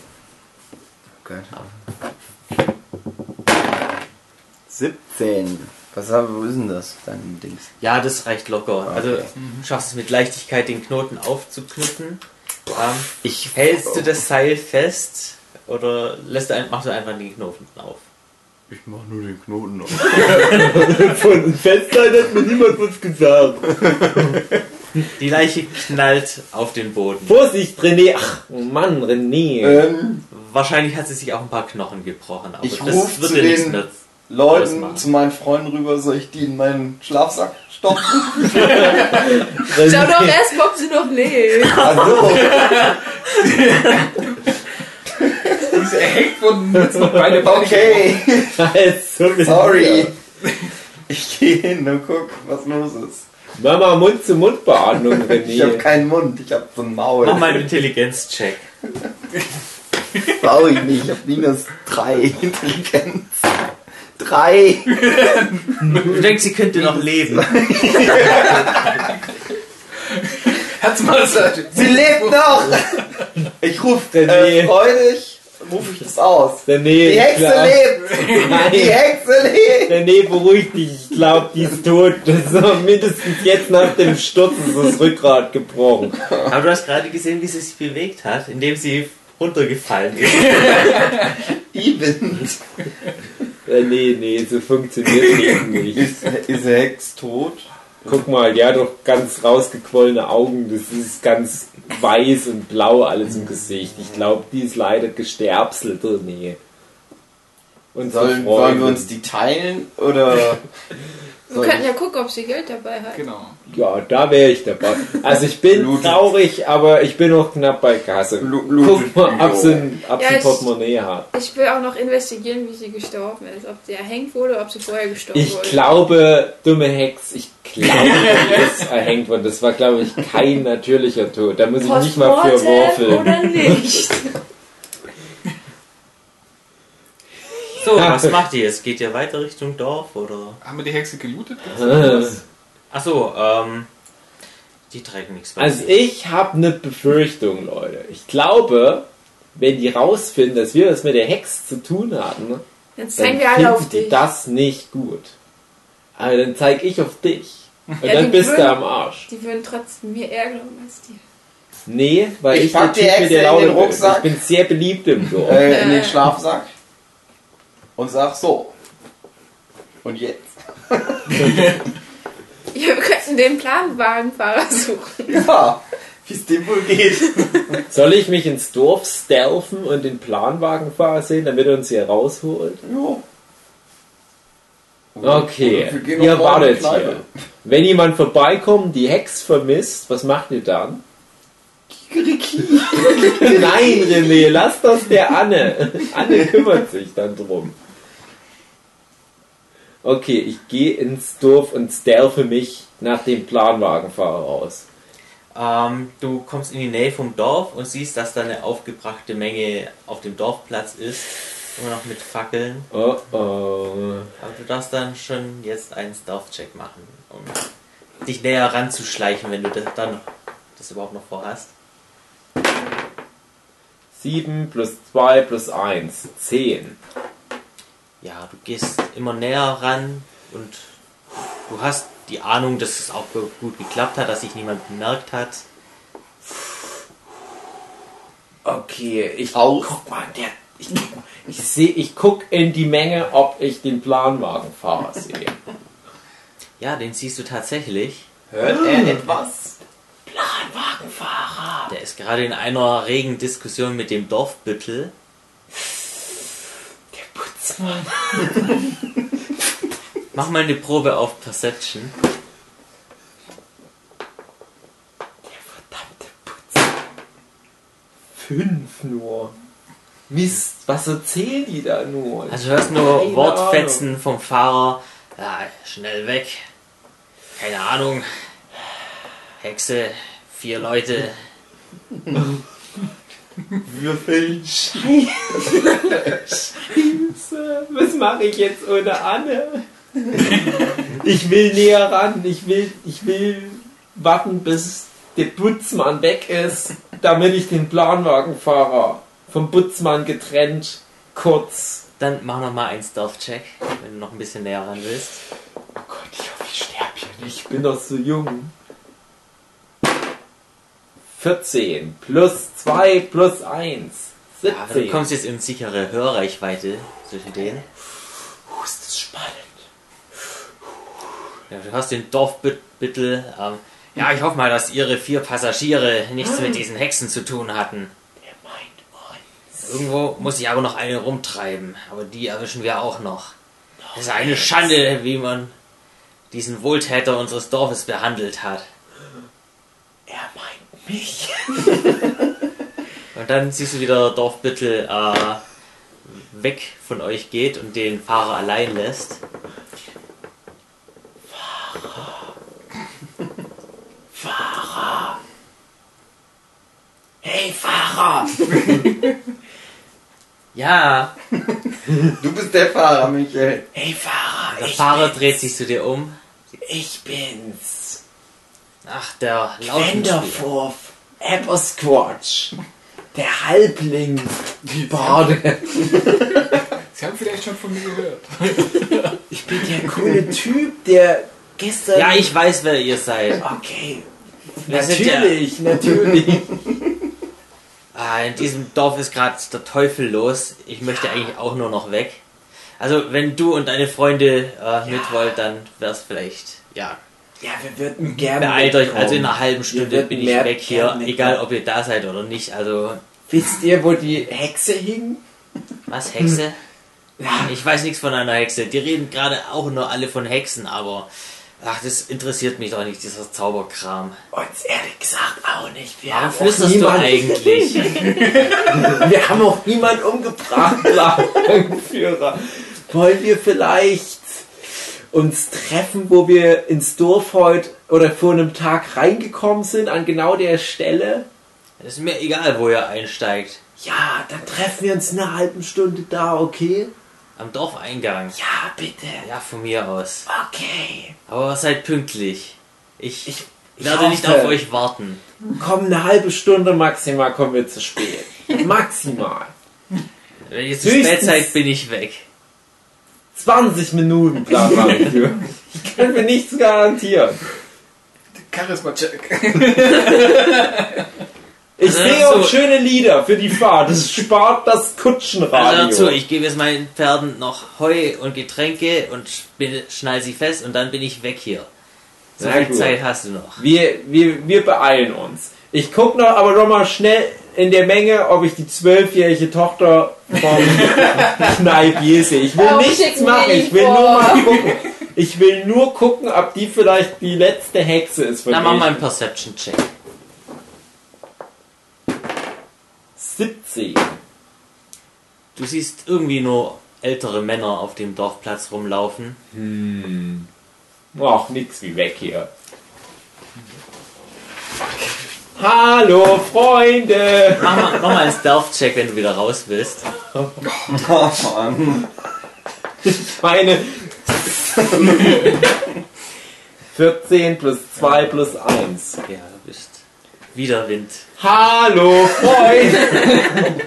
Speaker 4: 17. Was haben, wo ist denn das? Dein Dings.
Speaker 3: Ja, das reicht locker. Also
Speaker 4: Okay.
Speaker 3: du schaffst es mit Leichtigkeit, den Knoten aufzuknüpfen. Ähm, hältst du das Seil fest oder lässt du ein, machst du einfach den Knoten auf?
Speaker 4: Ich mach nur den Knoten auf.
Speaker 7: Von Festsein hat mir niemand was gesagt.
Speaker 3: Die Leiche knallt auf den Boden.
Speaker 7: Vorsicht, René. Ach, oh Mann, René.
Speaker 4: Ähm,
Speaker 3: Wahrscheinlich hat sie sich auch ein paar Knochen gebrochen, aber
Speaker 4: Ich
Speaker 3: das
Speaker 4: ruf
Speaker 3: wird
Speaker 4: zu
Speaker 3: dir nichts
Speaker 4: den-
Speaker 3: mehr. Alles
Speaker 4: Leuten,
Speaker 3: machen.
Speaker 4: zu meinen Freunden rüber, soll ich die in meinen Schlafsack stopfen?
Speaker 6: Schau doch erst, ob sie noch lebt.
Speaker 4: Also,
Speaker 8: Diese hängt wurden jetzt noch beide Beine.
Speaker 4: okay,
Speaker 7: René.
Speaker 4: sorry. Ich gehe hin und guck, was los ist.
Speaker 7: Mama Mund-zu-Mund-Beatmung,
Speaker 4: Ich habe
Speaker 7: René.
Speaker 4: keinen Mund, ich habe so ein Maul.
Speaker 3: Mach mal einen Intelligenz-Check.
Speaker 4: Brauche ich nicht, ich habe minus 3 Intelligenz. 3.
Speaker 3: Du denkst, sie könnte noch leben.
Speaker 8: Herzmassage.
Speaker 4: Sie lebt noch! Ich rufe
Speaker 7: Nee.
Speaker 4: äh, freudig, rufe ich das aus.
Speaker 7: René,
Speaker 4: Die Hexe
Speaker 7: klar.
Speaker 4: lebt! Die
Speaker 7: Nein.
Speaker 4: Hexe lebt!
Speaker 7: René, beruhig dich. Ich glaube, die ist tot. Das ist doch mindestens jetzt nach dem Sturz ist das Rückgrat gebrochen.
Speaker 3: Aber du hast gerade gesehen, wie sie sich bewegt hat, indem sie runtergefallen ist.
Speaker 4: Even.
Speaker 7: René, nee, so funktioniert Leben nicht.
Speaker 4: Ist, ist die Hex tot?
Speaker 7: Guck mal, die hat doch ganz rausgequollene Augen. Das ist ganz weiß und blau alles im Gesicht. Ich glaube, die ist leider gesterbselt, René. Und
Speaker 4: Sollen, sollen wir uns die teilen? Oder.
Speaker 6: Wir könnten ja gucken, ob sie Geld dabei hat.
Speaker 8: Genau.
Speaker 7: Ja, da wäre ich dabei. Also ich bin
Speaker 4: Blutet.
Speaker 7: traurig, aber ich bin noch knapp bei Kasse.
Speaker 4: Lu-
Speaker 7: Guck
Speaker 4: blutet
Speaker 7: mal, ob sie ein ob
Speaker 6: Ja,
Speaker 7: sie ein
Speaker 6: ich-
Speaker 7: Portemonnaie hat.
Speaker 6: Ich will auch noch investigieren, wie sie gestorben ist. Ob sie erhängt wurde oder ob sie vorher gestorben
Speaker 7: Ich
Speaker 6: wurde.
Speaker 7: glaube, dumme Hex, ich glaube, die ist erhängt worden. Das war, glaube ich, kein natürlicher Tod. Da muss ich nicht mal für
Speaker 6: Postmortem
Speaker 7: worfeln.
Speaker 6: oder nicht?
Speaker 3: So, was macht ihr jetzt? Geht ihr weiter Richtung Dorf oder?
Speaker 8: Haben wir die Hexe gelootet?
Speaker 3: Achso, ähm. Die trägt nichts bei
Speaker 7: Also
Speaker 3: sich.
Speaker 7: ich habe eine Befürchtung, Leute. Ich glaube, wenn die rausfinden, dass wir das mit der Hex zu tun hatten,
Speaker 6: Dann zeigen
Speaker 7: dann
Speaker 6: wir alle auf
Speaker 7: finden die
Speaker 6: dich.
Speaker 7: das nicht gut. Aber dann zeig ich auf dich. Und
Speaker 6: Ja, die
Speaker 7: dann bist
Speaker 6: würden-
Speaker 7: du am Arsch.
Speaker 6: Die würden trotzdem mir eher glauben als dir.
Speaker 7: Nee, weil
Speaker 4: Ich
Speaker 7: ich,
Speaker 4: pack die
Speaker 7: der Typ
Speaker 4: Hexe
Speaker 7: mit der
Speaker 4: in
Speaker 7: Laune
Speaker 4: den Rucksack.
Speaker 7: bin. Ich bin sehr beliebt im Dorf.
Speaker 4: äh, in den Schlafsack und sag so. Und jetzt?
Speaker 6: Ja, wir könnten den Planwagenfahrer suchen.
Speaker 4: Ja, wie es dem wohl geht.
Speaker 7: Soll ich mich ins Dorf stealthen und den Planwagenfahrer sehen, damit er uns hier rausholt?
Speaker 4: Jo.
Speaker 7: Okay,
Speaker 4: wir gehen
Speaker 7: ihr
Speaker 4: noch morgen in
Speaker 7: wartet
Speaker 4: die Kneipe.
Speaker 7: hier. Wenn jemand vorbeikommt, die Hex vermisst, was macht ihr dann? Nein, René, lass das der Anne. Anne kümmert sich dann drum. Okay, ich gehe ins Dorf und stealthe mich nach dem Planwagenfahrer aus.
Speaker 3: Ähm, du kommst in die Nähe vom Dorf und siehst, dass da eine aufgebrachte Menge auf dem Dorfplatz ist. Immer noch mit Fackeln.
Speaker 7: Oh oh.
Speaker 3: Aber du darfst dann schon jetzt einen Stealth-Check machen, um dich näher ranzuschleichen, wenn du das dann das überhaupt noch vorhast.
Speaker 7: 7 plus 2 plus 1, 10.
Speaker 3: Ja, du gehst immer näher ran und du hast die Ahnung, dass es auch gut geklappt hat, dass sich niemand bemerkt hat.
Speaker 7: Okay, ich guck mal, der, ich, guck mal, ich sehe, ich guck in die Menge, ob ich den Planwagenfahrer sehe.
Speaker 3: Ja, den siehst du tatsächlich.
Speaker 4: Hört er Äh, etwas?
Speaker 3: Der ist gerade in einer regen Diskussion mit dem Dorfbüttel.
Speaker 7: Der Putzmann.
Speaker 3: Mach mal eine Probe auf Perception.
Speaker 7: Verdammte Putzmann. Fünf nur. Mist, was erzählen die da nur?
Speaker 3: Also du hörst nur
Speaker 7: Keine
Speaker 3: Wortfetzen vom Fahrer. Ja, schnell weg. Keine Ahnung. Hexe, vier Leute.
Speaker 4: Würfeln.
Speaker 7: Scheiße, Äh, was mache ich jetzt ohne Anne? Ich will näher ran, ich will, ich will warten, bis der Putzmann weg ist, damit ich den Planwagenfahrer vom Putzmann getrennt kurz.
Speaker 3: Dann mach noch mal einen Stealth-Check, wenn du noch ein bisschen näher ran willst.
Speaker 7: Oh Gott, ich hoffe, ich sterbe hier nicht. Ich bin doch so jung. 14 plus 2 plus 1.
Speaker 3: Ja, aber
Speaker 7: 17.
Speaker 3: du kommst jetzt in sichere Hörreichweite zwischen denen.
Speaker 7: oh, ist das spannend.
Speaker 3: Ja, du hörst den Dorfbüttel. Ähm, ja, ich hoffe mal, dass ihre vier Passagiere nichts mit diesen Hexen zu tun hatten.
Speaker 7: Der meint uns.
Speaker 3: Irgendwo muss ich aber noch eine rumtreiben. Aber die erwischen wir auch noch.
Speaker 7: Oh,
Speaker 3: Es ist eine Schande, wie man diesen Wohltäter unseres Dorfes behandelt hat.
Speaker 7: Er meint mich.
Speaker 3: Und dann siehst du wieder Dorfbüttel äh, weg von euch geht und den Fahrer allein lässt.
Speaker 7: Hey, Fahrer!
Speaker 3: Ja,
Speaker 4: Du bist der Fahrer, Michael.
Speaker 7: Hey, Fahrer!
Speaker 3: der Fahrer dreht sich zu dir um.
Speaker 7: Ich bin's.
Speaker 3: Ach, der Lautenspieler.
Speaker 7: Wenderforth Abersquatch. Der Halbling. Die Bade.
Speaker 8: Sie haben vielleicht schon von mir gehört.
Speaker 7: Ich bin der coole Typ, der gestern.
Speaker 3: Ja, ich weiß, wer ihr seid.
Speaker 7: Okay.
Speaker 3: Wir sind ja-
Speaker 7: Natürlich, natürlich.
Speaker 3: Ah, in diesem Dorf ist gerade der Teufel los. Ich möchte eigentlich auch nur noch weg. Also, wenn du und deine Freunde äh, mit wollt, dann wär's vielleicht. Ja,
Speaker 7: Ja, wir würden gerne.
Speaker 3: beeilt euch. Also, in
Speaker 7: mitkommen.
Speaker 3: einer halben
Speaker 7: Wir
Speaker 3: Stunde
Speaker 7: würden
Speaker 3: bin ich
Speaker 7: mehr
Speaker 3: weg hier.
Speaker 7: gerne
Speaker 3: Egal,
Speaker 7: mitkommen.
Speaker 3: ob ihr da seid oder nicht. Also,
Speaker 7: Wisst ihr, wo die Hexe hing?
Speaker 3: was, Hexe?
Speaker 7: Hm. Ja.
Speaker 3: Ich weiß nichts von einer Hexe. Die reden gerade auch nur alle von Hexen, aber. Ach, das interessiert mich doch nicht, dieser Zauberkram.
Speaker 7: Uns ehrlich gesagt auch nicht. Wir
Speaker 3: Warum
Speaker 7: auch
Speaker 3: flüsterst du
Speaker 7: niemand-
Speaker 3: eigentlich?
Speaker 7: Wir haben auch niemand umgebracht, Lagerführer. Wollen wir vielleicht uns treffen, wo wir ins Dorf heute oder vor einem Tag reingekommen sind, an genau der Stelle?
Speaker 3: Es ist mir egal, wo ihr einsteigt.
Speaker 7: Ja, dann treffen wir uns in einer halben Stunde da, okay?
Speaker 3: Am Dorfeingang.
Speaker 11: Ja, bitte.
Speaker 3: Ja, von mir aus.
Speaker 11: Okay.
Speaker 3: Aber seid pünktlich. Ich, ich,
Speaker 7: ich
Speaker 3: werde nicht
Speaker 7: hoffe.
Speaker 3: auf euch warten.
Speaker 7: Komm, eine halbe Stunde maximal kommen wir zu spät. Maximal.
Speaker 3: Wenn ihr zu spät
Speaker 7: Höchstens-
Speaker 3: seid, bin ich weg.
Speaker 7: 20 Minuten Plan war dafür. Ich kann mir nichts garantieren.
Speaker 8: Charisma-Check.
Speaker 7: Ich
Speaker 3: Also,
Speaker 7: sehe auch
Speaker 3: so-
Speaker 7: schöne Lieder für die Fahrt. Das spart das Kutschenradio.
Speaker 3: Also dazu, ich gebe jetzt meinen Pferden noch Heu und Getränke und sp- schnall sie fest und dann bin ich weg hier. So
Speaker 7: Na
Speaker 3: viel
Speaker 7: gut.
Speaker 3: Zeit hast du noch.
Speaker 7: Wir, wir, wir beeilen uns. Ich gucke noch aber noch mal schnell in der Menge, ob ich die zwölfjährige Tochter vom Kneipier sehe. Ich will
Speaker 11: Oh, schick
Speaker 7: nichts
Speaker 11: mir
Speaker 7: machen.
Speaker 11: die
Speaker 7: Ich will nur
Speaker 11: vor.
Speaker 7: mal gucken. Ich will nur gucken, ob die vielleicht die letzte Hexe ist von
Speaker 3: Dann mach mal
Speaker 7: denen.
Speaker 3: einen Perception-Check.
Speaker 7: 70.
Speaker 3: Du siehst irgendwie nur ältere Männer auf dem Dorfplatz rumlaufen.
Speaker 7: Hm. Ach, nix wie weg hier. Hallo, Freunde!
Speaker 3: Mach mal, mach mal einen Stealth-Check, wenn du wieder raus bist.
Speaker 4: Oh Mann.
Speaker 7: Meine 14 plus 2 plus 1.
Speaker 3: Ja, du bist wieder Wind.
Speaker 7: Hallo, Freunde!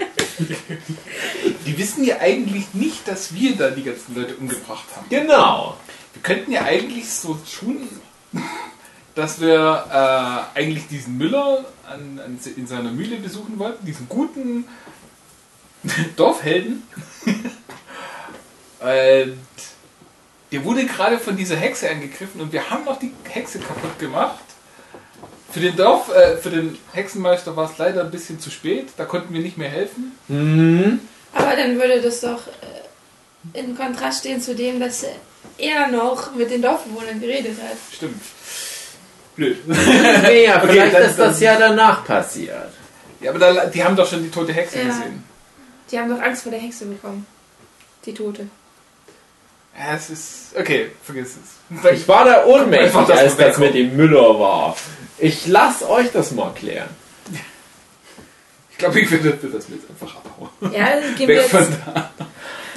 Speaker 8: Die wissen ja eigentlich nicht, dass wir da die ganzen Leute umgebracht haben.
Speaker 7: genau.
Speaker 8: Wir könnten ja eigentlich so tun, dass wir äh, eigentlich diesen Müller an, an, in seiner Mühle besuchen wollten, diesen guten Dorfhelden. und der wurde gerade von dieser Hexe angegriffen und wir haben noch die Hexe kaputt gemacht. Für den Dorf, äh, für den Hexenmeister war es leider ein bisschen zu spät, da konnten wir nicht mehr helfen.
Speaker 7: Hm.
Speaker 6: Aber dann würde das doch äh, in Kontrast stehen zu dem, dass er noch mit den Dorfbewohnern geredet hat.
Speaker 8: Stimmt. Blöd.
Speaker 7: Nee, ja,
Speaker 8: Okay,
Speaker 7: vielleicht
Speaker 8: dann-
Speaker 7: ist das
Speaker 8: dann-
Speaker 7: ja danach passiert.
Speaker 8: Ja, aber da, die haben doch schon die tote Hexe
Speaker 6: Ja.
Speaker 8: gesehen.
Speaker 6: Die haben doch Angst vor der Hexe bekommen. Die Tote.
Speaker 8: Ja, es ist. Okay, vergiss es.
Speaker 7: Ich war da ohnmächtig,
Speaker 8: Einfach, dass
Speaker 7: als
Speaker 8: wir
Speaker 7: das mit dem Müller war. Ich lass euch das mal klären.
Speaker 8: Ich glaube, ich würde würde das jetzt einfach abhauen.
Speaker 6: Ja, das gehen wir
Speaker 8: Weg von
Speaker 6: jetzt.
Speaker 8: da.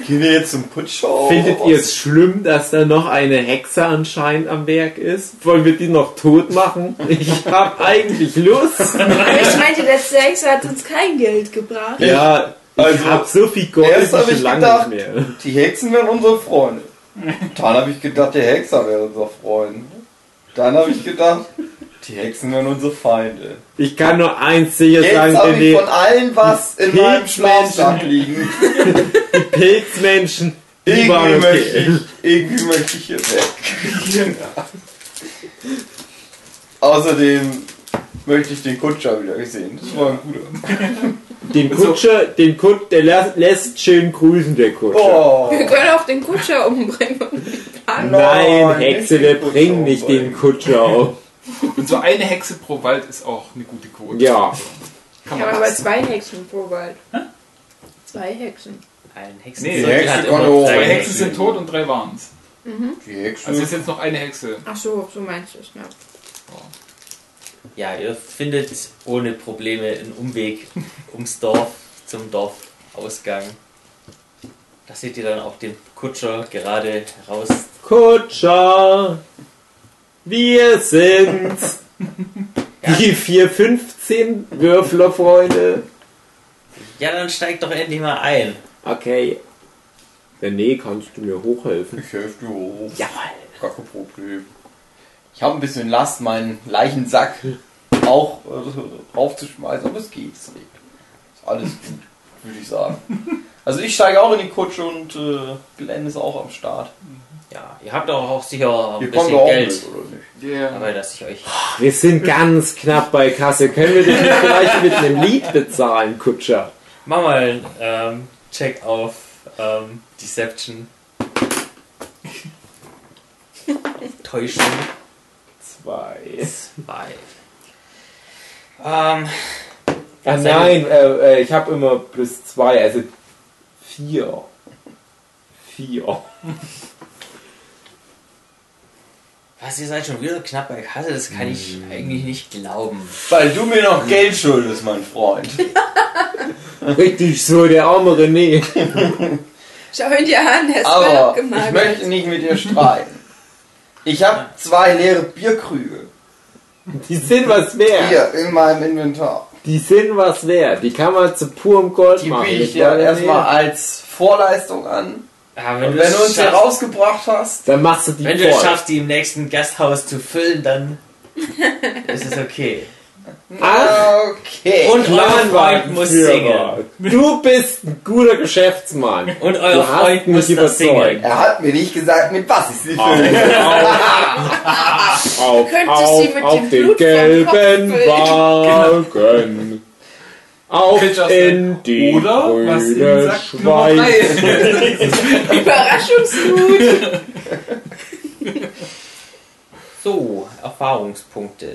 Speaker 4: Gehen wir jetzt zum Putschau.
Speaker 7: Findet ihr es schlimm, dass da noch eine Hexe anscheinend am Werk ist? Wollen wir die noch tot machen? Ich hab eigentlich Lust.
Speaker 6: Aber ich meinte, dass der Hexe hat uns kein Geld gebracht.
Speaker 7: Ja, ich
Speaker 4: Also,
Speaker 7: hab so viel Gold,
Speaker 4: erst hab ich
Speaker 7: schon lange
Speaker 4: gedacht-
Speaker 7: nicht mehr.
Speaker 4: Die Hexen wären unsere Freunde. Dann habe ich gedacht, der Hexer wäre unser Freund. Dann habe ich gedacht, die Hexen wären unsere Feinde.
Speaker 7: Ich kann nur eins sicher
Speaker 4: Jetzt
Speaker 7: sagen,
Speaker 4: habe
Speaker 7: wenn
Speaker 4: ich
Speaker 7: die
Speaker 4: von allen was in
Speaker 7: Pilzmenschen-
Speaker 4: meinem Schlafsack liegen.
Speaker 7: Pilzmenschen, die
Speaker 4: Irgendwie
Speaker 7: waren
Speaker 4: möchte
Speaker 7: okay.
Speaker 4: ich, irgendwie möchte ich hier weg. Außerdem möchte ich den Kutscher wieder sehen. Das war ein guter.
Speaker 7: Den
Speaker 4: Also
Speaker 7: Kutscher, den Kut, der lä- lässt schön grüßen, der Kutscher.
Speaker 4: Oh,
Speaker 12: Wir können auch den Kutscher umbringen.
Speaker 7: Nein,
Speaker 4: nein,
Speaker 7: Hexe,
Speaker 4: nicht
Speaker 7: wir
Speaker 4: den Kutscher
Speaker 7: bringen nicht den Kutscher auf.
Speaker 8: Und so eine Hexe pro Wald ist auch eine gute Quote.
Speaker 7: Ja.
Speaker 8: Kann
Speaker 12: Ich habe
Speaker 8: man
Speaker 12: aber
Speaker 8: das.
Speaker 12: zwei Hexen pro Wald. Zwei Hexen.
Speaker 3: Ein Hexen.
Speaker 8: Nee, die
Speaker 4: Hexe
Speaker 3: hat
Speaker 4: kann
Speaker 3: immer
Speaker 4: auch-
Speaker 8: Zwei
Speaker 3: drei
Speaker 8: Hexen sind
Speaker 3: Hexen.
Speaker 8: tot und drei waren's.
Speaker 4: Die Hexen.
Speaker 8: Also ist jetzt noch eine Hexe.
Speaker 12: Ach so, so meinst du es, ne?
Speaker 3: Ja, ihr findet ohne Probleme einen Umweg ums Dorf, zum Dorfausgang. Da seht ihr dann auch den Kutscher gerade raus.
Speaker 7: Kutscher, wir sind's. Die 415 Würflerfreunde.
Speaker 3: Ja, dann steigt doch endlich mal ein.
Speaker 7: Okay. René, kannst du mir hochhelfen?
Speaker 4: ich helfe dir hoch.
Speaker 7: Jawohl.
Speaker 4: Gar kein Problem. Ich habe ein bisschen Last, meinen Leichensack auch äh, raufzuschmeißen, aber es geht. Es geht. Ist alles gut, würde ich sagen. Also ich steige auch in die Kutsche und äh, Glenn ist auch am Start.
Speaker 3: Ja, ihr habt doch auch sicher ein
Speaker 4: Ihr kommt doch
Speaker 3: bisschen
Speaker 4: auch
Speaker 3: Geld.
Speaker 4: mit, oder nicht?
Speaker 3: Aber dass ich euch.
Speaker 7: Wir sind ganz knapp bei Kasse. Können wir dich nicht vielleicht mit einem Lied bezahlen, Kutscher?
Speaker 3: Mach mal einen ähm, Check auf ähm, Deception. Täuschung
Speaker 7: Zwei.
Speaker 3: 2. Ähm,
Speaker 7: Ah nein, äh, äh, ich habe immer plus zwei, also vier. Vier.
Speaker 3: was, ihr seid schon wieder knapp bei Kasse? Das kann ich eigentlich nicht glauben.
Speaker 4: Weil du mir noch Geld schuldest, mein Freund.
Speaker 7: Richtig so, der arme René.
Speaker 6: Schau ihn dir an, er ist voll
Speaker 4: Aber ich
Speaker 6: abgemagert.
Speaker 4: möchte nicht mit dir streiten. Ich habe zwei leere Bierkrüge
Speaker 7: Die sind was wert.
Speaker 4: hier in meinem Inventar.
Speaker 7: Die sind was wert. Die kann man zu purem Gold
Speaker 4: Die
Speaker 7: machen.
Speaker 4: biete ich
Speaker 7: Das
Speaker 4: dir
Speaker 7: war der
Speaker 4: erstmal
Speaker 7: Wert.
Speaker 4: als Vorleistung an.
Speaker 3: Ja,
Speaker 4: Und
Speaker 3: wenn,
Speaker 4: wenn du uns
Speaker 3: es
Speaker 4: hier
Speaker 3: schaffst,
Speaker 4: rausgebracht hast,
Speaker 7: Dann machst du die
Speaker 3: wenn du es
Speaker 7: voll.
Speaker 3: schaffst, die im nächsten Gasthaus zu füllen, dann ist es okay.
Speaker 7: Ach,
Speaker 4: okay.
Speaker 3: Und euer Freund muss singen.
Speaker 7: Planwagenführer. Du bist ein guter Geschäftsmann.
Speaker 3: Und
Speaker 7: Du
Speaker 3: euer
Speaker 7: hast
Speaker 3: Freund
Speaker 7: mich
Speaker 3: muss das
Speaker 7: überzeugt.
Speaker 3: singen. Genau.
Speaker 4: Er hat mir nicht gesagt, mit was ich sie
Speaker 3: Ah.
Speaker 4: fülle.
Speaker 7: Auf,
Speaker 6: Könntest
Speaker 7: auf,
Speaker 6: sie mit
Speaker 7: auf
Speaker 6: dem
Speaker 7: den
Speaker 6: Blut vom Kopf
Speaker 7: gelben
Speaker 6: füllen.
Speaker 7: Balken. Auf
Speaker 8: Pitchers
Speaker 7: in die
Speaker 8: Oder, was ihnen
Speaker 7: grüne
Speaker 8: sagt, Nummer
Speaker 7: Schweiz.
Speaker 8: drei.
Speaker 6: Überraschungsgut.
Speaker 3: So, Erfahrungspunkte.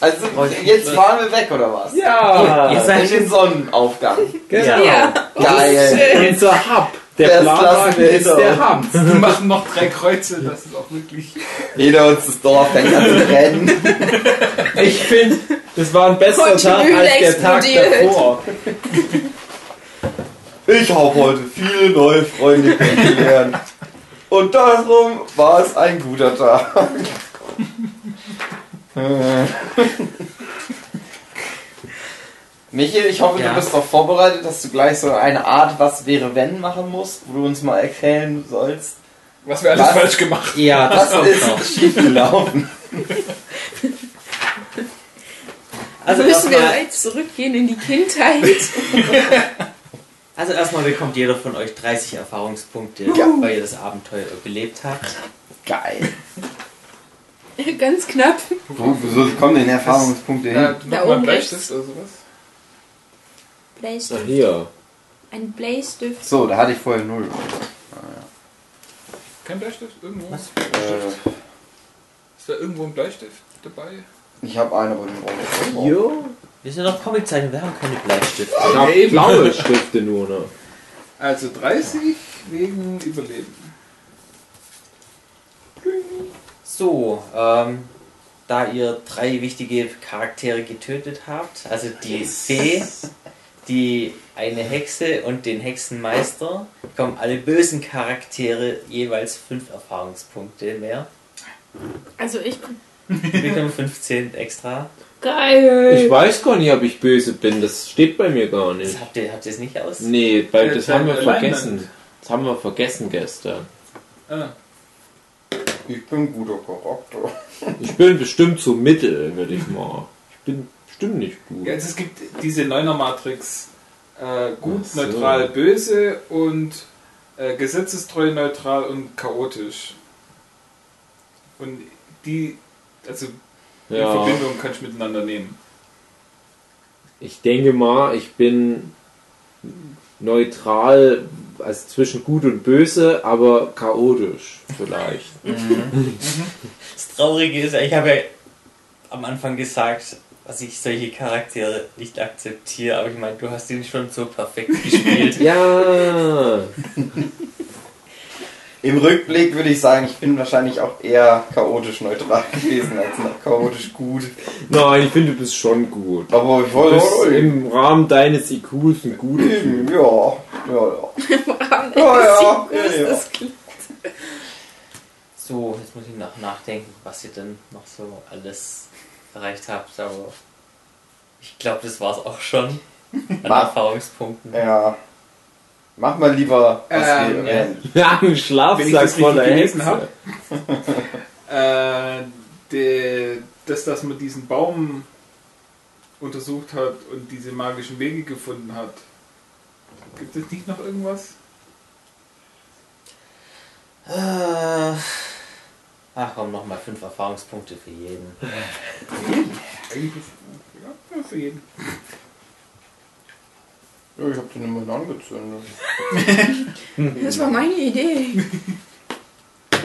Speaker 4: Also jetzt fahren wir weg oder was?
Speaker 3: Ihr
Speaker 7: Ja,
Speaker 4: In
Speaker 3: seid Oh,
Speaker 4: den Sonnenaufgang.
Speaker 7: genau.
Speaker 6: Ja.
Speaker 4: Geil.
Speaker 7: Unser Hub. Der
Speaker 4: Das
Speaker 7: Planwagen
Speaker 4: lassen wir
Speaker 7: ist
Speaker 4: hinter
Speaker 7: der Hub.
Speaker 8: Die machen noch drei Kreuze, das ist auch wirklich.
Speaker 4: Jeder uns das Dorf, dann kannst du rennen.
Speaker 7: Ich finde, das war ein besserer
Speaker 6: Und die
Speaker 7: Tag
Speaker 6: Mühle
Speaker 7: als der Tag
Speaker 6: explodiert.
Speaker 7: davor.
Speaker 4: Ich habe heute viele neue Freunde kennengelernt. Und darum war es ein guter Tag. Äh. Michael, ich hoffe,
Speaker 3: Ja.
Speaker 4: du bist doch vorbereitet, dass du gleich so eine Art Was wäre wenn machen musst, wo du uns mal erklären sollst.
Speaker 8: Was wir alles
Speaker 4: Was?
Speaker 8: falsch gemacht
Speaker 3: Ja, das
Speaker 4: Was
Speaker 3: kommt noch.
Speaker 4: ist schiefgelaufen?
Speaker 3: Also
Speaker 6: Müssen wir
Speaker 3: erstmal,
Speaker 6: weit zurückgehen in die Kindheit.
Speaker 3: also erstmal bekommt jeder von euch 30 Erfahrungspunkte, weil ihr das Abenteuer belebt habt.
Speaker 4: Geil.
Speaker 6: Ganz knapp.
Speaker 4: Wo, wieso kommen denn Erfahrungspunkte
Speaker 8: haben. Äh,
Speaker 6: Da
Speaker 8: noch mal einen
Speaker 6: oben rechts.
Speaker 8: Bleistift oder sowas?
Speaker 9: Bleistift.
Speaker 7: Hier.
Speaker 9: Ein Bleistift.
Speaker 4: So, da hatte ich vorher null.
Speaker 8: Kein Bleistift? Irgendwo?
Speaker 4: Äh,
Speaker 8: Ist da irgendwo ein Bleistift dabei?
Speaker 4: ich habe eine, aber den brauche
Speaker 7: Jo.
Speaker 3: Wir sind doch Comiczeichner, wir haben keine Bleistifte.
Speaker 7: Ich hab
Speaker 8: eben.
Speaker 7: blaue Stifte nur, ne?
Speaker 8: Also 30 wegen Überleben.
Speaker 3: So, ähm, da ihr drei wichtige Charaktere getötet habt, also die Fee, die eine Hexe und den Hexenmeister, bekommen alle bösen Charaktere jeweils fünf Erfahrungspunkte mehr.
Speaker 9: Also ich bin
Speaker 3: Wir bekommen 15 extra.
Speaker 7: Ich
Speaker 9: geil.
Speaker 7: weiß gar nicht, ob ich böse bin. Das steht bei mir gar nicht.
Speaker 3: Das habt ihr, habt ihr es nicht aus?
Speaker 7: Nee, weil das
Speaker 8: Ja,
Speaker 7: haben wir
Speaker 8: dein
Speaker 7: vergessen.
Speaker 8: Alignment.
Speaker 7: Das haben wir vergessen gestern.
Speaker 8: Ah,
Speaker 4: Ich bin ein guter Charakter.
Speaker 7: Ich bin bestimmt so mittel, würde ich mal. Ich bin bestimmt nicht gut.
Speaker 8: Ja, also es gibt diese Neuner-Matrix. Äh, gut,
Speaker 7: Ach so.
Speaker 8: neutral, böse und äh, gesetzestreu, neutral und chaotisch. Und die, also die
Speaker 7: Ja.
Speaker 8: Verbindung kannst du miteinander nehmen.
Speaker 7: Ich denke mal, ich bin neutral, also zwischen gut und böse, aber chaotisch vielleicht.
Speaker 3: Das Traurige ist, ich habe ja am Anfang gesagt, dass ich solche Charaktere nicht akzeptiere, aber ich meine, du hast ihn schon so perfekt gespielt.
Speaker 7: Ja,
Speaker 4: Im Rückblick würde ich sagen, ich bin wahrscheinlich auch eher chaotisch neutral gewesen als noch chaotisch gut.
Speaker 7: nein, ich finde, du bist schon gut.
Speaker 4: Aber ich
Speaker 7: Du
Speaker 4: wollte
Speaker 7: bist
Speaker 4: auch
Speaker 7: im Rahmen deines IQs ein guter Typ.
Speaker 4: Ja, ja, ja.
Speaker 6: Am Ende
Speaker 4: Ja, ja,
Speaker 6: sieht man,
Speaker 4: ja,
Speaker 6: dass
Speaker 4: ja.
Speaker 6: das klingt.
Speaker 3: So, jetzt muss ich noch nachdenken, was ihr denn noch so alles erreicht habt, aber ich glaube, das war's auch schon an
Speaker 4: War-
Speaker 3: Erfahrungspunkten.
Speaker 4: Ja. Mach mal lieber was
Speaker 8: Ähm,
Speaker 4: wir werden.
Speaker 7: Wir haben einen
Speaker 8: Wenn ich das
Speaker 7: Schlafsack
Speaker 8: richtig
Speaker 7: voller
Speaker 8: gelesen
Speaker 7: Hexe.
Speaker 8: hab. Äh, de, das, dass man diesen Baum untersucht hat und diese magischen Wege gefunden hat. Gibt es nicht noch irgendwas?
Speaker 3: Äh, ach komm, nochmal fünf Erfahrungspunkte für jeden.
Speaker 8: Eigentlich ist, ja, ja, für jeden.
Speaker 4: Ja, ich hab den immerhin angezündet.
Speaker 6: Das war meine Idee.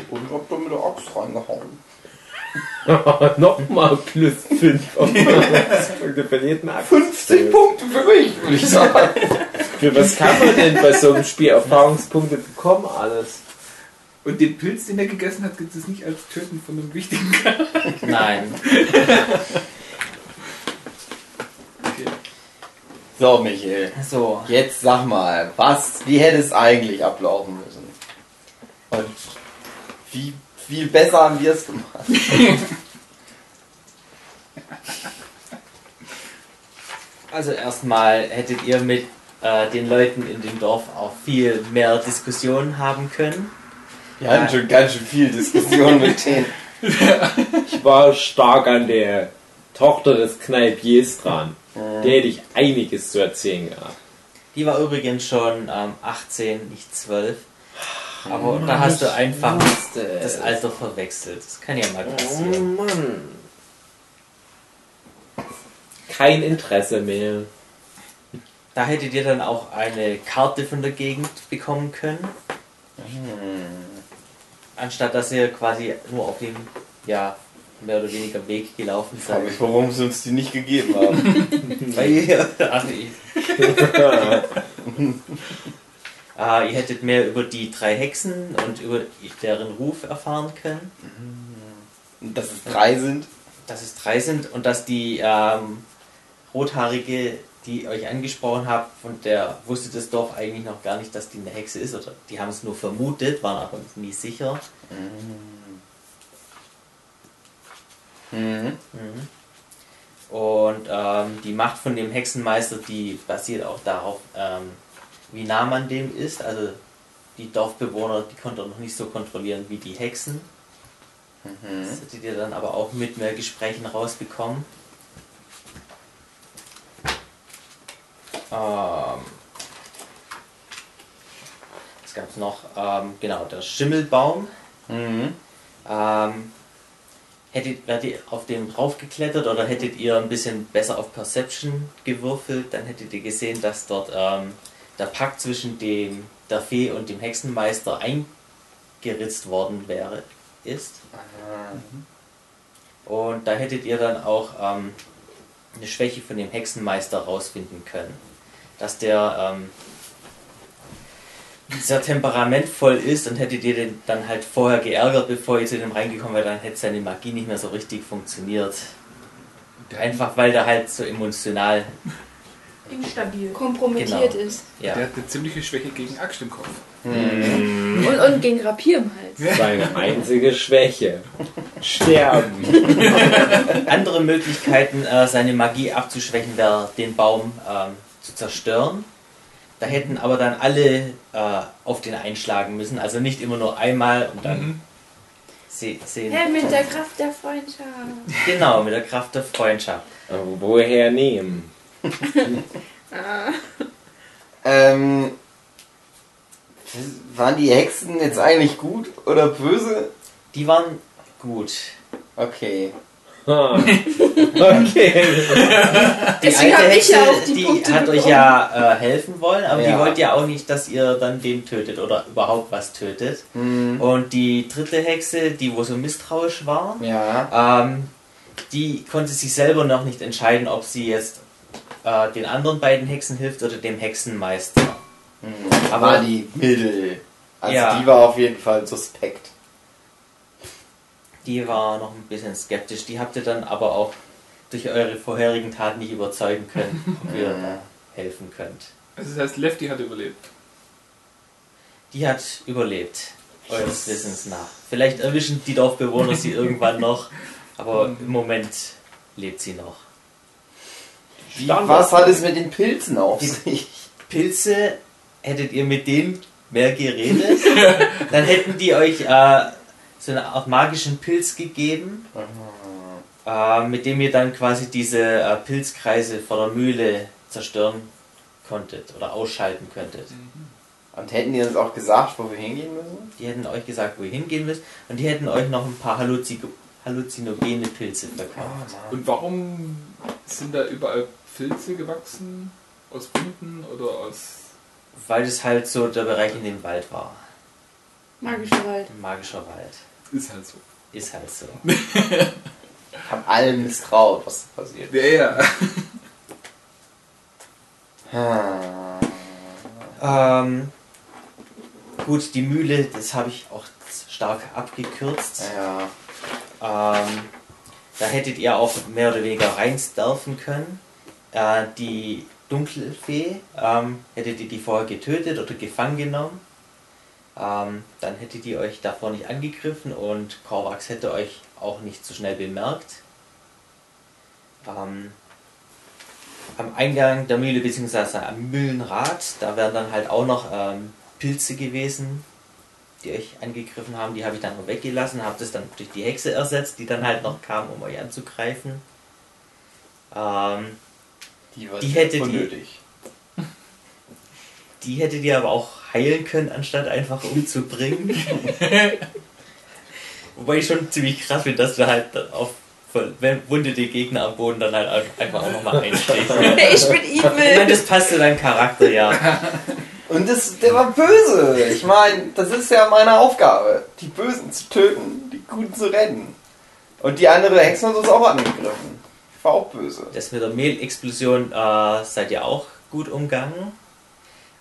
Speaker 4: Und hab da mit der Axt reingehauen.
Speaker 7: Nochmal plus 5. Der verliert einen Akt.
Speaker 4: 15 Punkte für mich, würde ich sagen.
Speaker 7: Für was kann man denn bei so einem Spiel Erfahrungspunkte bekommen? Alles.
Speaker 8: Und den Pilz, den er gegessen hat, gibt es nicht als Töten von einem wichtigen
Speaker 3: Nein.
Speaker 4: So, Michael.
Speaker 13: So,
Speaker 4: Jetzt sag mal, was, wie hätte es eigentlich ablaufen müssen? Und wie viel besser haben wir es gemacht?
Speaker 3: Also erstmal hättet ihr mit äh, den Leuten in dem Dorf auch viel mehr Diskussionen haben können.
Speaker 4: Wir hatten schon ganz schön viel Diskussion mit denen.
Speaker 7: Ich war stark an der Tochter des Kneipiers dran. Der hätte ich einiges zu erzählen gehabt.
Speaker 3: Die war übrigens schon ähm, 18, nicht 12. Aber da hast du einfach das Alter verwechselt. Das kann ja mal passieren.
Speaker 7: Mann. Kein Interesse mehr.
Speaker 3: Da hättet ihr dann auch eine Karte von der Gegend bekommen können. Anstatt dass ihr quasi nur auf dem, ja, mehr oder weniger Weg gelaufen
Speaker 4: Frag
Speaker 3: seid.
Speaker 4: mich, warum sie uns die nicht gegeben haben.
Speaker 3: Weil ihr, Ah, ach, ich, äh, ihr hättet mehr über die drei Hexen und über deren Ruf erfahren können.
Speaker 4: Und dass es drei sind.
Speaker 3: dass es drei sind und dass die ähm, Rothaarige, die euch angesprochen habt, von der wusste das Dorf eigentlich noch gar nicht, dass die eine Hexe ist. Oder die haben es nur vermutet, waren aber nie sicher. Mhm. Und ähm, die Macht von dem Hexenmeister, die basiert auch darauf, ähm, wie nah man dem ist. Also die Dorfbewohner, die konnte er noch nicht so kontrollieren wie die Hexen. Das hättet ihr dann aber auch mit mehr Gesprächen rausbekommen. Ähm, es gab noch, ähm, genau, der Schimmelbaum. Ähm, hättet, wärt ihr auf den raufgeklettert oder hättet ihr ein bisschen besser auf Perception gewürfelt, dann hättet ihr gesehen, dass dort ähm, der Pakt zwischen dem, der Fee und dem Hexenmeister eingeritzt worden wäre, ist. Und da hättet ihr dann auch ähm, eine Schwäche von dem Hexenmeister rausfinden können. Dass der ähm, sehr temperamentvoll ist und hättet ihr den dann halt vorher geärgert, bevor ihr zu dem reingekommen wärt, dann hätte seine Magie nicht mehr so richtig funktioniert. Einfach weil der halt so emotional.
Speaker 9: Instabil.
Speaker 6: kompromittiert
Speaker 3: Genau.
Speaker 6: ist.
Speaker 3: Ja.
Speaker 8: Der hat eine ziemliche Schwäche gegen Axt im Kopf.
Speaker 14: Und, und gegen Rapier im Hals.
Speaker 7: Seine einzige Schwäche. Sterben.
Speaker 3: Andere Möglichkeiten, äh, seine Magie abzuschwächen, wäre, den Baum ähm, zu zerstören. Da hätten aber dann alle äh, auf den einschlagen müssen. Also nicht immer nur einmal und dann se sehen.
Speaker 6: Ja, mit der Kraft der Freundschaft.
Speaker 3: Genau, mit der Kraft der Freundschaft.
Speaker 7: Aber woher nehmen?
Speaker 4: Ähm, waren die Hexen jetzt eigentlich gut oder böse?
Speaker 3: Die waren gut.
Speaker 4: Okay. Ah.
Speaker 7: Ha. Okay.
Speaker 3: Die
Speaker 14: Deswegen
Speaker 3: alte
Speaker 14: hab ich ja
Speaker 3: Hexe,
Speaker 14: auch die Punkte
Speaker 3: hat euch
Speaker 14: bekommen.
Speaker 3: ja äh, helfen wollen, aber die
Speaker 4: Ja.
Speaker 3: wollte ja auch nicht, dass ihr dann den tötet oder überhaupt was tötet. Und die dritte Hexe, die wo so misstrauisch war,
Speaker 4: Ja.
Speaker 3: Ähm, die konnte sich selber noch nicht entscheiden, ob sie jetzt äh, den anderen beiden Hexen hilft oder dem Hexenmeister. Hm.
Speaker 4: Aber war die mittel. Also
Speaker 3: Ja.
Speaker 4: die war auf jeden Fall suspekt.
Speaker 3: Die war noch ein bisschen skeptisch. Die habt ihr dann aber auch durch eure vorherigen Taten nicht überzeugen können, ob ihr da helfen könnt.
Speaker 8: Also das heißt, Lefty hat überlebt.
Speaker 3: Die hat überlebt, eures Wissens nach. Vielleicht erwischen die Dorfbewohner sie irgendwann noch, aber im Moment lebt sie noch.
Speaker 4: Wie, was hat es mit den Pilzen auf sich?
Speaker 3: Pilze, hättet ihr mit denen mehr geredet, dann hätten die euch äh, so eine Art magischen Pilz gegeben, äh, mit dem ihr dann quasi diese äh, Pilzkreise vor der Mühle zerstören konntet oder ausschalten könntet.
Speaker 4: Und hätten die uns auch gesagt, wo wir hingehen müssen?
Speaker 3: Die hätten euch gesagt, wo ihr hingehen müsst und die hätten euch noch ein paar Halluzi halluzinogene Pilze verkauft.
Speaker 8: Und warum sind da überall Filze gewachsen? Aus Bünden oder aus.
Speaker 3: Weil das halt so der Bereich in dem Wald war.
Speaker 6: Magischer Wald.
Speaker 3: Ein magischer Wald.
Speaker 8: Ist halt so.
Speaker 3: Ist halt so.
Speaker 4: Ich hab allem misstraut, was da passiert.
Speaker 8: Ja, ja.
Speaker 4: Hm.
Speaker 3: Ähm, gut, die Mühle, das habe ich auch stark abgekürzt.
Speaker 4: Ja.
Speaker 3: Ähm, da hättet ihr auch mehr oder weniger reindörfen können. Äh, die Dunkelfee, ähm, hättet ihr die vorher getötet oder gefangen genommen, ähm, dann hättet ihr euch davor nicht angegriffen und Korvax hätte euch auch nicht so schnell bemerkt. Ähm, am Eingang der Mühle bzw. am Mühlenrad, da wären dann halt auch noch ähm, Pilze gewesen, die euch angegriffen haben. Die habe ich dann noch weggelassen, habe das dann durch die Hexe ersetzt, die dann halt noch kam, um euch anzugreifen. Ähm,
Speaker 4: Die, war
Speaker 3: Die hätte die-
Speaker 4: unnötig.
Speaker 3: die hättet ihr aber auch heilen können, anstatt einfach umzubringen. Wobei ich schon ziemlich krass finde, dass du halt dann auf verwundete Gegner am Boden dann halt einfach auch nochmal einstehst.
Speaker 9: Ich bin
Speaker 3: Ich meine,
Speaker 9: evil.
Speaker 3: das passt zu deinem Charakter, ja.
Speaker 4: Und das, der war böse. Ich meine, das ist ja meine Aufgabe. Die Bösen zu töten, die Guten zu retten. Und die andere Hexe hat uns auch angegriffen. War auch böse.
Speaker 3: Das mit der Mehlexplosion äh, seid ihr auch gut umgangen.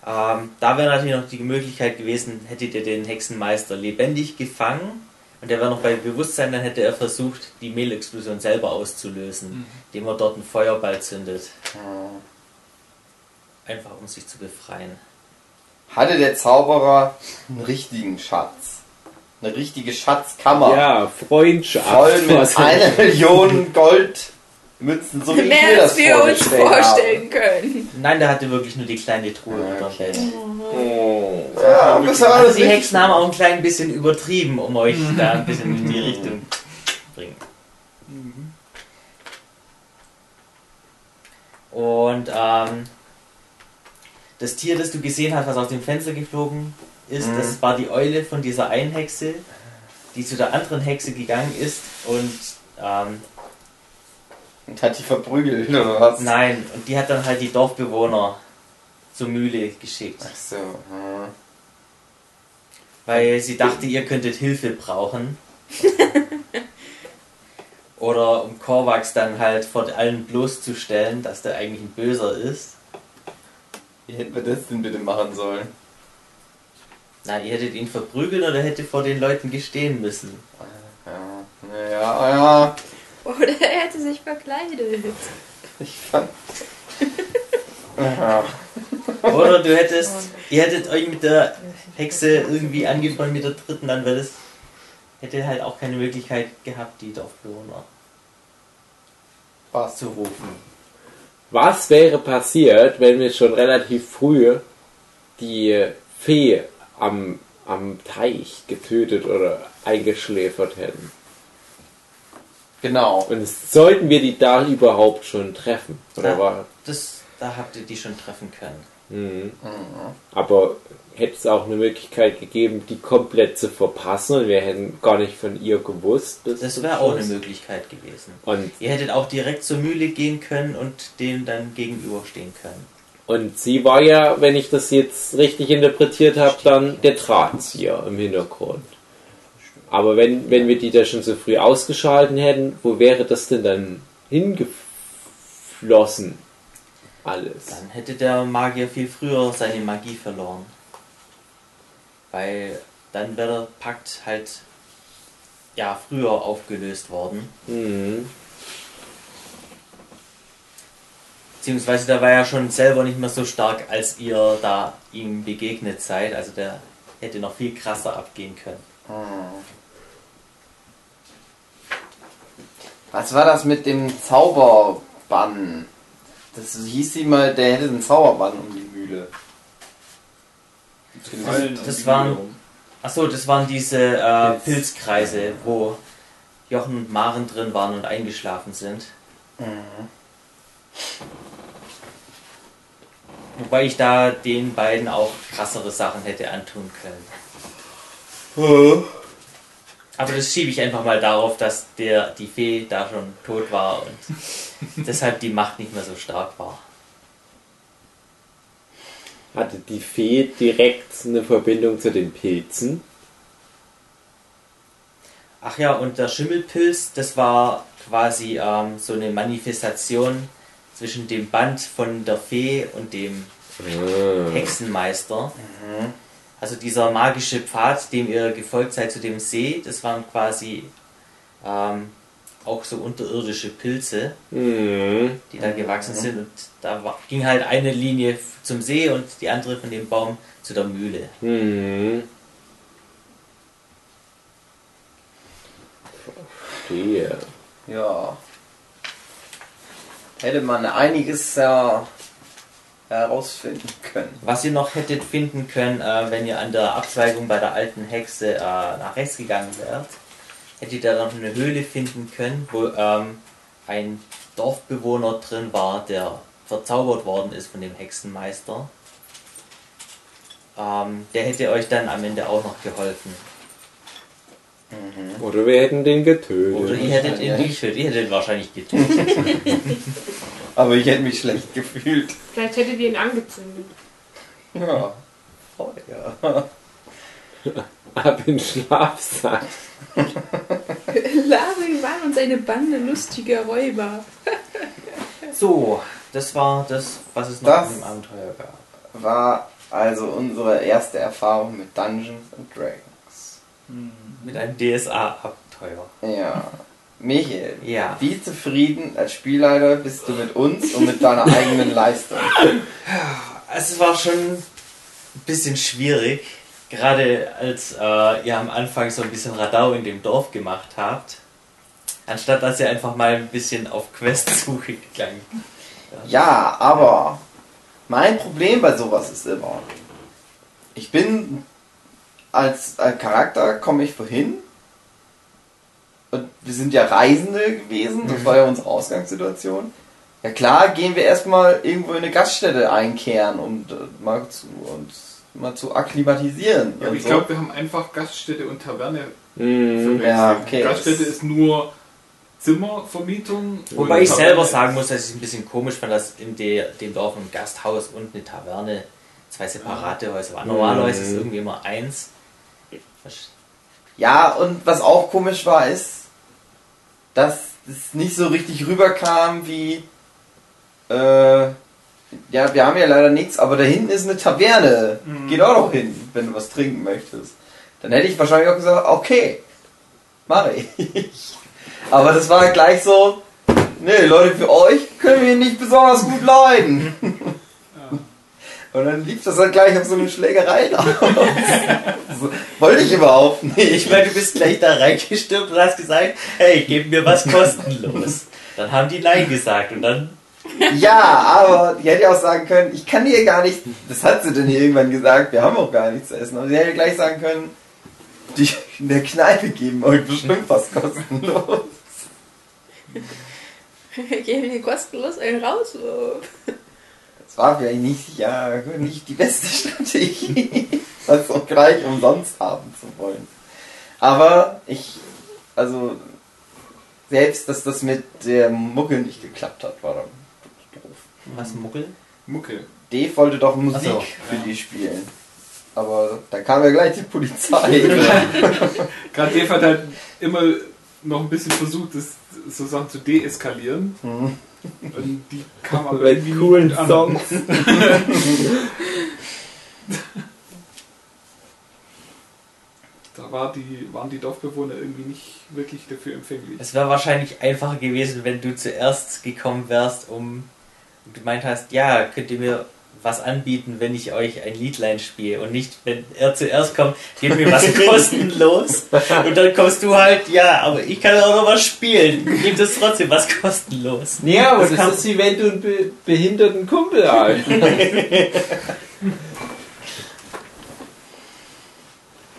Speaker 3: Ähm, da wäre natürlich noch die Möglichkeit gewesen, hättet ihr den Hexenmeister lebendig gefangen und der wäre noch bei Bewusstsein, dann hätte er versucht, die Mehlexplosion selber auszulösen, indem er dort einen Feuerball zündet. Einfach um sich zu befreien.
Speaker 4: Hatte der Zauberer einen richtigen Schatz. Eine richtige Schatzkammer.
Speaker 7: Ja, Freundschaft.
Speaker 4: voll mit
Speaker 7: Was-
Speaker 4: einer Million Goldmützen, so wie ich mir
Speaker 9: Mehr
Speaker 4: das
Speaker 9: als wir uns
Speaker 4: vorgestellt
Speaker 9: vorstellen können.
Speaker 3: Nein, der hatte wirklich nur die kleine Truhe
Speaker 4: Ja,
Speaker 3: unter dem
Speaker 4: okay.
Speaker 3: Bett.
Speaker 7: Oh.
Speaker 4: habe. Ja, das war alles
Speaker 3: Also die
Speaker 4: richtig.
Speaker 3: Hexen haben auch ein klein bisschen übertrieben, um euch da ein bisschen in die Richtung zu bringen. Und ähm, das Tier, das du gesehen hast, was aus dem Fenster geflogen ist,
Speaker 4: Mhm.
Speaker 3: das war die Eule von dieser einen Hexe, die zu der anderen Hexe gegangen ist und ähm,
Speaker 4: Und hat die verprügelt oder was?
Speaker 3: nein, und die hat dann halt die Dorfbewohner zur Mühle geschickt,
Speaker 4: Ach so. hm.
Speaker 3: weil sie dachte, ihr könntet Hilfe brauchen. Oder um Korvax dann halt vor allen bloßzustellen, dass der eigentlich ein Böser ist.
Speaker 4: Wie hätten wir das denn bitte machen sollen?
Speaker 3: Nein, ihr hättet ihn verprügeln oder hätte vor den Leuten gestehen müssen.
Speaker 4: Ja, ja, ah ja.
Speaker 6: Oder er hätte sich verkleidet.
Speaker 4: Ich fand. Ja.
Speaker 3: Oder du hättest, ihr hättet euch mit der Hexe irgendwie angefreundet mit der dritten, dann wäre das, hätte halt auch keine Möglichkeit gehabt, die Dorfbewohner
Speaker 4: Was?
Speaker 3: zu rufen.
Speaker 7: Was wäre passiert, wenn wir schon relativ früh die Fee am, am Teich getötet oder eingeschläfert hätten?
Speaker 4: Genau.
Speaker 7: Und es- sollten wir die da überhaupt schon treffen? Oder
Speaker 3: Ja.
Speaker 7: war? halt
Speaker 3: Das, da habt ihr die schon treffen können.
Speaker 7: Mhm. Aber hätte es auch eine Möglichkeit gegeben, die komplett zu verpassen und wir hätten gar nicht von ihr gewusst. bis
Speaker 3: Das
Speaker 7: zum
Speaker 3: wäre auch eine
Speaker 7: Schluss?
Speaker 3: Möglichkeit gewesen.
Speaker 7: Und,
Speaker 3: Ihr hättet auch direkt zur Mühle gehen können und dem dann gegenüberstehen können.
Speaker 7: und sie war ja, wenn ich das jetzt richtig interpretiert habe, dann der Drahtzieher im Hintergrund. Aber wenn, wenn wir die da schon so früh ausgeschalten hätten, wo wäre das denn dann hingeflossen? Alles.
Speaker 3: Dann hätte der Magier viel früher seine Magie verloren. Weil dann wäre der Pakt halt ja früher aufgelöst worden.
Speaker 7: Mhm.
Speaker 3: Beziehungsweise da war er schon selber nicht mehr so stark, als ihr da ihm begegnet seid. Also der hätte noch viel krasser abgehen können.
Speaker 4: Was war das mit dem Zauberbann? Das hieß sie mal, der hätte einen Zauberbann um die Mühle.
Speaker 8: Fallen
Speaker 3: Das
Speaker 8: um die
Speaker 3: waren-
Speaker 8: Mühle rum.
Speaker 3: Achso, das waren diese äh,
Speaker 4: Pilz.
Speaker 3: Pilzkreise, wo Jochen und Maren drin waren und eingeschlafen sind. Wobei ich da den beiden auch krassere Sachen hätte antun können. Aber das schiebe ich einfach mal darauf, dass der, die Fee da schon tot war und deshalb die Macht nicht mehr so stark war.
Speaker 7: Hatte die Fee direkt eine Verbindung zu den Pilzen?
Speaker 3: Ach ja, und der Schimmelpilz, das war quasi ähm, so eine Manifestation zwischen dem Band von der Fee und dem Hexenmeister. Also dieser magische Pfad, dem ihr gefolgt seid zu dem See, das waren quasi ähm, auch so unterirdische Pilze,
Speaker 7: Mhm.
Speaker 3: die da gewachsen sind. Und da wa- ging halt eine Linie f- zum See und die andere von dem Baum zu der Mühle.
Speaker 7: Mhm. Verstehe.
Speaker 4: Ja. Hätte man einiges äh, herausfinden können.
Speaker 3: Was ihr noch hättet finden können, äh, wenn ihr an der Abzweigung bei der alten Hexe äh, nach rechts gegangen wärt, hättet ihr noch eine Höhle finden können, wo ähm, ein Dorfbewohner drin war, der verzaubert worden ist von dem Hexenmeister. Ähm, der hätte euch dann am Ende auch noch geholfen.
Speaker 7: Oder wir hätten den getötet.
Speaker 3: Oder ihr hättet ihn nicht getötet, ihr hättet ihn wahrscheinlich getötet.
Speaker 4: Aber ich hätte mich schlecht gefühlt.
Speaker 9: Vielleicht hättet ihr ihn angezündet.
Speaker 4: Ja. Oh, ja.
Speaker 7: Ab in den Schlafsack.
Speaker 6: Larry war und seine Bande lustiger Räuber.
Speaker 3: So, das war das, was es noch
Speaker 4: Das-
Speaker 3: in dem Abenteuer gab.
Speaker 4: War also unsere erste Erfahrung mit Dungeons and Dragons.
Speaker 3: Mit einem DSA-Abenteuer.
Speaker 4: Ja. Michael,
Speaker 3: Ja.
Speaker 4: wie zufrieden als Spielleiter bist du mit uns und mit deiner eigenen Leistung?
Speaker 3: Es war schon ein bisschen schwierig, gerade als äh, ihr am Anfang so ein bisschen Radau in dem Dorf gemacht habt, anstatt dass ihr einfach mal ein bisschen auf Questsuche gegangen
Speaker 4: Ja, aber mein Problem bei sowas ist immer, ich bin als, als Charakter komme ich wohin und wir sind ja Reisende gewesen,
Speaker 8: Mhm.
Speaker 4: das war ja unsere Ausgangssituation. Ja klar, gehen wir erstmal irgendwo in eine Gaststätte einkehren, um d- mal zu, uns mal zu akklimatisieren.
Speaker 8: Ja, aber
Speaker 4: und
Speaker 3: also-
Speaker 8: ich
Speaker 4: so.
Speaker 8: glaube, wir haben einfach Gaststätte und Taverne
Speaker 7: Mhm.
Speaker 8: verwechselt.
Speaker 4: Ja, okay.
Speaker 8: Gaststätte ist nur Zimmervermietung.
Speaker 3: Wobei
Speaker 8: und
Speaker 3: ich selber
Speaker 8: Taverne
Speaker 3: sagen muss, dass ich es ein bisschen komisch fand, dass in der, dem Dorf ein Gasthaus und eine Taverne zwei separate Häuser waren. Normalerweise ist es irgendwie immer eins.
Speaker 4: Ja, und was auch komisch war, ist, dass es nicht so richtig rüberkam wie. Äh, ja, wir haben ja leider nichts, aber da hinten ist eine Taverne.
Speaker 3: Mhm.
Speaker 4: Geht auch noch hin, wenn du was trinken möchtest. Dann hätte ich wahrscheinlich auch gesagt, okay, mache ich. Aber das war gleich so, nee, Leute, für euch können wir nicht besonders gut leiden. Und dann lief das dann gleich auf so eine Schlägerei da. Wollte ich überhaupt nicht.
Speaker 3: Ich meine, du bist gleich da reingestürmt und hast gesagt, hey, gib mir was kostenlos. Dann haben die Nein gesagt und dann
Speaker 4: Ja, aber die hätte ja auch sagen können, ich kann dir gar nicht. Das hat sie denn hier irgendwann gesagt, wir haben auch gar nichts zu essen. Aber sie hätte gleich sagen können, die in der Kneipe geben euch bestimmt was kostenlos.
Speaker 6: Geben die kostenlos einen raus.
Speaker 4: Das war vielleicht nicht, ja, nicht die beste Strategie, das auch gleich umsonst haben zu wollen. Aber ich, also, selbst, dass das mit der Mucke nicht geklappt hat, war dann doof.
Speaker 3: Was muckeln?
Speaker 8: Mucke.
Speaker 4: Dave wollte doch Musik
Speaker 3: Ach so,
Speaker 4: für die spielen. Aber da kam ja gleich die Polizei.
Speaker 8: Gerade Dave hat halt immer noch ein bisschen versucht, das so Sachen zu deeskalieren. Und die kam aber
Speaker 7: Mit
Speaker 8: irgendwie
Speaker 7: coolen
Speaker 8: nicht an.
Speaker 7: Songs.
Speaker 8: Da war die, waren die Dorfbewohner irgendwie nicht wirklich dafür empfänglich.
Speaker 3: Es wäre wahrscheinlich einfacher gewesen, wenn du zuerst gekommen wärst, um und gemeint hast, ja, könnt ihr mir was anbieten, wenn ich euch ein Liedlein spiele und nicht, wenn er zuerst kommt, gebt mir was kostenlos und dann kommst du halt, ja, aber ich kann auch noch was spielen, gebt es trotzdem was kostenlos.
Speaker 7: Ja, aber
Speaker 3: Das
Speaker 7: das,
Speaker 3: kann-
Speaker 7: ist wie wenn du einen be behinderten Kumpel hast.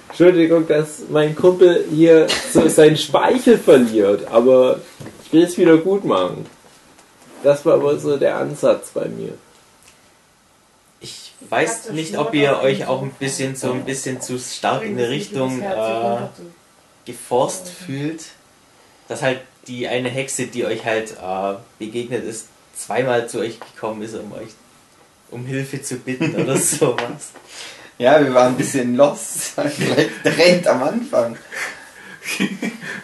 Speaker 7: Entschuldigung, dass mein Kumpel hier so seinen Speichel verliert, aber ich will es wieder gut machen. Das war aber so der Ansatz bei mir.
Speaker 3: Ich weiß nicht, ob ihr euch auch ein bisschen so ein bisschen zu stark in eine Richtung äh, geforst fühlt, dass halt die eine Hexe, die euch halt äh, begegnet ist, zweimal zu euch gekommen ist, um euch um Hilfe zu bitten oder sowas.
Speaker 4: ja, wir waren ein bisschen lost. Vielleicht direkt am Anfang.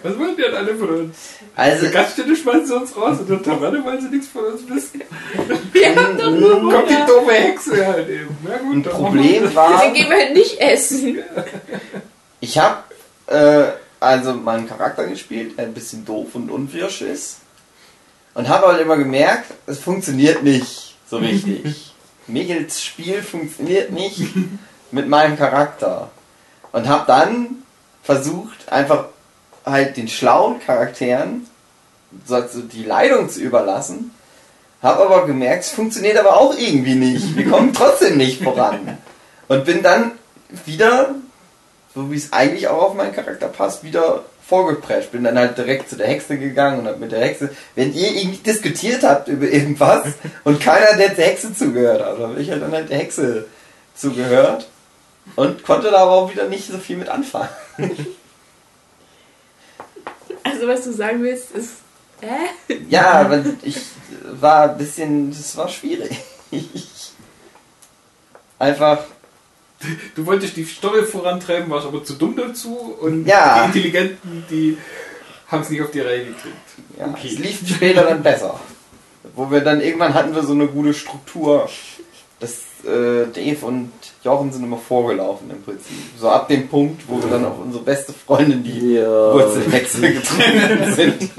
Speaker 8: Was wollen die denn alle von uns?
Speaker 4: Also,
Speaker 8: Die Gaststätte schmeißen sie uns raus und der Taverne wollen sie nichts von uns wissen.
Speaker 6: Wir haben doch nur
Speaker 8: Kommt die
Speaker 6: Hunger.
Speaker 8: doofe Hexe halt eben. Na gut,
Speaker 3: äh,
Speaker 4: ein
Speaker 8: dann machen wir
Speaker 4: Problem war,
Speaker 6: Dann gehen wir halt nicht essen.
Speaker 4: ich habe äh, also meinen Charakter gespielt, der ein bisschen doof und unwirsch ist. Und habe halt immer gemerkt, es funktioniert nicht so richtig. Michels Spiel funktioniert nicht mit meinem Charakter. Und habe dann versucht, einfach halt den schlauen Charakteren so die Leitung zu überlassen. Habe aber gemerkt, es funktioniert aber auch irgendwie nicht. Wir kommen trotzdem nicht voran. Und bin dann wieder, so wie es eigentlich auch auf meinen Charakter passt, wieder vorgeprescht. Bin dann halt direkt zu der Hexe gegangen und hab mit der Hexe, wenn ihr irgendwie diskutiert habt über irgendwas und keiner der Hexe zugehört hat, dann hab ich halt dann halt der Hexe zugehört und konnte da aber auch wieder nicht so viel mit anfangen.
Speaker 6: Also was du sagen willst, ist. Hä?
Speaker 4: Ja, aber ich war ein bisschen, das war schwierig. Einfach
Speaker 8: Du wolltest die Story vorantreiben, warst aber zu dumm dazu und
Speaker 4: Ja.
Speaker 8: die Intelligenten, die haben es nicht auf die Reihe gekriegt.
Speaker 4: Ja, Es lief später dann besser. Wo wir dann irgendwann hatten wir so eine gute Struktur. Das äh, Dave und Jochen sind immer vorgelaufen im Prinzip. So ab dem Punkt, wo wir dann auch unsere beste Freundin die Wurzelwechsel getreten sind.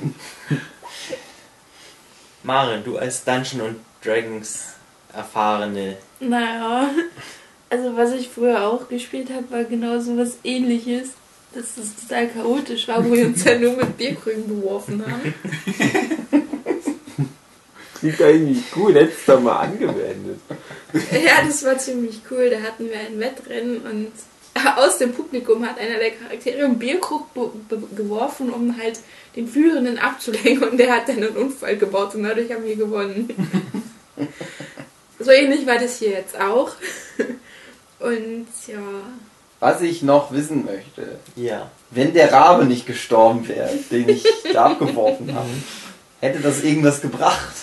Speaker 15: Maren, du als Dungeon und Dragons erfahrene.
Speaker 6: Naja. Also was ich früher auch gespielt habe, war genau so was ähnliches. Dass es total chaotisch war, wo wir uns ja nur mit Bierkrügen beworfen haben.
Speaker 7: Klingt eigentlich cool, hättest du da mal angewendet.
Speaker 6: Ja, das war ziemlich cool. Da hatten wir ein Wettrennen und aus dem Publikum hat einer der Charaktere einen Bierkrug be- be- geworfen, um halt den Führenden abzulenken und der hat dann einen Unfall gebaut und dadurch haben wir gewonnen. so ähnlich war das hier jetzt auch. Und ja,
Speaker 4: Was ich noch wissen möchte,
Speaker 15: Ja.
Speaker 4: wenn der Rabe nicht gestorben wäre, den ich da abgeworfen habe, hätte das irgendwas gebracht.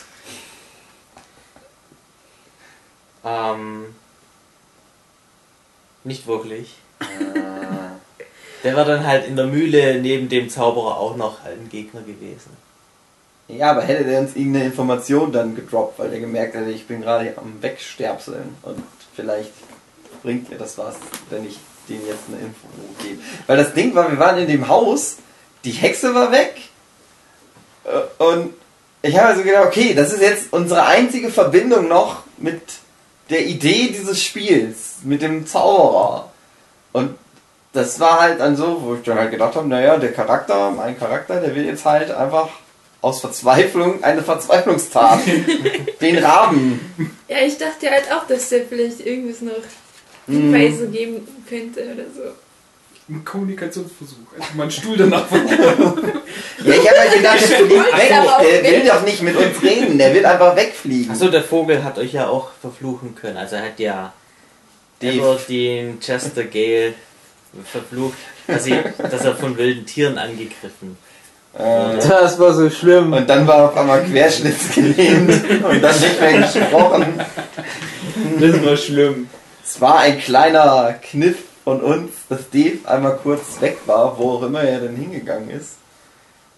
Speaker 15: Ähm, nicht wirklich.
Speaker 4: Ah,
Speaker 15: Der war dann halt in der Mühle neben dem Zauberer auch noch halt ein Gegner gewesen.
Speaker 4: Ja, aber hätte der uns irgendeine Information dann gedroppt, weil der gemerkt hätte, ich bin gerade am Wegsterbseln und vielleicht bringt mir das was, wenn ich denen jetzt eine Info gebe. Weil das Ding war, wir waren in dem Haus, die Hexe war weg äh, und ich habe also gedacht, okay, das ist jetzt unsere einzige Verbindung noch mit der Idee dieses Spiels, mit dem Zauberer. Und das war halt dann so, wo ich dann halt gedacht habe, naja, der Charakter, mein Charakter, der will jetzt halt einfach aus Verzweiflung eine Verzweiflungstat. Den Raben.
Speaker 6: ja ich dachte halt auch, dass der vielleicht irgendwas noch Hinweise geben könnte oder so.
Speaker 8: Ein Kommunikationsversuch. Einfach mal einen Stuhl danach verkauft.
Speaker 4: Ja, ich habe halt gedacht, der fliegt weg.
Speaker 6: aber auch
Speaker 4: Der will
Speaker 6: weg.
Speaker 4: doch nicht mit uns reden. Der will einfach wegfliegen.
Speaker 15: Achso, der Vogel hat euch ja auch verfluchen können. Also er hat ja
Speaker 4: Dave.
Speaker 15: Aberdeen, Chester Gale verflucht, dass, sie, dass er von wilden Tieren angegriffen.
Speaker 4: Äh,
Speaker 7: Das war so schlimm.
Speaker 4: und dann war er auf einmal querschnittsgelähmt und dann nicht mehr gesprochen.
Speaker 7: Das war schlimm.
Speaker 4: Es war ein kleiner Kniff von uns, dass Dave einmal kurz weg war, wo auch immer er denn hingegangen ist.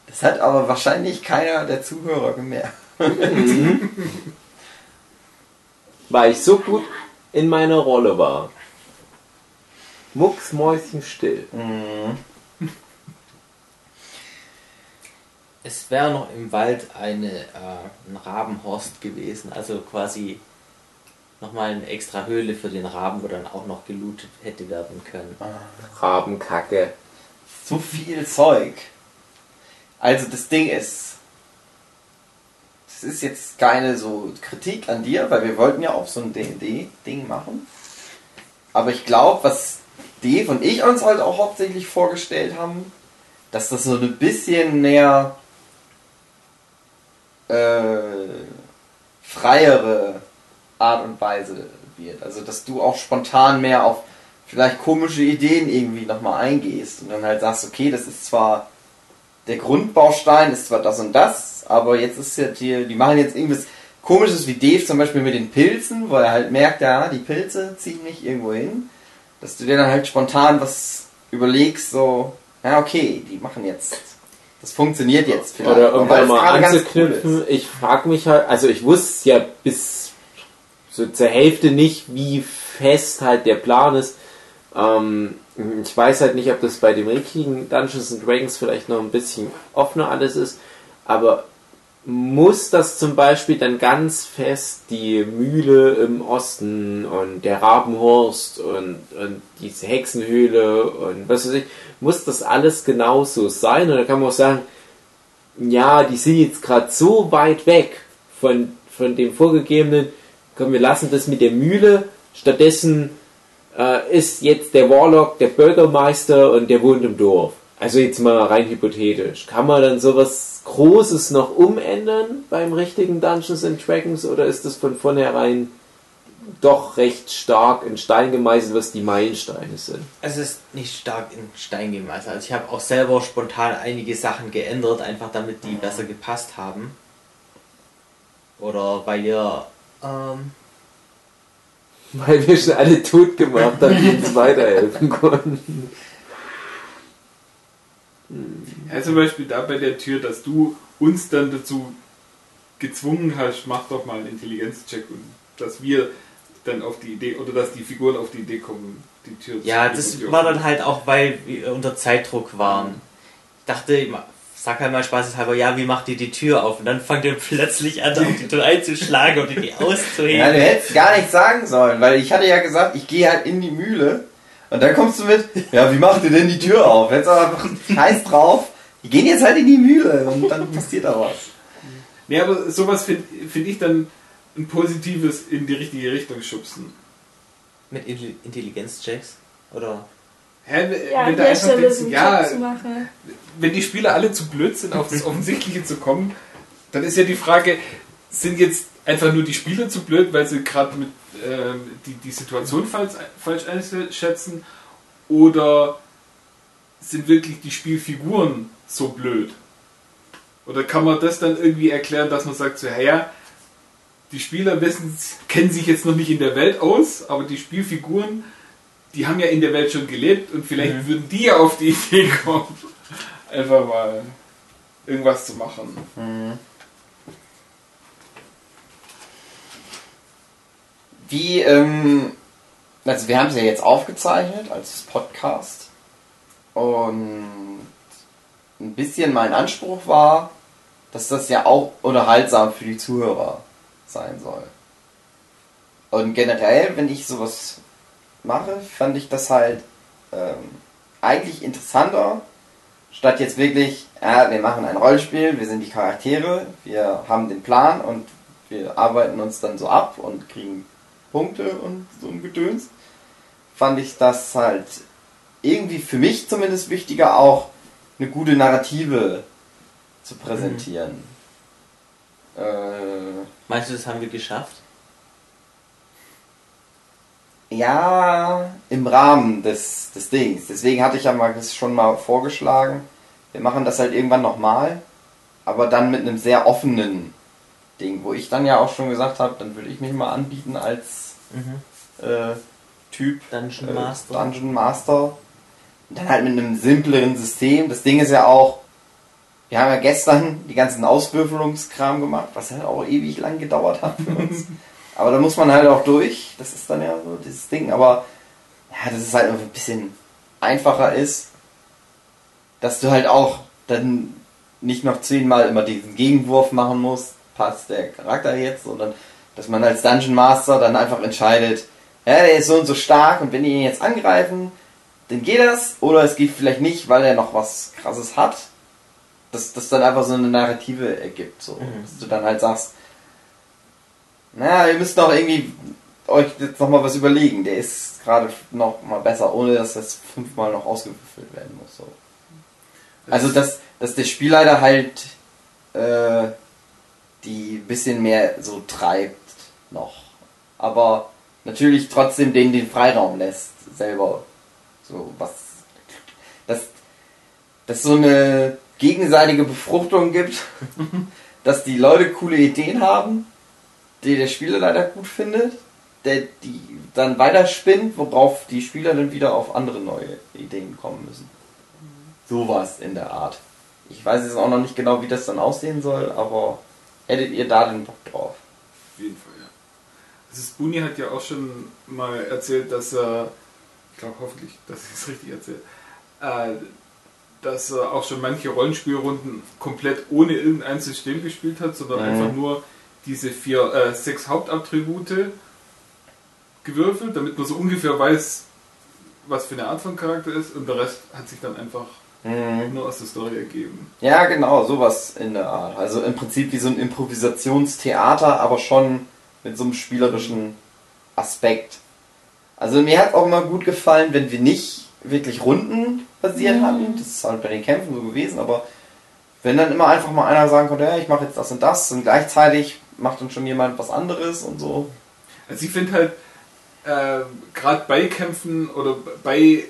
Speaker 4: Das hat aber wahrscheinlich keiner der Zuhörer gemerkt.
Speaker 7: Weil ich so gut in meiner Rolle war. Mucksmäuschen still.
Speaker 15: Es wäre noch im Wald eine, äh, ein Rabenhorst gewesen, also quasi nochmal eine extra Höhle für den Raben, wo dann auch noch gelootet hätte werden können.
Speaker 7: Rabenkacke.
Speaker 4: So viel Zeug. Also das Ding ist, das ist jetzt keine so Kritik an dir, weil wir wollten ja auch so ein D&D-Ding machen. Aber ich glaube, was Dave und ich uns halt auch hauptsächlich vorgestellt haben, dass das so ein bisschen mehr äh, freiere Art und Weise wird. Also, dass du auch spontan mehr auf vielleicht komische Ideen irgendwie nochmal eingehst und dann halt sagst, okay, das ist zwar der Grundbaustein, ist zwar das und das, aber jetzt ist ja die, die machen jetzt irgendwas komisches wie Dave zum Beispiel mit den Pilzen, weil er halt merkt, ja, die Pilze ziehen mich irgendwo hin, dass du dir dann halt spontan was überlegst, so, ja, okay, die machen jetzt. Das funktioniert jetzt vielleicht.
Speaker 7: Oder um
Speaker 4: weil
Speaker 7: da
Speaker 4: es
Speaker 7: mal
Speaker 4: gerade ganz cool
Speaker 7: anzuknüpfen,
Speaker 4: ist.
Speaker 7: ich frage mich halt, also ich wusste es ja bis so zur Hälfte nicht, wie fest halt der Plan ist. Ähm, Ich weiß halt nicht, ob das bei dem richtigen Dungeons and Dragons vielleicht noch ein bisschen offener alles ist, aber muss das zum Beispiel dann ganz fest die Mühle im Osten und der Rabenhorst und, und diese Hexenhöhle und was weiß ich, muss das alles genauso sein? Oder kann man auch sagen, ja, die sind jetzt gerade so weit weg von, von dem vorgegebenen, komm, wir lassen das mit der Mühle, stattdessen äh, ist jetzt der Warlock der Bürgermeister und der wohnt im Dorf. Also jetzt mal rein hypothetisch. Kann man dann sowas Großes noch umändern beim richtigen Dungeons and Dragons oder ist das von vornherein doch recht stark in Stein gemeißelt, was die Meilensteine sind?
Speaker 15: Es ist nicht stark in Stein gemeißelt. Also ich habe auch selber spontan einige Sachen geändert, einfach damit
Speaker 4: Mhm.
Speaker 15: die besser gepasst haben. Oder weil ihr ähm,
Speaker 7: Weil wir schon alle tot gemacht haben, die uns weiterhelfen konnten.
Speaker 8: Ja, zum Beispiel da bei der Tür, dass du uns dann dazu gezwungen hast, mach doch mal einen Intelligenzcheck und dass wir dann auf die Idee oder dass die Figuren auf die Idee kommen, die Tür
Speaker 15: Ja,
Speaker 8: zu
Speaker 15: das
Speaker 8: öffnen und die
Speaker 15: war
Speaker 8: offen-
Speaker 15: dann halt auch, weil wir unter Zeitdruck
Speaker 4: Mhm.
Speaker 15: waren. Ich dachte, ich ma- sag halt mal spaßeshalber, ja, wie macht ihr die Tür auf? Und dann fangt ihr plötzlich an, auf die Tür einzuschlagen und die
Speaker 4: Ja, du
Speaker 15: auszuheben.
Speaker 4: hättest gar nichts sagen sollen, weil ich hatte ja gesagt, ich gehe halt in die Mühle und dann kommst du mit, ja, wie macht ihr denn die Tür auf? Jetzt aber einfach scheiß drauf, wir gehen jetzt halt in die Mühle und dann passiert da was.
Speaker 8: Nee, aber sowas finde find ich dann ein positives in die richtige Richtung schubsen.
Speaker 15: Mit Intelli- Intelligenzchecks? Oder?
Speaker 8: Hä, w-
Speaker 6: Ja,
Speaker 8: wenn
Speaker 6: an
Speaker 8: da
Speaker 6: der
Speaker 8: einfach
Speaker 6: Stelle
Speaker 8: denkst,
Speaker 6: so
Speaker 8: ja,
Speaker 6: ja. zu machen.
Speaker 8: wenn die Spieler alle zu blöd sind, auf das Offensichtliche zu kommen, dann ist ja die Frage, sind jetzt einfach nur die Spieler zu blöd, weil sie gerade mit ähm, die, die Situation falsch, falsch einschätzen, oder sind wirklich die Spielfiguren so blöd? Oder kann man das dann irgendwie erklären, dass man sagt, so, "Hä, ja, die Spieler wissen, kennen sich jetzt noch nicht in der Welt aus, aber die Spielfiguren, die haben ja in der Welt schon gelebt und vielleicht würden die ja auf die Idee kommen einfach mal irgendwas zu machen.
Speaker 4: Wie, ähm, also wir haben es ja jetzt aufgezeichnet als Podcast und ein bisschen mein Anspruch war, dass das ja auch unterhaltsam für die Zuhörer sein soll. Und generell, wenn ich sowas mache, fand ich das halt ähm, eigentlich interessanter, statt jetzt wirklich, ja, wir machen ein Rollenspiel, wir sind die Charaktere, wir haben den Plan und wir arbeiten uns dann so ab und kriegen Punkte und so ein Gedöns, fand ich das halt irgendwie für mich zumindest wichtiger, auch eine gute Narrative zu präsentieren. Äh,
Speaker 15: Meinst du, das haben wir geschafft?
Speaker 4: ja, im Rahmen des, des Dings. Deswegen hatte ich ja mal das schon mal vorgeschlagen. Wir machen das halt irgendwann nochmal, aber dann mit einem sehr offenen Ding, wo ich dann ja auch schon gesagt habe, dann würde ich mich mal anbieten als äh, Typ,
Speaker 15: Dungeon
Speaker 4: äh,
Speaker 15: Master.
Speaker 4: Dungeon Master. Und dann halt mit einem simpleren System. Das Ding ist ja auch, wir haben ja gestern die ganzen Auswürfelungskram gemacht, was halt auch ewig lang gedauert hat für uns. Aber da muss man halt auch durch. Das ist dann ja so dieses Ding. Aber ja, dass es halt einfach ein bisschen einfacher ist, dass du halt auch dann nicht noch zehnmal immer diesen Gegenwurf machen musst, passt der Charakter jetzt, sondern dass man als Dungeon Master dann einfach entscheidet, ja, der ist so und so stark und wenn die ihn jetzt angreifen, dann geht das oder es geht vielleicht nicht, weil er noch was krasses hat. Dass das dann einfach so eine Narrative ergibt, so. Dass du dann halt sagst, na, ihr müsst noch irgendwie euch jetzt nochmal was überlegen. Der ist gerade noch mal besser, ohne dass das fünfmal noch ausgewürfelt werden muss. So. Also, dass, dass der Spielleiter halt äh, die bisschen mehr so treibt noch. Aber natürlich trotzdem denen den Freiraum lässt, selber so was. Dass, dass so eine gegenseitige Befruchtung gibt, dass die Leute coole Ideen haben die der Spieler leider gut findet, der die dann weiterspinnt, worauf die Spieler dann wieder auf andere neue Ideen kommen müssen. Sowas in der Art. Ich weiß jetzt auch noch nicht genau, wie das dann aussehen soll, aber hättet ihr da den Bock drauf?
Speaker 8: Auf jeden Fall, ja. Also Spoonie hat ja auch schon mal erzählt, dass er, ich glaube hoffentlich, dass ich es richtig erzähle, äh, dass er auch schon manche Rollenspielrunden komplett ohne irgendein System gespielt hat, sondern einfach nur diese vier, äh, sechs Hauptattribute gewürfelt, damit man so ungefähr weiß, was für eine Art von Charakter ist und der Rest hat sich dann einfach nur aus der Story ergeben.
Speaker 4: Mhm. Ja, genau, sowas in der Art. Also im Prinzip wie so ein Improvisationstheater, aber schon mit so einem spielerischen Aspekt. Also mir hat auch immer gut gefallen, wenn wir nicht wirklich Runden basiert hatten. Das ist halt bei den Kämpfen so gewesen, aber wenn dann immer einfach mal einer sagen konnte, ja, ich mache jetzt das und das und gleichzeitig macht dann schon jemand was anderes und so.
Speaker 8: Also ich finde halt, äh, gerade bei Kämpfen oder bei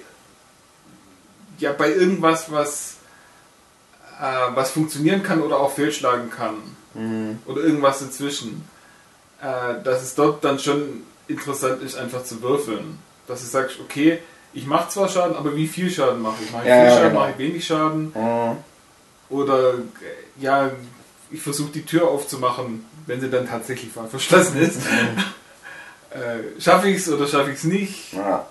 Speaker 8: ja bei irgendwas, was äh, was funktionieren kann oder auch fehlschlagen kann
Speaker 4: Mhm.
Speaker 8: oder irgendwas dazwischen, äh, dass es dort dann schon interessant ist, einfach zu würfeln, dass du sagst, okay, ich mache zwar Schaden, aber wie viel Schaden mache ich? Mache ich
Speaker 4: Ja,
Speaker 8: viel
Speaker 4: ja,
Speaker 8: Schaden,
Speaker 4: genau.
Speaker 8: mache ich wenig Schaden oder äh, ja, ich versuche die Tür aufzumachen, wenn sie dann tatsächlich mal verschlossen ist. äh, schaffe ich es oder schaffe ich es nicht?
Speaker 4: Ja.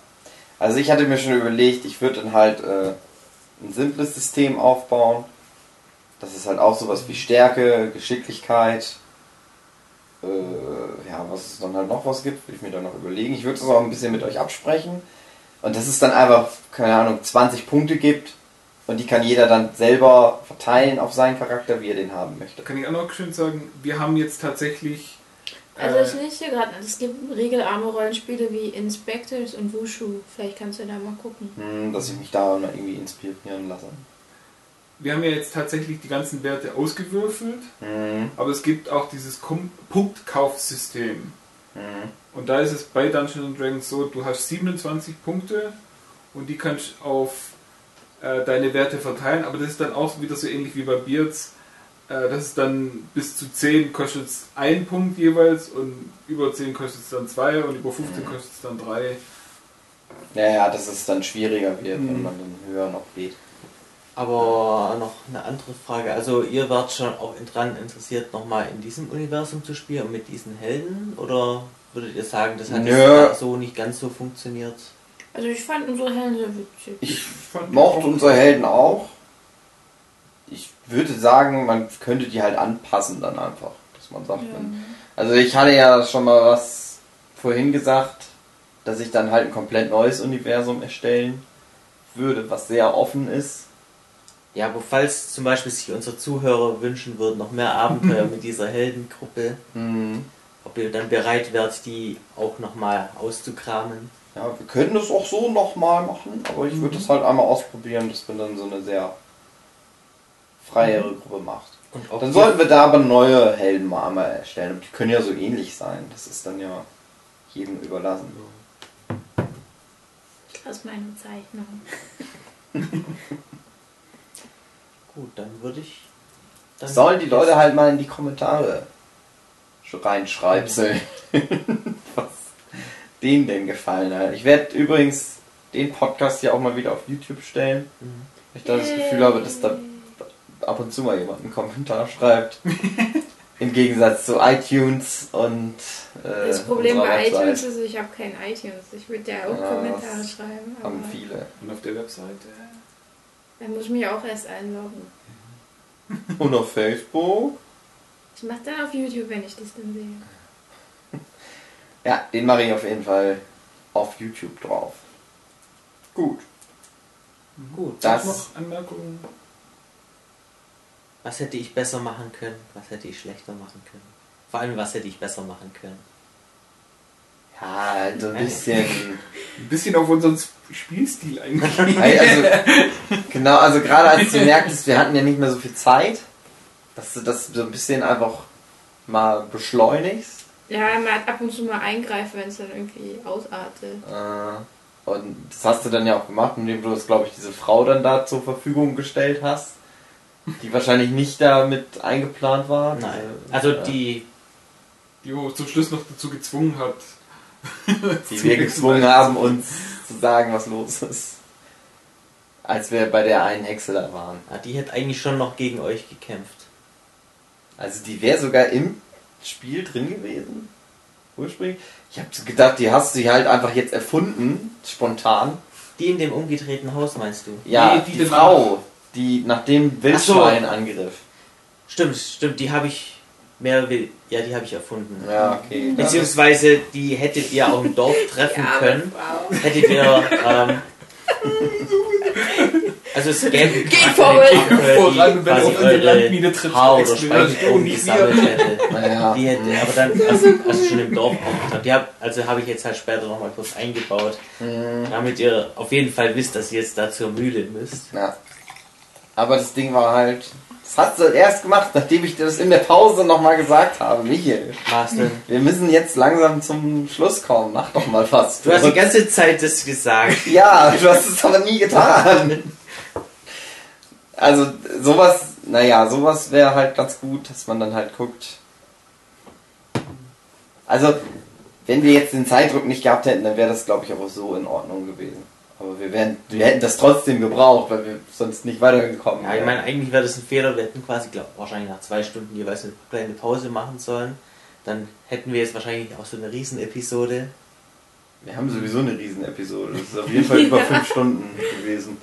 Speaker 4: Also ich hatte mir schon überlegt, ich würde dann halt äh, ein simples System aufbauen. Das ist halt auch sowas wie Stärke, Geschicklichkeit. Äh, ja, was es dann halt noch was gibt, würde ich mir dann noch überlegen. Ich würde es auch ein bisschen mit euch absprechen. Und dass es dann einfach, keine Ahnung, 20 Punkte gibt. Und die kann jeder dann selber verteilen auf seinen Charakter, wie er den haben möchte.
Speaker 8: Kann ich auch noch schön sagen, wir haben jetzt tatsächlich.
Speaker 6: Also
Speaker 8: äh,
Speaker 6: ich nicht hier gerade. Es gibt regelarme Rollenspiele wie Inspectors und Wushu. Vielleicht kannst du da mal gucken.
Speaker 4: Hm, dass ich mich da mal irgendwie inspirieren lasse.
Speaker 8: wir haben ja jetzt tatsächlich die ganzen Werte ausgewürfelt,
Speaker 4: Hm,
Speaker 8: aber es gibt auch dieses Kum- Punktkaufsystem.
Speaker 4: hm,
Speaker 8: Und da ist es bei Dungeons Dragons so, du hast 27 Punkte und die kannst auf äh, deine Werte verteilen, aber das ist dann auch wieder so ähnlich wie bei Beards. Äh, das ist dann bis zu 10 kostet es einen Punkt jeweils und über 10 kostet es dann 2 und über 15 kostet es dann 3.
Speaker 4: Ja, ja, dass es dann schwieriger wird, wenn man dann höher noch geht.
Speaker 15: Aber noch eine andere Frage. Also ihr wart schon auch dran interessiert, nochmal in diesem Universum zu spielen und mit diesen Helden? Oder würdet ihr sagen, das hat
Speaker 4: Nö.
Speaker 15: jetzt so nicht ganz so funktioniert?
Speaker 6: Also ich fand unsere Helden sehr witzig.
Speaker 4: Ich mochte unsere Helden auch. Ich würde sagen, man könnte die halt anpassen dann einfach. Dass man sagt, wenn- also ich hatte ja schon mal was vorhin gesagt, dass ich dann halt ein komplett neues Universum erstellen würde, was sehr offen ist.
Speaker 15: Ja, aber falls zum Beispiel sich unsere Zuhörer wünschen würden, noch mehr Abenteuer mit dieser Heldengruppe, ob ihr dann bereit wärt, die auch nochmal auszukramen?
Speaker 4: Ja, wir können das auch so nochmal machen, aber ich
Speaker 15: Mhm.
Speaker 4: würde das halt einmal ausprobieren, dass man dann so eine sehr freiere Gruppe macht.
Speaker 15: Mhm. Und ob
Speaker 4: Dann
Speaker 15: ihr-
Speaker 4: sollten wir da aber neue Helden mal einmal erstellen. Aber die können ja so ähnlich sein. Das ist dann ja jedem überlassen.
Speaker 6: Aus meiner Zeichnung.
Speaker 15: Gut, dann würde ich. Dann
Speaker 4: Sollen die Leute halt mal in die Kommentare sch- reinschreibseln, was denen denn gefallen hat. Ich werde übrigens den Podcast ja auch mal wieder auf YouTube stellen. Ich da das Gefühl habe, dass da ab und zu mal jemand einen Kommentar schreibt. Im Gegensatz zu iTunes und äh,
Speaker 2: Das Problem
Speaker 4: unserer
Speaker 2: bei
Speaker 4: Website
Speaker 2: iTunes ist, ich habe kein iTunes. Ich würde ja auch
Speaker 4: Ja,
Speaker 2: Kommentare
Speaker 4: das
Speaker 2: schreiben, aber
Speaker 4: haben viele.
Speaker 8: Und auf der Webseite.
Speaker 2: dann muss ich mich auch erst einloggen.
Speaker 4: Und auf Facebook.
Speaker 2: Ich mache dann auf YouTube, wenn ich das dann sehe.
Speaker 4: Ja, den mache ich auf jeden Fall auf YouTube drauf. Gut.
Speaker 15: Gut,
Speaker 4: Das-
Speaker 8: Noch Anmerkungen?
Speaker 15: was hätte ich besser machen können? Was hätte ich schlechter machen können? Vor allem, was hätte ich besser machen können?
Speaker 4: Ja, halt so ein bisschen.
Speaker 8: Ein bisschen auf unseren Spielstil eigentlich.
Speaker 4: Ey, also, genau, also gerade als du merktest, wir hatten ja nicht mehr so viel Zeit, dass du das so ein bisschen einfach mal beschleunigst.
Speaker 2: Ja, mal ab und zu mal eingreifen, wenn es dann irgendwie ausartet.
Speaker 4: Äh, Und das hast du dann ja auch gemacht, indem du das, glaube ich, diese Frau dann da zur Verfügung gestellt hast, die wahrscheinlich nicht da mit eingeplant war.
Speaker 15: Nein.
Speaker 4: Diese-
Speaker 15: Also
Speaker 4: ja,
Speaker 15: die.
Speaker 8: die uns zum Schluss noch dazu gezwungen hat.
Speaker 4: die wir gezwungen haben, uns zu sagen, was los ist. Als wir bei der einen Hexe da waren.
Speaker 15: Ah, die hätte eigentlich schon noch gegen euch gekämpft.
Speaker 4: Also die wäre sogar im Spiel drin gewesen. Ursprünglich. Ich habe gedacht, die hast du halt einfach jetzt erfunden, spontan.
Speaker 3: Die in dem umgedrehten Haus meinst du?
Speaker 4: Ja,
Speaker 8: Nee,
Speaker 4: die,
Speaker 8: die danach.
Speaker 4: Frau, die nach dem Wildschwein angriff.
Speaker 3: Stimmt, stimmt, die habe ich mehr will. Ja, die habe ich erfunden.
Speaker 4: Ja,
Speaker 3: Mhm.
Speaker 4: okay.
Speaker 3: Beziehungsweise die hättet ihr auch im Dorf treffen können.
Speaker 9: Wow.
Speaker 3: Hättet ihr. Ähm, also es gäbe Geht
Speaker 9: forward.
Speaker 3: die quasi
Speaker 8: Voran, wenn du auf eine
Speaker 3: eure
Speaker 8: Landmine trittst,
Speaker 3: Haar- oder
Speaker 8: explodierst du
Speaker 3: Speichelproben
Speaker 8: nie
Speaker 3: gesammelt hätte.
Speaker 4: Naja.
Speaker 3: Die hätte, aber dann, also, also schon im Dorf auch. Die hab, also habe ich jetzt halt später nochmal kurz eingebaut,
Speaker 8: Mhm.
Speaker 3: damit ihr auf jeden Fall wisst, dass ihr jetzt da zur Mühle müsst.
Speaker 4: Ja. Aber das Ding war halt. Das hat sie erst gemacht, nachdem ich dir das in der Pause nochmal gesagt habe. Michael,
Speaker 3: Marcel.
Speaker 4: wir müssen jetzt langsam zum Schluss kommen. Mach doch mal was.
Speaker 3: Du hast die ganze Zeit das gesagt.
Speaker 4: ja, du hast es aber nie getan. Also, sowas, naja, sowas wäre halt ganz gut, dass man dann halt guckt. Also, wenn wir jetzt den Zeitdruck nicht gehabt hätten, dann wäre das, glaube ich, auch so in Ordnung gewesen. Aber wir, wären, wir hätten das trotzdem gebraucht, weil wir sonst nicht weitergekommen
Speaker 3: Ja, ich meine, eigentlich wäre das ein Fehler. Wir hätten quasi, glaub, wahrscheinlich nach zwei Stunden jeweils eine kleine Pause machen sollen. Dann hätten wir jetzt wahrscheinlich auch so eine Riesenepisode.
Speaker 4: Wir haben sowieso eine Riesenepisode. Das ist auf jeden Fall über fünf Stunden gewesen.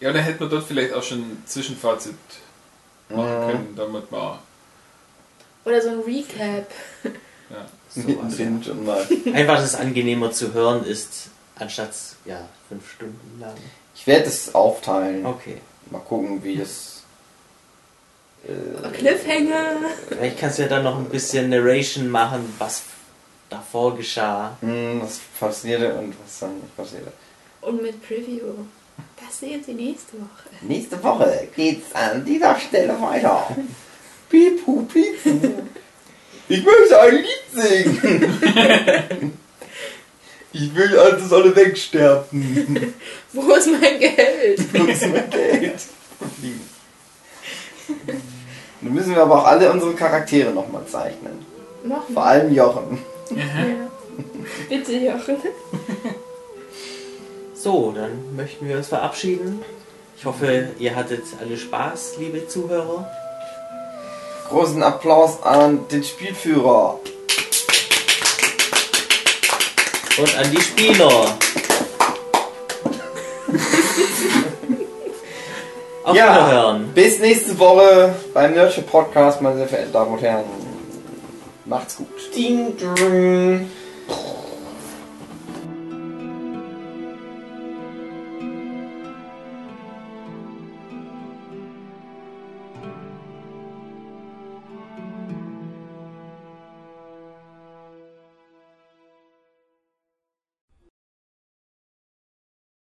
Speaker 8: Ja, und dann hätten wir dort vielleicht auch schon ein Zwischenfazit machen können, damit mal.
Speaker 6: Oder so ein Recap.
Speaker 3: Sowas.
Speaker 4: Mittendrin schon mal.
Speaker 3: also Einfach, dass es angenehmer zu hören ist, anstatt ja, fünf Stunden lang.
Speaker 4: Ich werde es aufteilen.
Speaker 3: Okay.
Speaker 4: Mal gucken, wie das. äh,
Speaker 6: Cliffhanger.
Speaker 3: Vielleicht kannst du ja dann noch ein bisschen Narration machen, was davor geschah.
Speaker 4: Hm, was passierte und was dann nicht passierte.
Speaker 6: Und mit Preview. Das sehen Sie nächste Woche.
Speaker 4: Nächste Woche geht's an dieser Stelle weiter. Pipu, pipu. Ich möchte ein Lied singen. Ich will, dass das alle wegsterben.
Speaker 6: Wo ist mein Geld?
Speaker 4: Fliegen. Nun müssen wir aber auch alle unsere Charaktere nochmal zeichnen.
Speaker 6: Noch
Speaker 4: Vor allem Jochen.
Speaker 6: Bitte, Jochen.
Speaker 3: So, dann möchten wir uns verabschieden. Ich hoffe, ihr hattet alle Spaß, liebe Zuhörer.
Speaker 4: Großen Applaus an den Spielführer.
Speaker 3: Und an die Spieler. Auf
Speaker 4: Ja.
Speaker 3: Wiederhören.
Speaker 4: Bis nächste Woche beim Nerdship Podcast, meine sehr verehrten Damen und Herren. Macht's gut.
Speaker 16: Ding, ding.